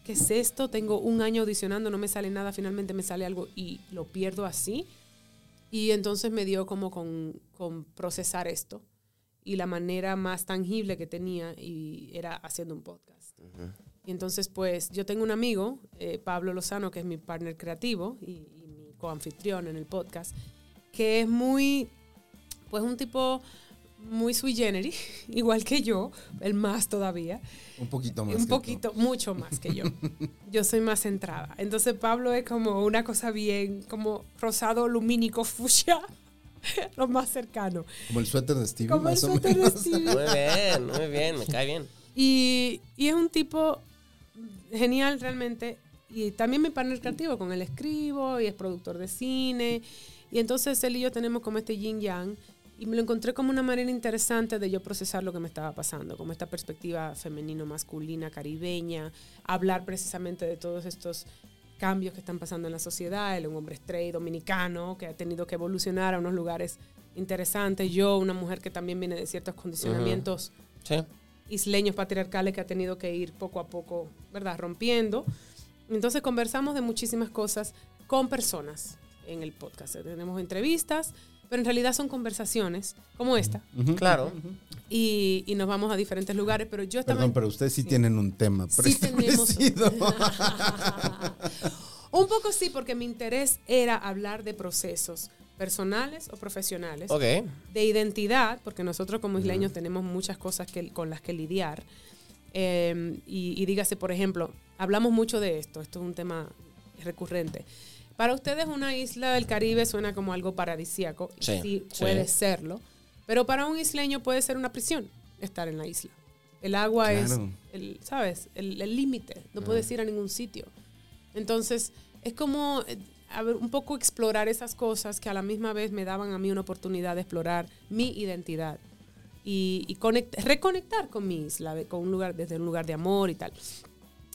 Speaker 4: qué es esto, tengo un año audicionando, no me sale nada, finalmente me sale algo y lo pierdo así. Y entonces me dio como con, con procesar esto. Y la manera más tangible que tenía y era haciendo un podcast. Y entonces, pues, yo tengo un amigo, eh, Pablo Lozano, que es mi partner creativo y, y mi coanfitrión en el podcast, que es muy, pues, un tipo muy sui generis, igual que yo, el más todavía.
Speaker 1: Un poquito más.
Speaker 4: Un
Speaker 1: que tú.
Speaker 4: poquito, mucho más que yo. Yo soy más centrada. Entonces Pablo es como una cosa bien, como rosado, lumínico, fucsia, lo más cercano.
Speaker 1: Como el suéter de Stevie,
Speaker 4: Como el
Speaker 1: más o
Speaker 4: suéter de
Speaker 1: menos.
Speaker 4: Stevie.
Speaker 3: Muy bien, muy bien, me cae bien.
Speaker 4: Y, y es un tipo genial realmente. Y también mi partner creativo, con él escribo y es productor de cine. Y entonces él y yo tenemos como este yin yang. Y me lo encontré como una manera interesante de yo procesar lo que me estaba pasando, como esta perspectiva femenino-masculina, caribeña, hablar precisamente de todos estos cambios que están pasando en la sociedad, él un hombre straight dominicano que ha tenido que evolucionar a unos lugares interesantes, yo una mujer que también viene de ciertos condicionamientos
Speaker 3: Sí.
Speaker 4: isleños patriarcales que ha tenido que ir poco a poco, ¿verdad? Rompiendo. Entonces conversamos de muchísimas cosas con personas en el podcast. Tenemos entrevistas, pero en realidad son conversaciones como esta.
Speaker 3: Claro.
Speaker 4: Y, y nos vamos a diferentes lugares, pero yo estaba...
Speaker 1: Perdón, pero ustedes sí, tienen un tema
Speaker 4: Sí tenemos-
Speaker 1: preestablecido.
Speaker 4: Un poco sí, porque mi interés era hablar de procesos personales o profesionales.
Speaker 3: Ok.
Speaker 4: de identidad, porque nosotros como isleños tenemos muchas cosas que, con las que lidiar. Eh, y, y dígase, por ejemplo, hablamos mucho de esto, esto es un tema recurrente. Para ustedes una isla del Caribe suena como algo paradisíaco, y
Speaker 3: Sí,
Speaker 4: sí,
Speaker 3: sí.
Speaker 4: puede serlo, pero para un isleño puede ser una prisión estar en la isla. El agua
Speaker 1: Claro.
Speaker 4: es, el, ¿sabes? El el límite, no puedes ir a ningún sitio. Entonces, es como eh, a ver, un poco explorar esas cosas que a la misma vez me daban a mí una oportunidad de explorar mi identidad y, y conect- reconectar con mi isla, de- con un lugar, desde un lugar de amor y tal.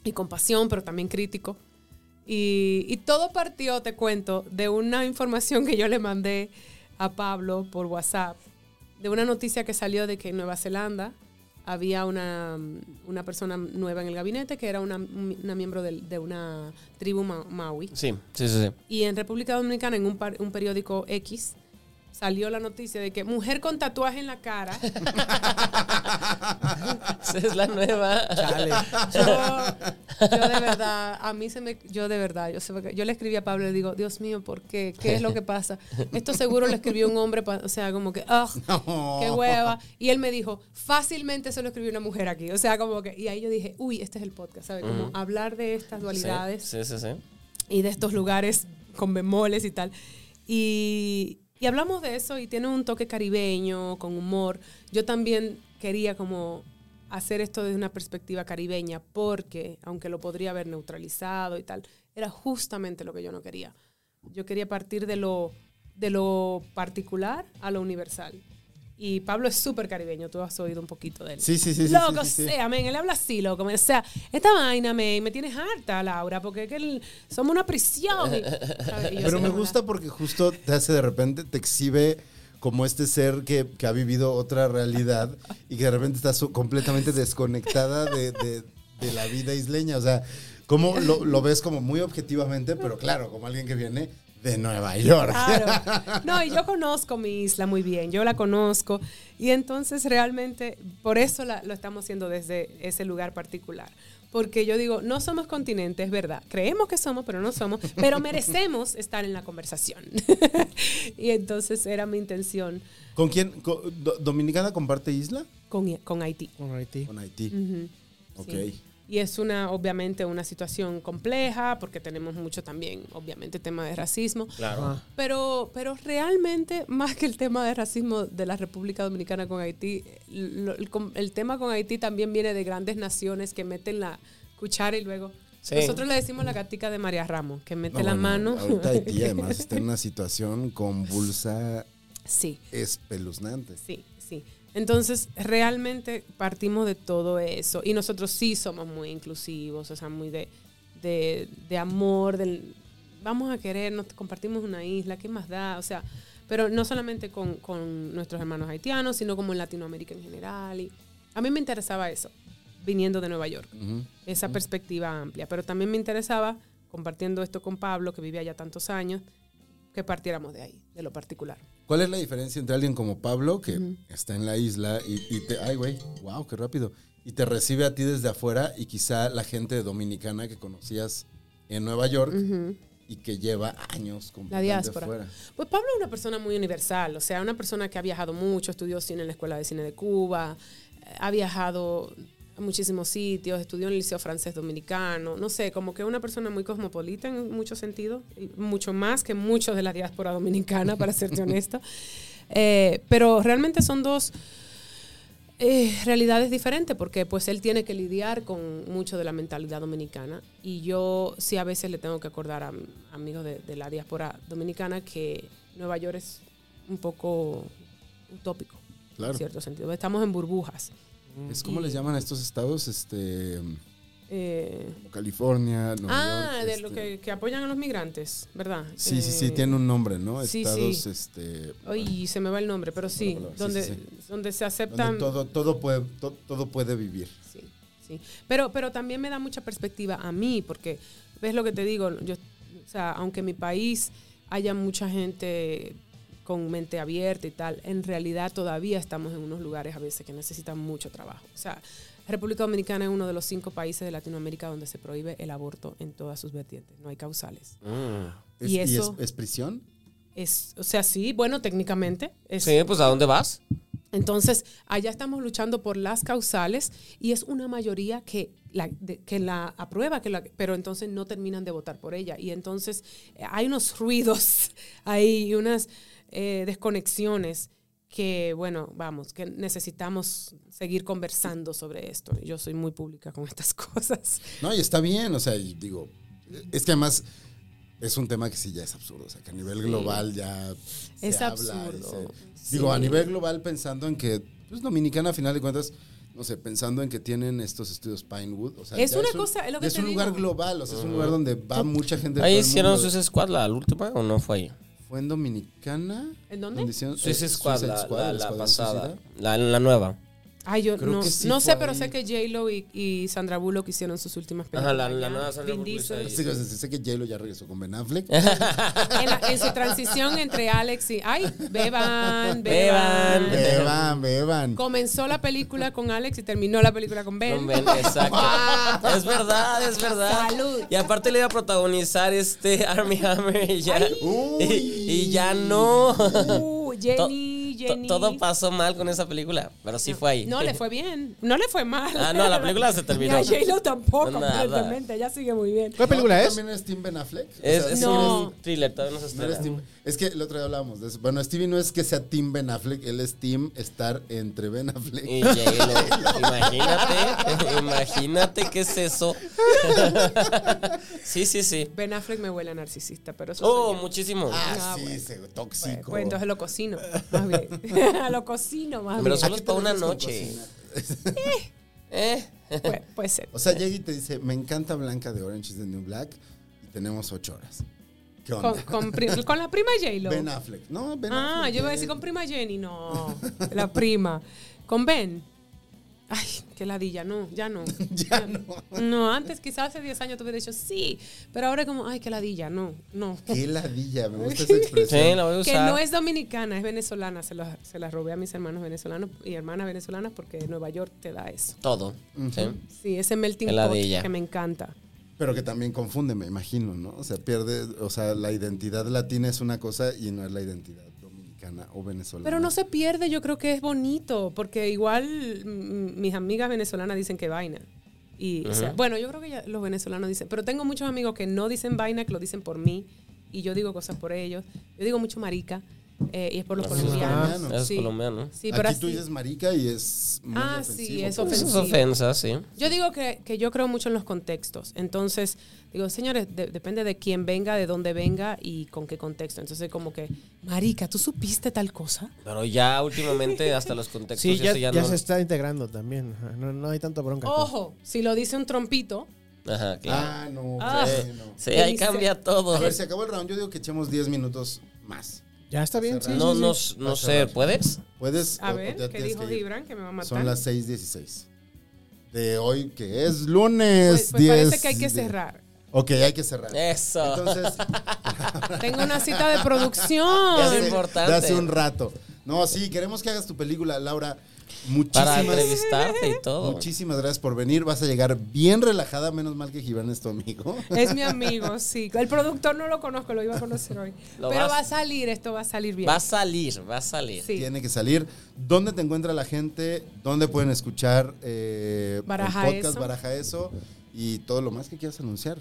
Speaker 4: Y compasión, pero también crítico. Y, y todo partió, te cuento, de una información que yo le mandé a Pablo por WhatsApp, de una noticia que salió de que en Nueva Zelanda había una, mm, una persona nueva en el gabinete que era una, una miembro del- de, una tribu ma- maui.
Speaker 3: Sí, sí, sí. sí.
Speaker 4: Y en República Dominicana, en un, par- un periódico X, salió la noticia de que mujer con tatuaje en la cara
Speaker 3: Esa es la nueva.
Speaker 4: yo, yo de verdad, a mí se me, yo de verdad, yo, se- yo le escribí a Pablo y le digo, Dios mío, ¿por qué? ¿Qué es lo que pasa? Esto seguro lo escribió un hombre, pa- o sea, como que, ah,
Speaker 1: No.
Speaker 4: qué hueva. Y él me dijo, fácilmente se lo escribió una mujer aquí, o sea, como que, y ahí yo dije, uy, este es el podcast, ¿sabes? Como hablar de estas dualidades
Speaker 3: Sí, sí, sí.
Speaker 4: y de estos lugares con bemoles y tal. Y, y hablamos de eso y tiene un toque caribeño, con humor. Yo también quería como hacer esto desde una perspectiva caribeña porque, aunque lo podría haber neutralizado y tal, era justamente lo que yo no quería. Yo quería partir de lo, de lo particular a lo universal. Y Pablo es súper caribeño, tú has oído un poquito de él.
Speaker 1: Sí, sí, sí. sí,
Speaker 4: Loco,
Speaker 1: sí, sí, sí.
Speaker 4: sea, men, él habla así, loco. men, O sea, esta vaina me, me tienes harta, Laura, porque es que el- somos una prisión. y- ¿sabes? Y yo
Speaker 1: Pero
Speaker 4: así
Speaker 1: me
Speaker 4: como
Speaker 1: gusta
Speaker 4: la-
Speaker 1: porque justo te hace de repente, te exhibe como este ser que, que ha vivido otra realidad y que de repente está su- completamente desconectada de, de- de la vida isleña. O sea, como lo, lo ves como muy objetivamente, pero claro, como alguien que viene de Nueva York.
Speaker 4: Ah. Claro. No, y yo conozco mi isla muy bien, yo la conozco. Y entonces realmente por eso la- lo estamos haciendo desde ese lugar particular. Porque yo digo, no somos continente, es verdad. Creemos que somos, pero no somos. Pero merecemos estar en la conversación. y entonces era mi intención
Speaker 1: ¿Con quién? Co- Do- ¿Dominicana comparte isla?
Speaker 4: con, con Haití.
Speaker 2: Con Haití.
Speaker 1: Con Haití.
Speaker 4: Ujú.
Speaker 1: Ok.
Speaker 4: Sí. Y es una, obviamente, una situación compleja, porque tenemos mucho también, obviamente, tema de racismo.
Speaker 3: Claro.
Speaker 4: Pero, pero realmente, más que el tema de racismo de la República Dominicana con Haití, lo- el, com- el tema con Haití también viene de grandes naciones que meten la cuchara y luego...
Speaker 3: Sí.
Speaker 4: Nosotros le decimos la gatica de María Ramos, que mete
Speaker 1: No,
Speaker 4: la
Speaker 1: bueno,
Speaker 4: mano.
Speaker 1: Ahorita Haití además está en una situación convulsa
Speaker 4: sí.
Speaker 1: espeluznante.
Speaker 4: Sí, sí. Entonces, realmente partimos de todo eso. Y nosotros sí somos muy inclusivos, o sea, muy de, de, de amor, del vamos a querernos, compartimos una isla, ¿qué más da? O sea, pero no solamente con, con nuestros hermanos haitianos, sino como en Latinoamérica en general. Y a mí me interesaba eso, viniendo de Nueva York
Speaker 1: Ujú.
Speaker 4: esa perspectiva amplia. Pero también me interesaba, compartiendo esto con Pablo, que vivía allá tantos años, que partiéramos de ahí, de lo particular.
Speaker 1: ¿Cuál es la diferencia entre alguien como Pablo, que
Speaker 4: Ujú.
Speaker 1: está en la isla y, y te. Ay, güey, wow, qué rápido. Y te recibe a ti desde afuera y quizá la gente dominicana que conocías en Nueva York y que lleva años completamente
Speaker 4: diáspora.
Speaker 1: fuera.
Speaker 4: Pues Pablo es una persona muy universal, o sea, una persona que ha viajado mucho, estudió cine en la Escuela de Cine de Cuba, eh, ha viajado a muchísimos sitios, estudió en el Liceo Francés Dominicano, no sé, como que una persona muy cosmopolita en muchos sentidos, y mucho más que muchos de la diáspora dominicana, para serte honesta. Eh, pero realmente son dos eh, realidades diferentes porque pues él tiene que lidiar con mucho de la mentalidad dominicana y yo sí a veces le tengo que acordar a m- amigos de, de la diáspora dominicana que Nueva York es un poco utópico
Speaker 1: Claro.
Speaker 4: en cierto sentido. Estamos en burbujas.
Speaker 1: Es como les llaman a estos estados, este.
Speaker 4: Eh,
Speaker 1: California, Nueva
Speaker 4: ah,
Speaker 1: York,
Speaker 4: de
Speaker 1: este-
Speaker 4: lo que, que apoyan a los migrantes, ¿verdad?
Speaker 1: Sí, sí, sí,
Speaker 4: Eh,
Speaker 1: tiene un nombre, ¿no?
Speaker 4: sí,
Speaker 1: Estados,
Speaker 4: sí.
Speaker 1: este...
Speaker 4: Ay, se me va el nombre, pero sí,
Speaker 1: Bueno, sí,
Speaker 4: donde,
Speaker 1: sí, sí.
Speaker 4: donde se
Speaker 1: donde
Speaker 4: aceptan.
Speaker 1: todo, todo, puede, to- todo puede vivir.
Speaker 4: Sí, sí. Pero, pero también me da mucha perspectiva a mí, porque ves lo que te digo, yo, o sea, aunque en mi país haya mucha gente con mente abierta y tal, en realidad todavía estamos en unos lugares a veces que necesitan mucho trabajo. O sea, República Dominicana es uno de los cinco países de Latinoamérica donde se prohíbe el aborto en todas sus vertientes, no hay causales.
Speaker 3: Mm.
Speaker 1: Es-
Speaker 4: Y eso-
Speaker 1: es, es prisión?
Speaker 4: Es, o sea, sí, bueno, técnicamente es,
Speaker 3: Sí, pues ¿a dónde vas?
Speaker 4: Entonces, allá estamos luchando por las causales y es una mayoría que la, de- que la aprueba, que la, pero entonces no terminan de votar por ella. Y entonces eh, hay unos ruidos, hay unas eh, desconexiones que, bueno, vamos, que necesitamos seguir conversando sobre esto. Yo soy muy pública con estas cosas.
Speaker 1: No, y está bien, o sea, y digo, es que además es un tema que sí ya es absurdo, o sea, que a nivel global ya se
Speaker 4: Es
Speaker 1: habla. y
Speaker 4: absurdo,
Speaker 1: se- Digo, a
Speaker 4: sí.
Speaker 1: nivel global pensando en que, pues Dominicana a final de cuentas, no sé, pensando en que tienen estos estudios Pinewood, o sea,
Speaker 4: Es
Speaker 1: ya
Speaker 4: una
Speaker 1: un-
Speaker 4: cosa, es lo que
Speaker 1: ya
Speaker 4: te
Speaker 1: un lugar
Speaker 4: digo.
Speaker 1: global, o sea, es un lugar donde va mucha gente. de
Speaker 3: ¿Ahí
Speaker 1: todo el
Speaker 3: hicieron
Speaker 1: mundo.
Speaker 3: Suicide Squad la última o no fue ahí?
Speaker 1: ¿Fue en Dominicana?
Speaker 4: ¿En dónde?
Speaker 1: Donde hicieron-
Speaker 3: Suicide
Speaker 1: eh,
Speaker 3: Squad,
Speaker 1: Suicide
Speaker 3: la,
Speaker 1: Squad,
Speaker 3: la-
Speaker 1: el
Speaker 3: la
Speaker 1: Escuadrón
Speaker 3: pasada.
Speaker 1: Suicida.
Speaker 3: La, la nueva.
Speaker 4: Ay, yo
Speaker 1: Creo
Speaker 4: no,
Speaker 1: que sí
Speaker 4: no sé,
Speaker 1: fue
Speaker 4: pero
Speaker 1: ahí.
Speaker 4: sé que J-Lo y, y Sandra Bullock hicieron sus últimas
Speaker 3: Ajá,
Speaker 4: películas.
Speaker 3: la- la
Speaker 4: ya.
Speaker 3: nueva Sandra
Speaker 4: Vin
Speaker 3: Bullock hizo
Speaker 4: Diesel.
Speaker 3: ahí.
Speaker 1: Sí, o sea, sé que J-Lo ya regresó con Ben Affleck.
Speaker 4: en, la- en su transición entre Alex y. ¡Ay!
Speaker 3: Beban.
Speaker 4: Beban, beban.
Speaker 1: beban, beban.
Speaker 4: Comenzó la película con Alex y terminó la película con Ben.
Speaker 3: Con Ben, exacto. es verdad, es verdad.
Speaker 4: Salud.
Speaker 3: Y aparte le iba a protagonizar este Army Hammer y ya, y, y ya no.
Speaker 4: Uh, Jenny,
Speaker 3: To-
Speaker 4: Jenny.
Speaker 3: Todo pasó mal con esa película, pero sí fue ahí.
Speaker 4: No le fue bien. No le fue mal.
Speaker 3: Ah, no, la película se terminó.
Speaker 4: Y a J-Lo tampoco,
Speaker 3: Nada.
Speaker 4: completamente. Ella sigue muy bien.
Speaker 2: ¿Cuál película
Speaker 1: ¿No? ¿Tú
Speaker 2: es?
Speaker 1: ¿También es Tim Ben Affleck? O
Speaker 3: Es,
Speaker 1: sea,
Speaker 3: es
Speaker 1: ¿tú
Speaker 4: No.
Speaker 3: un thriller, todavía no se
Speaker 1: eres- no eres
Speaker 3: estrena.
Speaker 1: Tim- Es que el otro día hablábamos de eso. Bueno, Stevie no es que sea Tim Ben Affleck, él es Tim estar entre Ben Affleck.
Speaker 3: Y J-Lo, imagínate, imagínate qué es eso. sí, sí, sí.
Speaker 4: Ben Affleck me huele a narcisista, pero eso.
Speaker 3: Oh,
Speaker 4: soy yo.
Speaker 3: muchísimo.
Speaker 1: ah,
Speaker 4: Ah,
Speaker 1: sí,
Speaker 4: bueno.
Speaker 1: se-
Speaker 4: Pues,
Speaker 1: tóxico.
Speaker 4: pues, entonces lo cocino, más bien. lo cocino, más
Speaker 3: Pero
Speaker 4: bien.
Speaker 3: solo
Speaker 1: ¿A
Speaker 3: es
Speaker 1: qué te
Speaker 3: para una
Speaker 1: refieres con
Speaker 3: noche.
Speaker 1: cocinar?
Speaker 3: Eh.
Speaker 4: Pu- Pues, puede ser.
Speaker 1: o sea, llega y te dice, me encanta Blanca de Orange is the New Black y tenemos ocho horas. ¿Qué onda?
Speaker 4: Con, con pri- con la prima J-Lo.
Speaker 1: Ben Affleck. No, Ben
Speaker 4: Ah,
Speaker 1: Affleck,
Speaker 4: yo iba a
Speaker 1: eh.
Speaker 4: decir con prima Jenny, no. La prima. ¿Con Ben? Ay, qué ladilla, no, ya no.
Speaker 1: Ya no.
Speaker 4: No, antes quizás hace 10 años te hubiera dicho sí, pero ahora es como, ay, qué ladilla, no, no.
Speaker 1: Qué ladilla, me gusta esa expresión.
Speaker 3: Sí, la voy a
Speaker 4: Que
Speaker 3: usar.
Speaker 4: no es dominicana, es venezolana. Se las se las robé a mis hermanos venezolanos y hermanas venezolanas porque Nueva York te da eso.
Speaker 3: Todo. sí.
Speaker 4: Sí, ese melting
Speaker 3: Qué
Speaker 4: pot
Speaker 3: ladilla.
Speaker 4: que me encanta.
Speaker 1: Pero que también confunde, me imagino, ¿no? O sea, pierde, o sea, la identidad latina es una cosa y no es la identidad dominicana o venezolana.
Speaker 4: Pero no se pierde, yo creo que es bonito, porque igual mm, mis amigas venezolanas dicen que vaina. Y, o sea, bueno, yo creo que ya los venezolanos dicen, pero tengo muchos amigos que no dicen vaina, que lo dicen por mí, y yo digo cosas por ellos. Yo digo mucho marica, eh, y es por los
Speaker 3: Eso es
Speaker 4: colombianos.
Speaker 1: colombiano.
Speaker 3: Eso es
Speaker 4: Sí.
Speaker 3: colombiano.
Speaker 4: Sí, pero
Speaker 1: Aquí tú
Speaker 4: así-
Speaker 1: dices marica y es muy
Speaker 4: Ah, sí,
Speaker 1: ofensivo. pues.
Speaker 4: es
Speaker 1: porque-
Speaker 3: Eso es
Speaker 4: ofensivo.
Speaker 3: ofensa, sí.
Speaker 4: Yo digo que, que yo creo mucho en los contextos. Entonces, digo, señores, de- depende de quién venga, de dónde venga y con qué contexto. Entonces, como que, marica, ¿tú supiste tal cosa?
Speaker 3: Pero ya últimamente hasta los contextos
Speaker 2: Sí,
Speaker 3: y
Speaker 2: ya,
Speaker 3: eso ya
Speaker 2: ya
Speaker 3: no-
Speaker 2: se está integrando también. ajá, No, no hay tanta bronca.
Speaker 4: Ojo, si lo dice un trompito,
Speaker 3: Ajá, claro.
Speaker 1: Ah, no,
Speaker 4: Ah.
Speaker 1: bueno.
Speaker 3: sí, ahí
Speaker 4: dice-
Speaker 3: cambia todo.
Speaker 1: A ver, se acabó el round. Yo digo que echemos 10 minutos más.
Speaker 2: Ya está bien, sí.
Speaker 3: No,
Speaker 2: sí, sí.
Speaker 3: no, no sé, ¿puedes?
Speaker 1: ¿Puedes?
Speaker 4: a
Speaker 1: o- o
Speaker 4: ver,
Speaker 1: ya
Speaker 4: ¿qué
Speaker 1: tienes
Speaker 4: dijo
Speaker 1: que ir?
Speaker 4: Gibran? Que me va a matar.
Speaker 1: Son las 6.16. De hoy, que es lunes.
Speaker 4: Pues, pues
Speaker 1: 10
Speaker 4: parece que hay que
Speaker 1: de-
Speaker 4: cerrar.
Speaker 1: Ok, hay que cerrar.
Speaker 3: Eso.
Speaker 1: Entonces,
Speaker 4: Tengo una cita de
Speaker 3: Ya se
Speaker 4: producción.
Speaker 3: fue. importante.
Speaker 1: De hace un rato. No, sí, queremos que hagas tu película, Laura.
Speaker 3: Para
Speaker 1: Muchísimas,
Speaker 3: entrevistarte y todo.
Speaker 1: muchísimas gracias por venir. Vas a llegar bien relajada, menos mal que Gibran es tu amigo.
Speaker 4: Es mi amigo, sí. El productor no lo conozco, lo iba a conocer hoy.
Speaker 3: Lo
Speaker 4: Pero
Speaker 3: vas-
Speaker 4: va a salir, esto va a salir bien.
Speaker 3: Va a salir, va a salir.
Speaker 4: Sí.
Speaker 1: Tiene que salir. ¿Dónde te encuentra la gente? ¿Dónde pueden escuchar eh,
Speaker 4: Baraja
Speaker 1: el podcast
Speaker 4: Eso.
Speaker 1: Baraja Eso? Y todo lo más que quieras anunciar.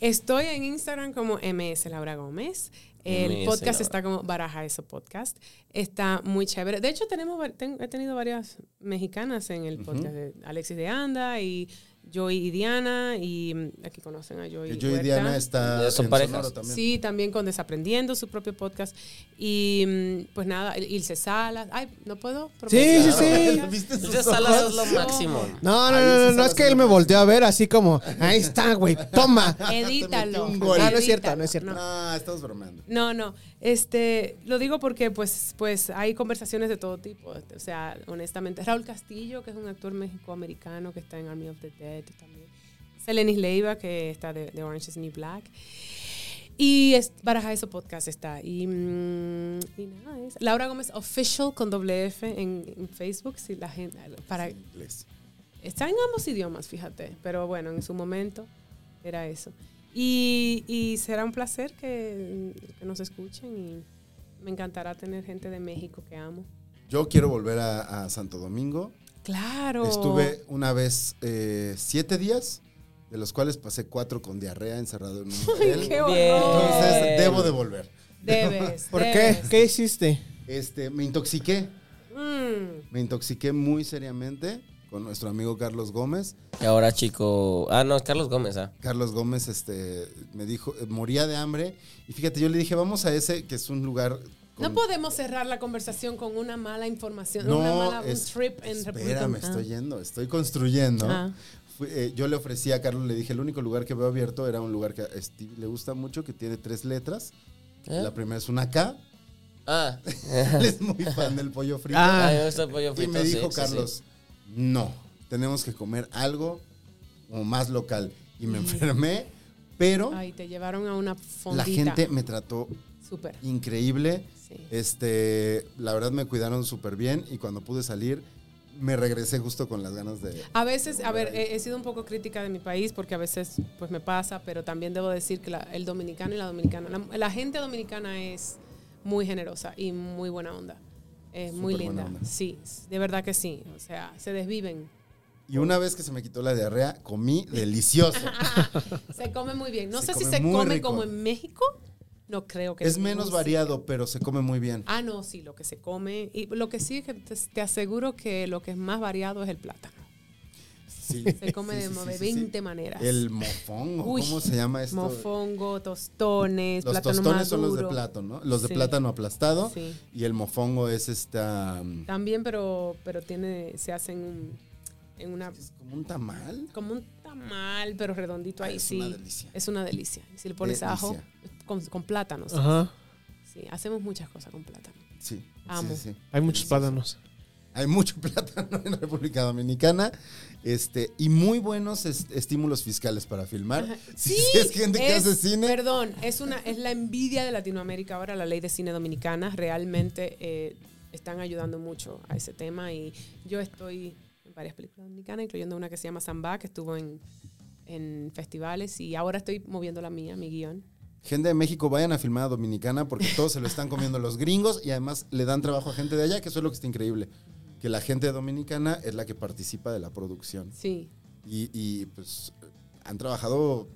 Speaker 4: Estoy en Instagram como MS Laura Gómez. El
Speaker 3: MS
Speaker 4: podcast
Speaker 3: Laura.
Speaker 4: está como Baraja Eso Podcast. Está muy chévere. De hecho, tenemos, var- ten- he tenido varias mexicanas en el podcast de Alexis de Anda y Joy y Diana, y mm, aquí conocen a Joy.
Speaker 1: Yo y
Speaker 4: Huerta.
Speaker 1: Diana está
Speaker 3: Ya son
Speaker 1: en
Speaker 3: parejas.
Speaker 1: Sonoro también.
Speaker 4: Sí, también con Desaprendiendo, su propio podcast. Y mm, pues nada, Ilse Salas. Ay, no puedo.
Speaker 2: Sí, sí, sí.
Speaker 4: Claro.
Speaker 1: ¿Viste sus
Speaker 3: Esa sala
Speaker 1: ojos?
Speaker 3: es lo máximo.
Speaker 2: No, no,
Speaker 1: Ahí sí
Speaker 2: no, no, no,
Speaker 1: sabes
Speaker 2: es que él me volteó a ver así como, ahí está, güey, toma.
Speaker 4: Edítalo.
Speaker 1: Te metió un gol.
Speaker 2: Ah, no es cierto, no es cierto.
Speaker 1: Ah, estamos bromeando.
Speaker 4: No, no. Este, lo digo porque pues, pues hay conversaciones de todo tipo. O sea, honestamente. Raúl Castillo, que es un actor mexicoamericano que está en Army of the Dead también. Selenis Leiva, que está de, de Orange is the New Black. Y es, Baraja Eso Podcast está. Y, mm, y nada, es Laura Gómez Official con doble F en, en Facebook. Si la gente, para,
Speaker 1: Inglés.
Speaker 4: Está en ambos idiomas, fíjate. Pero bueno, en su momento era eso. Y, y será un placer que, que nos escuchen y me encantará tener gente de México que amo.
Speaker 1: Yo quiero volver a, a Santo Domingo.
Speaker 4: Claro.
Speaker 1: Estuve una vez eh, siete días, de los cuales pasé cuatro con diarrea encerrado en un hotel.
Speaker 4: ¡Qué
Speaker 3: Bien.
Speaker 4: horror!
Speaker 1: Entonces debo de volver.
Speaker 4: Debes.
Speaker 2: ¿Por qué?
Speaker 4: debes.
Speaker 2: ¿Qué hiciste?
Speaker 1: Este, me intoxiqué,
Speaker 4: Mm.
Speaker 1: me intoxiqué muy seriamente con nuestro amigo Carlos Gómez.
Speaker 3: Y ahora, chico. Ah, no, Carlos Gómez, ah.
Speaker 1: Carlos Gómez este, me dijo, eh, moría de hambre. Y fíjate, yo le dije, vamos a ese, que es un lugar... con-
Speaker 4: No podemos cerrar la conversación con una mala información,
Speaker 1: No,
Speaker 4: una mala, un
Speaker 1: es-
Speaker 4: trip en República
Speaker 1: Espérame, estoy yendo, estoy construyendo.
Speaker 4: Ah.
Speaker 1: Fui- eh, yo le ofrecí a Carlos, le dije, el único lugar que veo abierto era un lugar que a Steve le gusta mucho, que tiene tres letras.
Speaker 3: ¿Eh?
Speaker 1: La primera es una K.
Speaker 3: Ah.
Speaker 1: Él es muy fan del pollo frito.
Speaker 2: Ah,
Speaker 3: Ay, me gusta el pollo
Speaker 1: y
Speaker 3: frito,
Speaker 1: me
Speaker 3: sí,
Speaker 1: dijo
Speaker 3: sí, sí.
Speaker 1: Carlos, no, tenemos que comer algo como más local. Y
Speaker 3: Mm.
Speaker 1: me enfermé, pero
Speaker 4: Ah. Ay, te llevaron a una
Speaker 1: la
Speaker 4: fondita.
Speaker 1: gente me trató
Speaker 4: Súper.
Speaker 1: increíble.
Speaker 4: Sí.
Speaker 1: Este, la verdad me cuidaron súper bien y cuando pude salir me regresé justo con las ganas de...
Speaker 4: A veces, a ver, he, he sido un poco crítica de mi país porque a veces pues me pasa, pero también debo decir que la- el dominicano y la dominicana, la, la gente dominicana es muy generosa y muy buena onda. Es muy
Speaker 1: Súper buena
Speaker 4: linda.
Speaker 1: onda.
Speaker 4: Sí, de verdad que sí. O sea, se desviven.
Speaker 1: Y una vez que se me quitó la diarrea, comí delicioso.
Speaker 4: Se come muy bien. No
Speaker 1: Se
Speaker 4: sé si
Speaker 1: come
Speaker 4: se
Speaker 1: muy
Speaker 4: come
Speaker 1: rico.
Speaker 4: como en México. No creo que
Speaker 1: es
Speaker 4: en ningún
Speaker 1: menos
Speaker 4: sitio.
Speaker 1: variado, pero se come muy bien.
Speaker 4: Ah, no, sí, lo que se come. Y lo que sí, es que te, te aseguro que lo que es más variado es el plátano.
Speaker 1: Sí,
Speaker 4: Se come
Speaker 1: sí,
Speaker 4: de
Speaker 1: sí,
Speaker 4: mo-
Speaker 1: sí,
Speaker 4: de
Speaker 1: sí, sí.
Speaker 4: 20 maneras.
Speaker 1: El mofongo,
Speaker 4: Uy,
Speaker 1: ¿cómo se llama esto?
Speaker 4: Mofongo, tostones,
Speaker 1: Los
Speaker 4: plátano
Speaker 1: tostones son los de
Speaker 4: maduro.
Speaker 1: plátano, los de
Speaker 4: Sí.
Speaker 1: plátano aplastado.
Speaker 4: Sí.
Speaker 1: Y el mofongo es esta. um,
Speaker 4: También, pero, pero tiene, se hacen un- en una
Speaker 1: Es como un tamal.
Speaker 4: como un tamal, pero redondito
Speaker 1: Ay,
Speaker 4: ahí
Speaker 1: Ah, es
Speaker 4: sí.
Speaker 1: una delicia.
Speaker 4: Es una delicia. Y Si le pones
Speaker 1: Delicia.
Speaker 4: ajo con, con plátanos.
Speaker 2: Ajá.
Speaker 4: Sí, hacemos muchas cosas con plátano.
Speaker 1: Sí. sí,
Speaker 4: Amo.
Speaker 1: sí, sí.
Speaker 2: Hay muchos plátanos.
Speaker 1: Hay mucho plátano en República Dominicana. Este, y muy buenos es- estímulos fiscales para filmar. Si es gente que
Speaker 4: es-
Speaker 1: hace cine.
Speaker 4: Perdón, es una es la envidia de Latinoamérica ahora la ley de cine dominicana realmente eh, están ayudando mucho a ese tema y yo estoy en varias películas dominicanas, incluyendo una que se llama Samba que estuvo en, en festivales y ahora estoy moviendo la mía, mi guión.
Speaker 1: Gente de México, vayan a filmar a Dominicana porque todos se lo están comiendo los gringos y además le dan trabajo a gente de allá, que eso es lo que está increíble. Que la gente dominicana es la que participa de la producción.
Speaker 4: Sí,
Speaker 1: Y, y, pues han trabajado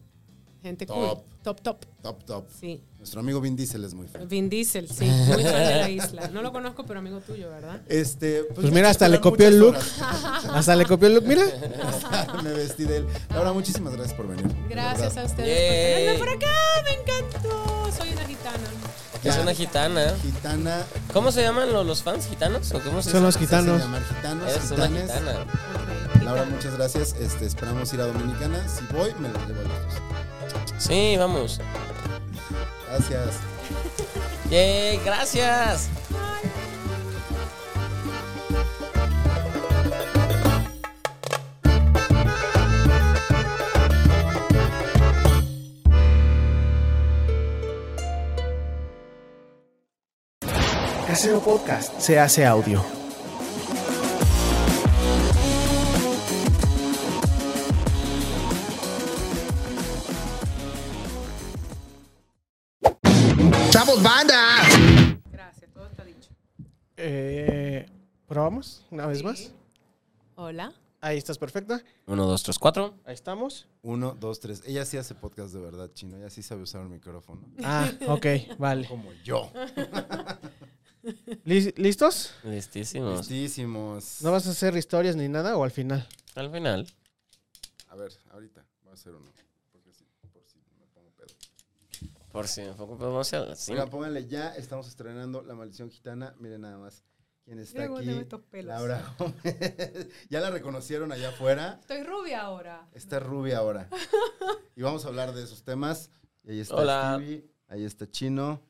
Speaker 4: gente
Speaker 1: Top.
Speaker 4: cool, top top.
Speaker 1: top, top.
Speaker 4: Sí.
Speaker 1: Nuestro amigo Vin Diesel es muy fan.
Speaker 4: Vin Diesel, sí, muy fan de la isla. No lo conozco, pero amigo tuyo, ¿verdad?
Speaker 1: Este, pues,
Speaker 2: Pues mira, hasta le
Speaker 1: esperan
Speaker 2: copió el look.
Speaker 1: muchas
Speaker 2: Hasta le copió el look, mira.
Speaker 1: horas. Me vestí de él. Laura, muchísimas gracias por venir. de
Speaker 4: Gracias
Speaker 1: verdad.
Speaker 4: a ustedes
Speaker 3: Yay.
Speaker 4: por tenerme por acá, me encantó. Soy una gitana.
Speaker 3: Es una gitana.
Speaker 1: Gitana,
Speaker 3: ¿Cómo se llaman lo- los fans gitanos? ¿O cómo se
Speaker 2: Son los
Speaker 3: dice?
Speaker 1: se
Speaker 2: gitanos.
Speaker 1: llama Gitanos,
Speaker 3: Eres una
Speaker 1: Gitanes.
Speaker 3: gitana.
Speaker 4: Ok,
Speaker 1: Laura,
Speaker 4: gitana.
Speaker 1: muchas gracias. Este, esperamos ir a Dominicana. Si voy, me lo llevo a los dos.
Speaker 3: Sí, vamos.
Speaker 1: Gracias.
Speaker 3: Yay, gracias.
Speaker 5: Casero Podcast se hace audio.
Speaker 6: ¡Chavos, banda!
Speaker 4: Gracias, todo está dicho.
Speaker 2: Eh, ¿Probamos una vez más?
Speaker 4: Hola.
Speaker 2: Ahí estás perfecta.
Speaker 3: Uno, dos, tres, cuatro.
Speaker 2: Ahí estamos.
Speaker 1: Uno, dos, tres. Ella sí hace podcast de verdad, chino. Ella sí sabe usar un micrófono.
Speaker 2: Ah, ok, vale.
Speaker 1: Como yo.
Speaker 2: ¿Lis- ¿Listos?
Speaker 3: Listísimos.
Speaker 1: Listísimos.
Speaker 2: ¿No vas a hacer historias ni nada o al final?
Speaker 3: Al final.
Speaker 1: A ver, ahorita voy a hacer uno. Porque si, por si me pongo pedo.
Speaker 3: Por si me pongo, podemos hacer así.
Speaker 1: Oigan, pónganle ya. Estamos estrenando La Maldición Gitana. Miren nada más. ¿Quién está
Speaker 4: Mira cómo
Speaker 1: aquí?
Speaker 4: tengo estos pelos.
Speaker 1: Laura Gómez. ya la reconocieron allá afuera.
Speaker 4: Estoy rubia ahora.
Speaker 1: Está rubia ahora. Y vamos a hablar de esos temas. Y ahí está
Speaker 3: Hola.
Speaker 1: Stevie, ahí está Chino.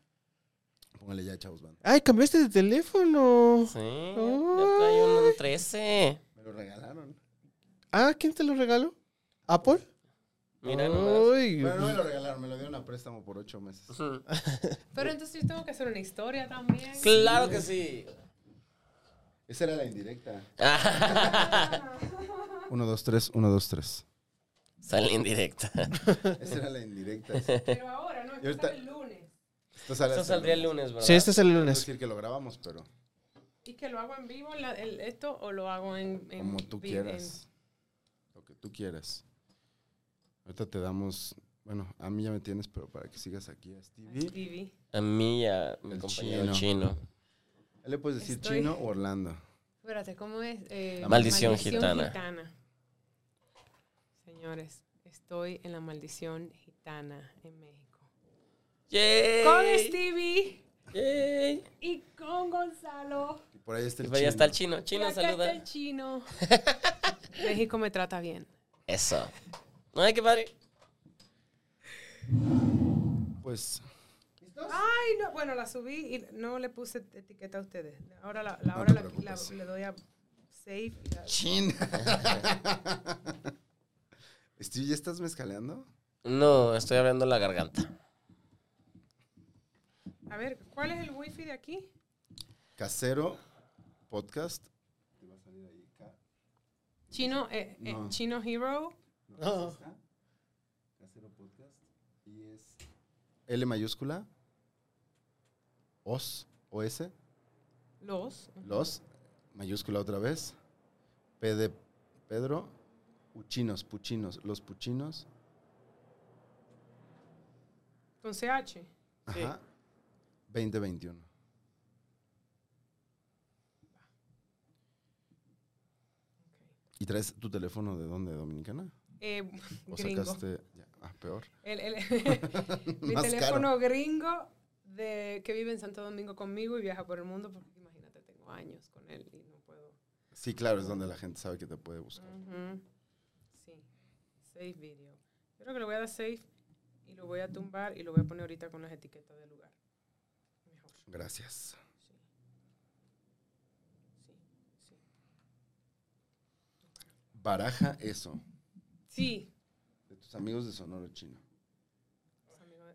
Speaker 1: Póngale ya, chavos, banda.
Speaker 2: Ay, cambiaste de teléfono.
Speaker 3: Sí, ya trae uno de 13.
Speaker 1: Me lo regalaron.
Speaker 2: Ah, ¿quién te lo regaló? ¿Apple?
Speaker 3: Mira nomás.
Speaker 2: Ay,
Speaker 1: Bueno, no me lo regalaron, me lo dieron a préstamo por ocho meses.
Speaker 4: Pero entonces yo tengo que hacer una historia también.
Speaker 3: Claro que sí.
Speaker 1: Esa era la indirecta. Uno, dos, tres, uno, dos, tres.
Speaker 3: Sale en directa.
Speaker 1: Esa era la indirecta. sí.
Speaker 4: Pero ahora, no, es
Speaker 1: Y ahorita-
Speaker 4: el lunes.
Speaker 1: Esto sale
Speaker 3: Esto
Speaker 1: hasta el
Speaker 3: saldría el
Speaker 1: lunes.
Speaker 3: lunes, ¿verdad?
Speaker 2: sí, este es el
Speaker 1: Es
Speaker 2: lunes.
Speaker 1: decir, que lo grabamos, pero
Speaker 4: ¿Y que lo hago en vivo la- el- esto o lo hago en... en
Speaker 1: como tú
Speaker 4: vi-
Speaker 1: quieras. Lo que tú quieras. Ahorita te damos. Bueno, a mí ya me tienes, pero para que sigas aquí a
Speaker 4: en
Speaker 1: Stevie.
Speaker 4: TV?
Speaker 3: A mí y a mi
Speaker 1: El
Speaker 3: compañero
Speaker 1: chino.
Speaker 3: chino.
Speaker 1: Le puedes decir
Speaker 4: Estoy-
Speaker 1: chino o Orlando.
Speaker 4: Espérate, ¿cómo es? Eh,
Speaker 1: La
Speaker 3: maldición gitana.
Speaker 4: gitana. Señores, estoy en la maldición gitana en México.
Speaker 3: ¡Yay!
Speaker 4: Con Stevie
Speaker 3: ¡Yay!
Speaker 4: y con Gonzalo.
Speaker 1: Y por ahí está el
Speaker 3: Pero
Speaker 1: chino.
Speaker 3: ya está el chino.
Speaker 4: y
Speaker 3: Chino,
Speaker 4: acá
Speaker 3: saluda.
Speaker 4: está el chino. México me trata bien.
Speaker 3: Eso. Ay, qué padre.
Speaker 1: Pues
Speaker 4: Ay, no, bueno, la subí y no le puse etiqueta a ustedes. Ahora la, la
Speaker 1: No
Speaker 4: hora
Speaker 1: te
Speaker 4: la- la-
Speaker 1: preocupes.
Speaker 4: le doy a save. y la-
Speaker 1: Chin. Steve, ¿ya estás mezcaleando?
Speaker 3: No, estoy abriendo la garganta.
Speaker 4: A ver, ¿cuál es el wifi de aquí?
Speaker 1: Casero, podcast.
Speaker 4: Chino, eh, eh,
Speaker 1: No.
Speaker 4: Chino Hero.
Speaker 1: pues Casero podcast. Y es L mayúscula. Os. O S.
Speaker 4: Los.
Speaker 1: Los. Mayúscula otra vez. P de Pedro. Puchinos, puchinos. Los puchinos.
Speaker 4: Con CH.
Speaker 1: Ajá. 2021. ¿Y traes tu teléfono de dónde? ¿Dominicana?
Speaker 4: Eh,
Speaker 1: ¿O
Speaker 4: gringo.
Speaker 1: sacaste.? ya, ah, peor.
Speaker 4: El- el- mi
Speaker 1: Más
Speaker 4: teléfono gringo de, que vive en Santo Domingo conmigo y viaja por el mundo porque imagínate, tengo años con él y no puedo.
Speaker 1: Sí, claro, es donde la gente sabe que te puede buscar.
Speaker 4: Ujú. Sí. Save video. Yo creo que lo voy a dar save y lo voy a tumbar y lo voy a poner ahorita con las etiquetas del lugar. Mejor.
Speaker 1: Gracias.
Speaker 4: Sí. Sí.
Speaker 1: Baraja eso.
Speaker 4: Sí. Sí.
Speaker 1: De tus amigos de Sonoro Chino.
Speaker 4: Los amigos de-